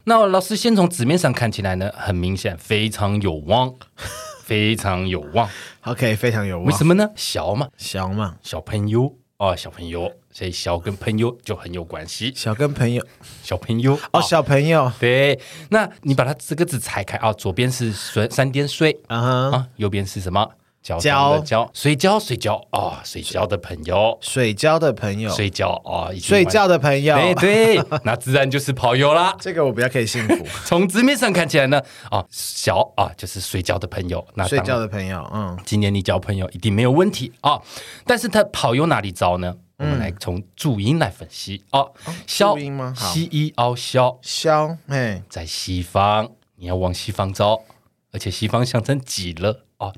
[SPEAKER 2] 那老师先从纸面上看起来呢，很明显非常有望，非常有望。
[SPEAKER 3] OK，非常有望。
[SPEAKER 2] 为什么呢？小嘛，
[SPEAKER 3] 小嘛？
[SPEAKER 2] 小朋友啊，小朋友，所以小跟朋友就很有关系。
[SPEAKER 3] 小跟朋友
[SPEAKER 2] 小朋友
[SPEAKER 3] 哦，
[SPEAKER 2] 啊
[SPEAKER 3] 小朋友，
[SPEAKER 2] 对，那你把它这个字裁开啊，左边是水三点水
[SPEAKER 3] 嗯哼，
[SPEAKER 2] 啊，右边是什么？交通的交，水交水交啊，水交的朋友，
[SPEAKER 3] 水交的朋友，
[SPEAKER 2] 睡觉啊，已经
[SPEAKER 3] 睡觉的朋友
[SPEAKER 2] 完。，对对， 那自然就是跑友啦。
[SPEAKER 3] 这个我比较可以幸福。
[SPEAKER 2] 从字面上看起来呢，啊，小啊就是睡觉的朋友，那当
[SPEAKER 3] 睡觉的朋友，嗯，
[SPEAKER 2] 今年你交朋友一定没有问题啊。但是他跑友哪里招呢？我们来从注音来分析啊，消
[SPEAKER 3] 嗯哦注音吗好
[SPEAKER 2] 西一凹消，
[SPEAKER 3] 肖，哎，
[SPEAKER 2] 在西方，你要往西方招，而且西方象征极乐 啊，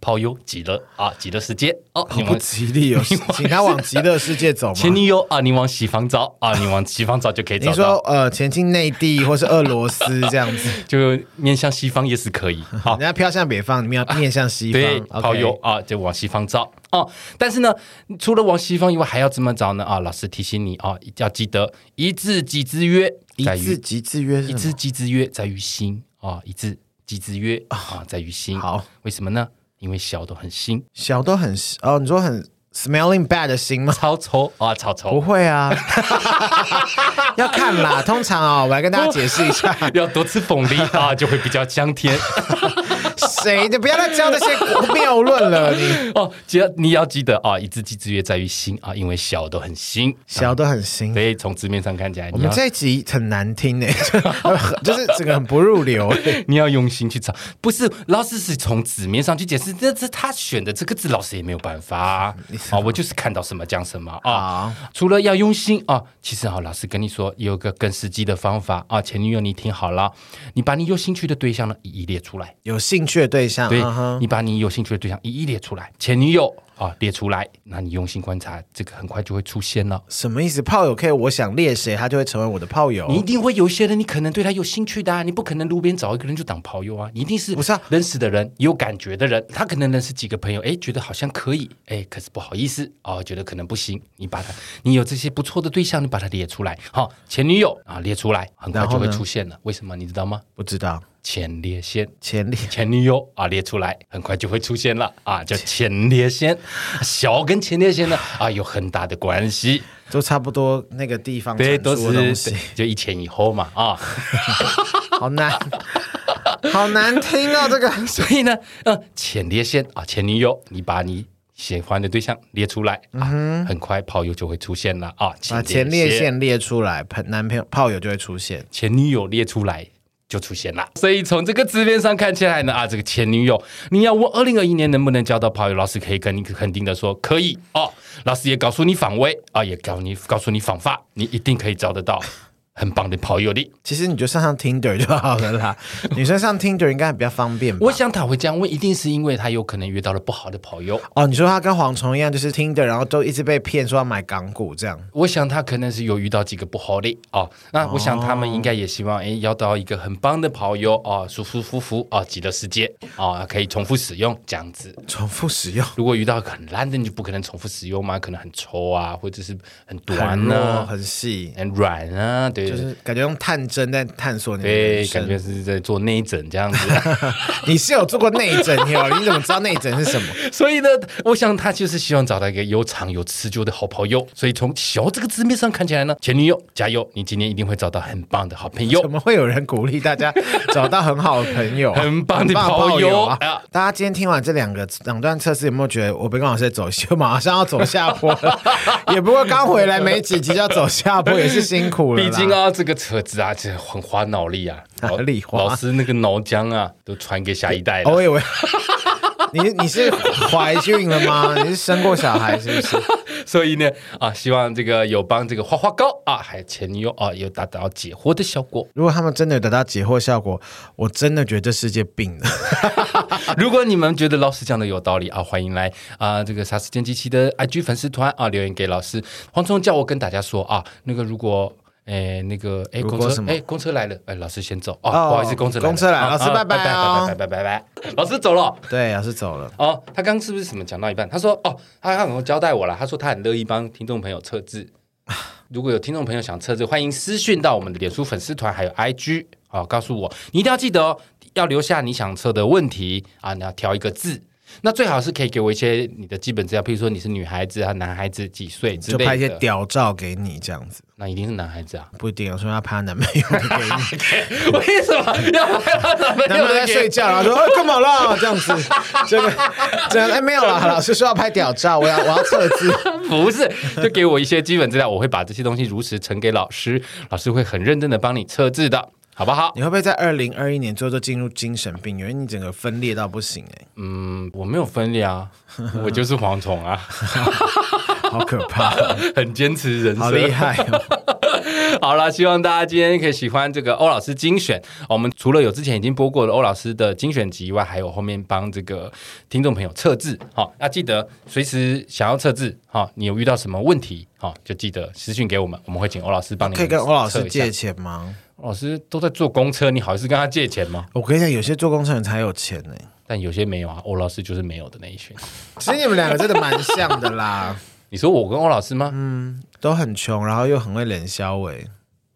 [SPEAKER 2] 泡友极乐啊，极乐世界哦， 你
[SPEAKER 3] 不
[SPEAKER 2] 往
[SPEAKER 3] 吉利哦，请他往极乐世界走
[SPEAKER 2] 前
[SPEAKER 3] 嘛。
[SPEAKER 2] 女友啊，你往西方招啊，你往西方招 就可以
[SPEAKER 3] 你
[SPEAKER 2] 找
[SPEAKER 3] 说
[SPEAKER 2] 到，
[SPEAKER 3] 呃，前进内地或是俄罗斯这样子，
[SPEAKER 2] 就面向西方也是可以好
[SPEAKER 3] 人，家飘向北方，你们要面向西
[SPEAKER 2] 哦对，
[SPEAKER 3] 方。
[SPEAKER 2] 跑友
[SPEAKER 3] OK，
[SPEAKER 2] 啊，就往西方找哦。但是呢，除了往西方以外，还要怎么找呢？啊，老师提醒你啊，一定要记得一字几之约，
[SPEAKER 3] 一
[SPEAKER 2] 在
[SPEAKER 3] 字
[SPEAKER 2] 于
[SPEAKER 3] 即制约
[SPEAKER 2] 一
[SPEAKER 3] 是
[SPEAKER 2] 字
[SPEAKER 3] 吗？
[SPEAKER 2] 几之约在于心啊，一字几之约啊在于心。
[SPEAKER 3] 好，
[SPEAKER 2] 为什么呢？因为小都很新，
[SPEAKER 3] 小都很哦，你说很 smelling bad 的心吗？
[SPEAKER 2] 超丑啊，超
[SPEAKER 3] 不
[SPEAKER 2] 丑，
[SPEAKER 3] 会啊， 要看啦。通常哦，我来跟大家解释 一下，
[SPEAKER 2] 要多吃凤 梨啊，就会比较香甜。
[SPEAKER 3] 谁就不要再教这些谬论了。你
[SPEAKER 2] 哦，只要你要记得啊，一字几之约在于心啊，因为小都很新，
[SPEAKER 3] 小都很新
[SPEAKER 2] 所，以从字面上看起来，
[SPEAKER 3] 我
[SPEAKER 2] 你
[SPEAKER 3] 们
[SPEAKER 2] 要
[SPEAKER 3] 这一集很难听呢， 就是整个很不入流 欸。
[SPEAKER 2] 你要用心去找，不是老师是从纸面上去解释，这这他选的这个字，老师也没有办法啊、啊我就是看到什么讲什么啊。除了要用心啊，其实啊，老师跟你说有个更实际的方法啊，前女友你听好了，你把你有兴趣的对象呢一一列出来，
[SPEAKER 3] 有兴趣的对象，
[SPEAKER 2] 对、
[SPEAKER 3] 嗯哼
[SPEAKER 2] 你把你有兴趣的对象一一列出来，前女友啊列出来，那你用心观察，这个很快就会出现了。
[SPEAKER 3] 什么意思？炮友可以，我想猎谁，他就会成为我的炮友。
[SPEAKER 2] 你一定会有一些人，你可能对他有兴趣的、啊，你不可能路边找一个人就当炮友啊，你一定是
[SPEAKER 3] 不是啊
[SPEAKER 2] 认识的人、有感觉的人，他可能认识几个朋友，哎，觉得好像可以，哎，可是不好意思哦，觉得可能不行，你把他，你有这些不错的对象，你把他列出来，好、前女友啊列出来，很快
[SPEAKER 3] 然后
[SPEAKER 2] 就会
[SPEAKER 3] 呢
[SPEAKER 2] 出现了，为什么你知道吗？
[SPEAKER 3] 不知道
[SPEAKER 2] 前列腺。
[SPEAKER 3] 前列
[SPEAKER 2] 前女友啊列出来，很快就会出现了啊，叫前列腺，小跟前列腺呢啊有很大的关 系，
[SPEAKER 3] 都差不多那个地方
[SPEAKER 2] 对，
[SPEAKER 3] 产
[SPEAKER 2] 都
[SPEAKER 3] 出的东
[SPEAKER 2] 是
[SPEAKER 3] 西
[SPEAKER 2] 对，就一前一后嘛啊。
[SPEAKER 3] 好难，好难听哦，这个。
[SPEAKER 2] 所以呢，呃，前列腺啊，前女友，你把你喜欢的对象列出来啊，很快炮友就会出现了啊。
[SPEAKER 3] 把前列腺列出来，朋男朋友炮友就会出现。
[SPEAKER 2] 前女友列出来，就出现了。所以从这个字面上看起来呢，啊，这个前女友，你要问二零二一年能不能交到炮友，老师可以跟你肯定的说可以哦。老师也告诉你访威啊，也告你告诉你访发，你一定可以找得到很棒的炮友的。
[SPEAKER 3] 其实你就上上 Tinder 就好 了啦，女生上 Tinder 应该比较方便吧
[SPEAKER 2] 我？想他会这样问，一定是因为他有可能约到了不好的朋友。
[SPEAKER 3] 哦，你说她跟蝗虫一样，就是 Tinder，然后都一直被骗说要买港股这样。
[SPEAKER 2] 我想他可能是有遇到几个不好的哦，那我想他们应该也希望哎要到一个很棒的朋友哦，舒舒服服哦，极乐世界哦，可以重复使用这样子。
[SPEAKER 3] 重复使用，
[SPEAKER 2] 如果遇到很烂的，你就不可能重复使用嘛，可能很臭啊，或者是很
[SPEAKER 3] 很
[SPEAKER 2] 短
[SPEAKER 3] 弱
[SPEAKER 2] 啊，
[SPEAKER 3] 很细，
[SPEAKER 2] 很软啊，对，
[SPEAKER 3] 就是感觉用探针在探索你的人
[SPEAKER 2] 对，
[SPEAKER 3] 生
[SPEAKER 2] 感觉是在做内诊这样子。
[SPEAKER 3] 你是有做过内诊哟？你怎么知道内诊是 什么？
[SPEAKER 2] 所以呢，我想他就是希望找到一个有长有持久的好朋友。所以从“小”这个字面上看起来呢，前女友加油，你今天一定会找到很棒的好朋友
[SPEAKER 3] 怎。么会有人鼓励大家找到很好的朋友啊、
[SPEAKER 2] 很棒的
[SPEAKER 3] 很
[SPEAKER 2] 炮
[SPEAKER 3] 炮
[SPEAKER 2] 友
[SPEAKER 3] 友啊
[SPEAKER 2] 啊！
[SPEAKER 3] 大家今天听完这两个两段测试，有没有觉得我被刚老师在走秀，马上要走下坡 了？也不过刚回来没几集就要走下坡，也是辛苦了。
[SPEAKER 2] 毕竟，啊，这个车子啊，这很花脑力啊，
[SPEAKER 3] 哪
[SPEAKER 2] 老
[SPEAKER 3] 里花
[SPEAKER 2] 老师那个脑浆啊，都传给下一代
[SPEAKER 3] 哦
[SPEAKER 2] 了。
[SPEAKER 3] 我以为 你你是怀孕了吗？你是生过小孩是不是？
[SPEAKER 2] 所以呢，啊，希望这个有帮这个花花膏啊，还有前女友啊，有达到解惑的效果。
[SPEAKER 3] 如果他们真的有得到解惑效果，我真的觉得这世界病 了。
[SPEAKER 2] 啊如果你们觉得老师讲的有道理啊，欢迎来啊、这个啥时间机器的 IG 粉丝团啊留言给老师。黄忠叫我跟大家说啊，那个如果。哎，那个，哎，
[SPEAKER 3] 如
[SPEAKER 2] 公
[SPEAKER 3] 果
[SPEAKER 2] 车
[SPEAKER 3] 什，么
[SPEAKER 2] 哎，公车来了，哎，老师先走哦，
[SPEAKER 3] 哦
[SPEAKER 2] 不好意思，公车来了，
[SPEAKER 3] 公车来了
[SPEAKER 2] 啊
[SPEAKER 3] 老师
[SPEAKER 2] 啊
[SPEAKER 3] 拜拜
[SPEAKER 2] 拜拜
[SPEAKER 3] 哦
[SPEAKER 2] 拜拜拜拜拜，老师走了。
[SPEAKER 3] 对，老师走了。
[SPEAKER 2] 哦，他刚刚是不是什么讲到一半？他说哦，他他好像交代我了，他说他很乐意帮听众朋友测字。如果有听众朋友想测字，欢迎私讯到我们的脸书粉丝团还有 IG 哦，告诉我，你一定要记得哦，要留下你想测的问题啊，你要挑一个字。那最好是可以给我一些你的基本资料，譬如说你是女孩子啊、男孩子几岁之
[SPEAKER 3] 就
[SPEAKER 2] 类
[SPEAKER 3] 拍一些
[SPEAKER 2] 的。
[SPEAKER 3] 屌照给你这样子，
[SPEAKER 2] 那一定是男孩子啊？
[SPEAKER 3] 不一定。我说要拍她男朋友的给你。
[SPEAKER 2] 为什么要拍他男朋
[SPEAKER 3] 男
[SPEAKER 2] 友
[SPEAKER 3] 朋
[SPEAKER 2] 的
[SPEAKER 3] 友在睡
[SPEAKER 2] 给？
[SPEAKER 3] 觉，然后说：“哎，干嘛啦？”这样子，这个这样哎没有啦，老师说要拍屌照，我要我要测 字。
[SPEAKER 2] 不是，就给我一些基本资料，我会把这些东西如实呈给老师，老师会很认真的帮你测字的，好不好？
[SPEAKER 3] 你会不会在二零二一年最后就进入精神病院？因为你整个分裂到不行哎、
[SPEAKER 2] 嗯，我没有分裂 啊，我就是蝗虫啊，
[SPEAKER 3] 好可怕，
[SPEAKER 2] 很坚持人
[SPEAKER 3] 好
[SPEAKER 2] 生，
[SPEAKER 3] 厉害哦！
[SPEAKER 2] 好了，希望大家今天可以喜欢这个欧老师精选。哦我们除了有之前已经播过的欧老师的精选集以外，还有后面帮这个听众朋友测字。好、要记得随时想要测字，好、你有遇到什么问题，好、就记得私讯给我们，我们会请欧老师帮你。
[SPEAKER 3] 可以跟欧老师借。钱吗？
[SPEAKER 2] 欧老师都在坐公车，你好意思跟他借钱吗？
[SPEAKER 3] 我跟你讲，有些做工程人才有钱呢、
[SPEAKER 2] 但有些没有啊，欧老师就是没有的那一群。
[SPEAKER 3] 其实你们两个真的蛮像的啦，
[SPEAKER 2] 你说我跟欧老师
[SPEAKER 3] 嗯
[SPEAKER 2] 吗？
[SPEAKER 3] 都很穷，然后又很会冷消委。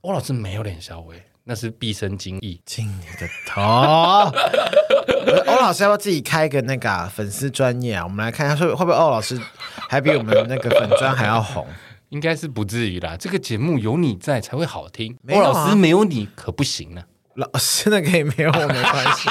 [SPEAKER 2] 欧老师没有脸小微，那是毕生精益。
[SPEAKER 3] 进你的头！ 欧老师要不要自己开个那个啊、粉丝专业啊？我们来看一下，会会不会欧老师还比我们那个粉专还要红？
[SPEAKER 2] 应该是不至于啦，这个节目有你在才会好听。
[SPEAKER 3] 没
[SPEAKER 2] 欧
[SPEAKER 3] 有啊
[SPEAKER 2] 老师没有你可不行啊呢、
[SPEAKER 3] 老师那个也没有我没关 系，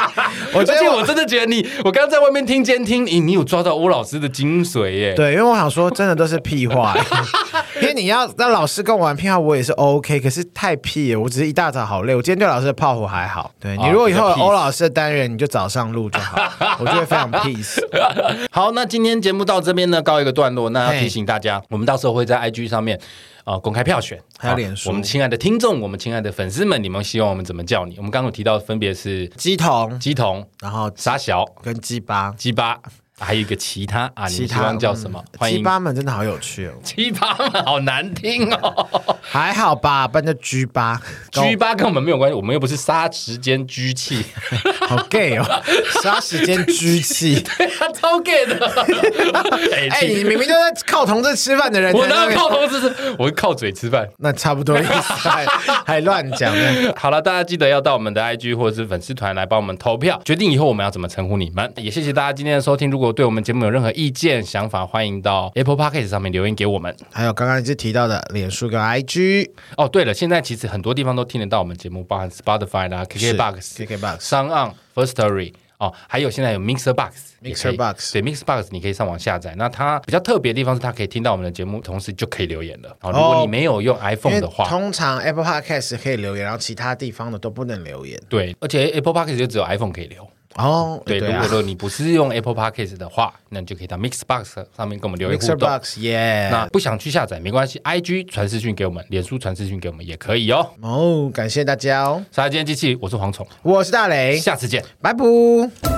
[SPEAKER 3] 我
[SPEAKER 2] 而
[SPEAKER 3] 觉
[SPEAKER 2] 且
[SPEAKER 3] 得
[SPEAKER 2] 我
[SPEAKER 3] 我
[SPEAKER 2] 真的觉得你，我刚刚在外面听监听，你你有抓到欧老师的精髓耶。
[SPEAKER 3] 对，因为我想说，真的都是屁话、 因为你要让老师跟我玩屁话，我也是 OK，可是太屁了。我只是一大早好累，我今天对老师的炮火还好。对你
[SPEAKER 2] 哦
[SPEAKER 3] 如果以后有
[SPEAKER 2] 比较 peace
[SPEAKER 3] 欧老师的单元，你就早上录就好，我就会非常 peace。
[SPEAKER 2] 好，那今天节目到这边呢，告一个段落。那要
[SPEAKER 3] 嘿
[SPEAKER 2] 提醒大家，我们到时候会在 IG 上面啊、呃公开票选，
[SPEAKER 3] 还有
[SPEAKER 2] 啊
[SPEAKER 3] 脸书
[SPEAKER 2] 我们亲爱的听众，我们亲爱的粉丝们，你们希望我们怎么叫你？我们刚刚有提到，分别是
[SPEAKER 3] 鸡童，
[SPEAKER 2] 鸡童、
[SPEAKER 3] 然后
[SPEAKER 2] 傻小、
[SPEAKER 3] 跟鸡巴，
[SPEAKER 2] 鸡巴，还有一个其他啊，你
[SPEAKER 3] 其
[SPEAKER 2] 们希
[SPEAKER 3] 他
[SPEAKER 2] 望叫什么？
[SPEAKER 3] 嗯
[SPEAKER 2] 欢
[SPEAKER 3] 鸡
[SPEAKER 2] 迎
[SPEAKER 3] 巴们真的好有趣哦。
[SPEAKER 2] 鸡巴们，好难听 哦。
[SPEAKER 3] 还好吧，不然就 G 八
[SPEAKER 2] G 八跟我们没有关系，我们又不是杀时间居气，
[SPEAKER 3] 好 gay 哦，杀时间 G 气。
[SPEAKER 2] 超 gay 的。 哎
[SPEAKER 3] 哎、你明明就在靠同志吃饭的人，
[SPEAKER 2] 我
[SPEAKER 3] 在那
[SPEAKER 2] 哪有
[SPEAKER 3] 边
[SPEAKER 2] 靠头吃吃，我是靠嘴吃饭。
[SPEAKER 3] 那差不多意思，还还乱讲呢。
[SPEAKER 2] 好了，大家记得要到我们的 IG 或者是粉丝团来帮我们投票，决定以后我们要怎么称呼你们。也谢谢大家今天的收听，如果对我们节目有任何意见、想法，欢迎到 Apple Podcast 上面留言给我们。
[SPEAKER 3] 还有刚刚一直提到的脸书跟 IG，
[SPEAKER 2] 哦，对了，现在其实很多地方都听得到我们节目，包含 Spotify 啦、
[SPEAKER 3] 是
[SPEAKER 2] KKBox、
[SPEAKER 3] KKBox，
[SPEAKER 2] Sound On、First Story
[SPEAKER 6] 哦，还有现在有 Mixer Box 也可以。
[SPEAKER 3] Mixer Box
[SPEAKER 6] 对 Mix Box，你可以上网下载。那它比较特别的地方是，它可以听到我们的节目，同时就可以留言了。哦，如果你没有用
[SPEAKER 3] 因
[SPEAKER 6] iPhone
[SPEAKER 3] 为
[SPEAKER 6] 的话，
[SPEAKER 3] 通常 Apple Podcast 可以留言，然后其他地方的都不能留言。
[SPEAKER 6] 对，而且 Apple Podcast 就只有 iPhone 可以留。
[SPEAKER 3] 哦，
[SPEAKER 6] 对，
[SPEAKER 3] 对
[SPEAKER 6] 如
[SPEAKER 3] 啊
[SPEAKER 6] 果说你不是用 Apple Podcast 的话，那你就可以到 Mix Box 上面跟我们留言互
[SPEAKER 3] ，Mixer
[SPEAKER 6] 动。
[SPEAKER 3] Box 耶。
[SPEAKER 6] 那不想去下载没关系，IG 传私讯给我们，脸书传私讯给我们也可以哦。
[SPEAKER 3] 哦，感谢大家哦，
[SPEAKER 6] 沙今天机器，我是蝗虫，
[SPEAKER 3] 我是大雷，
[SPEAKER 6] 下次见。
[SPEAKER 3] 拜拜。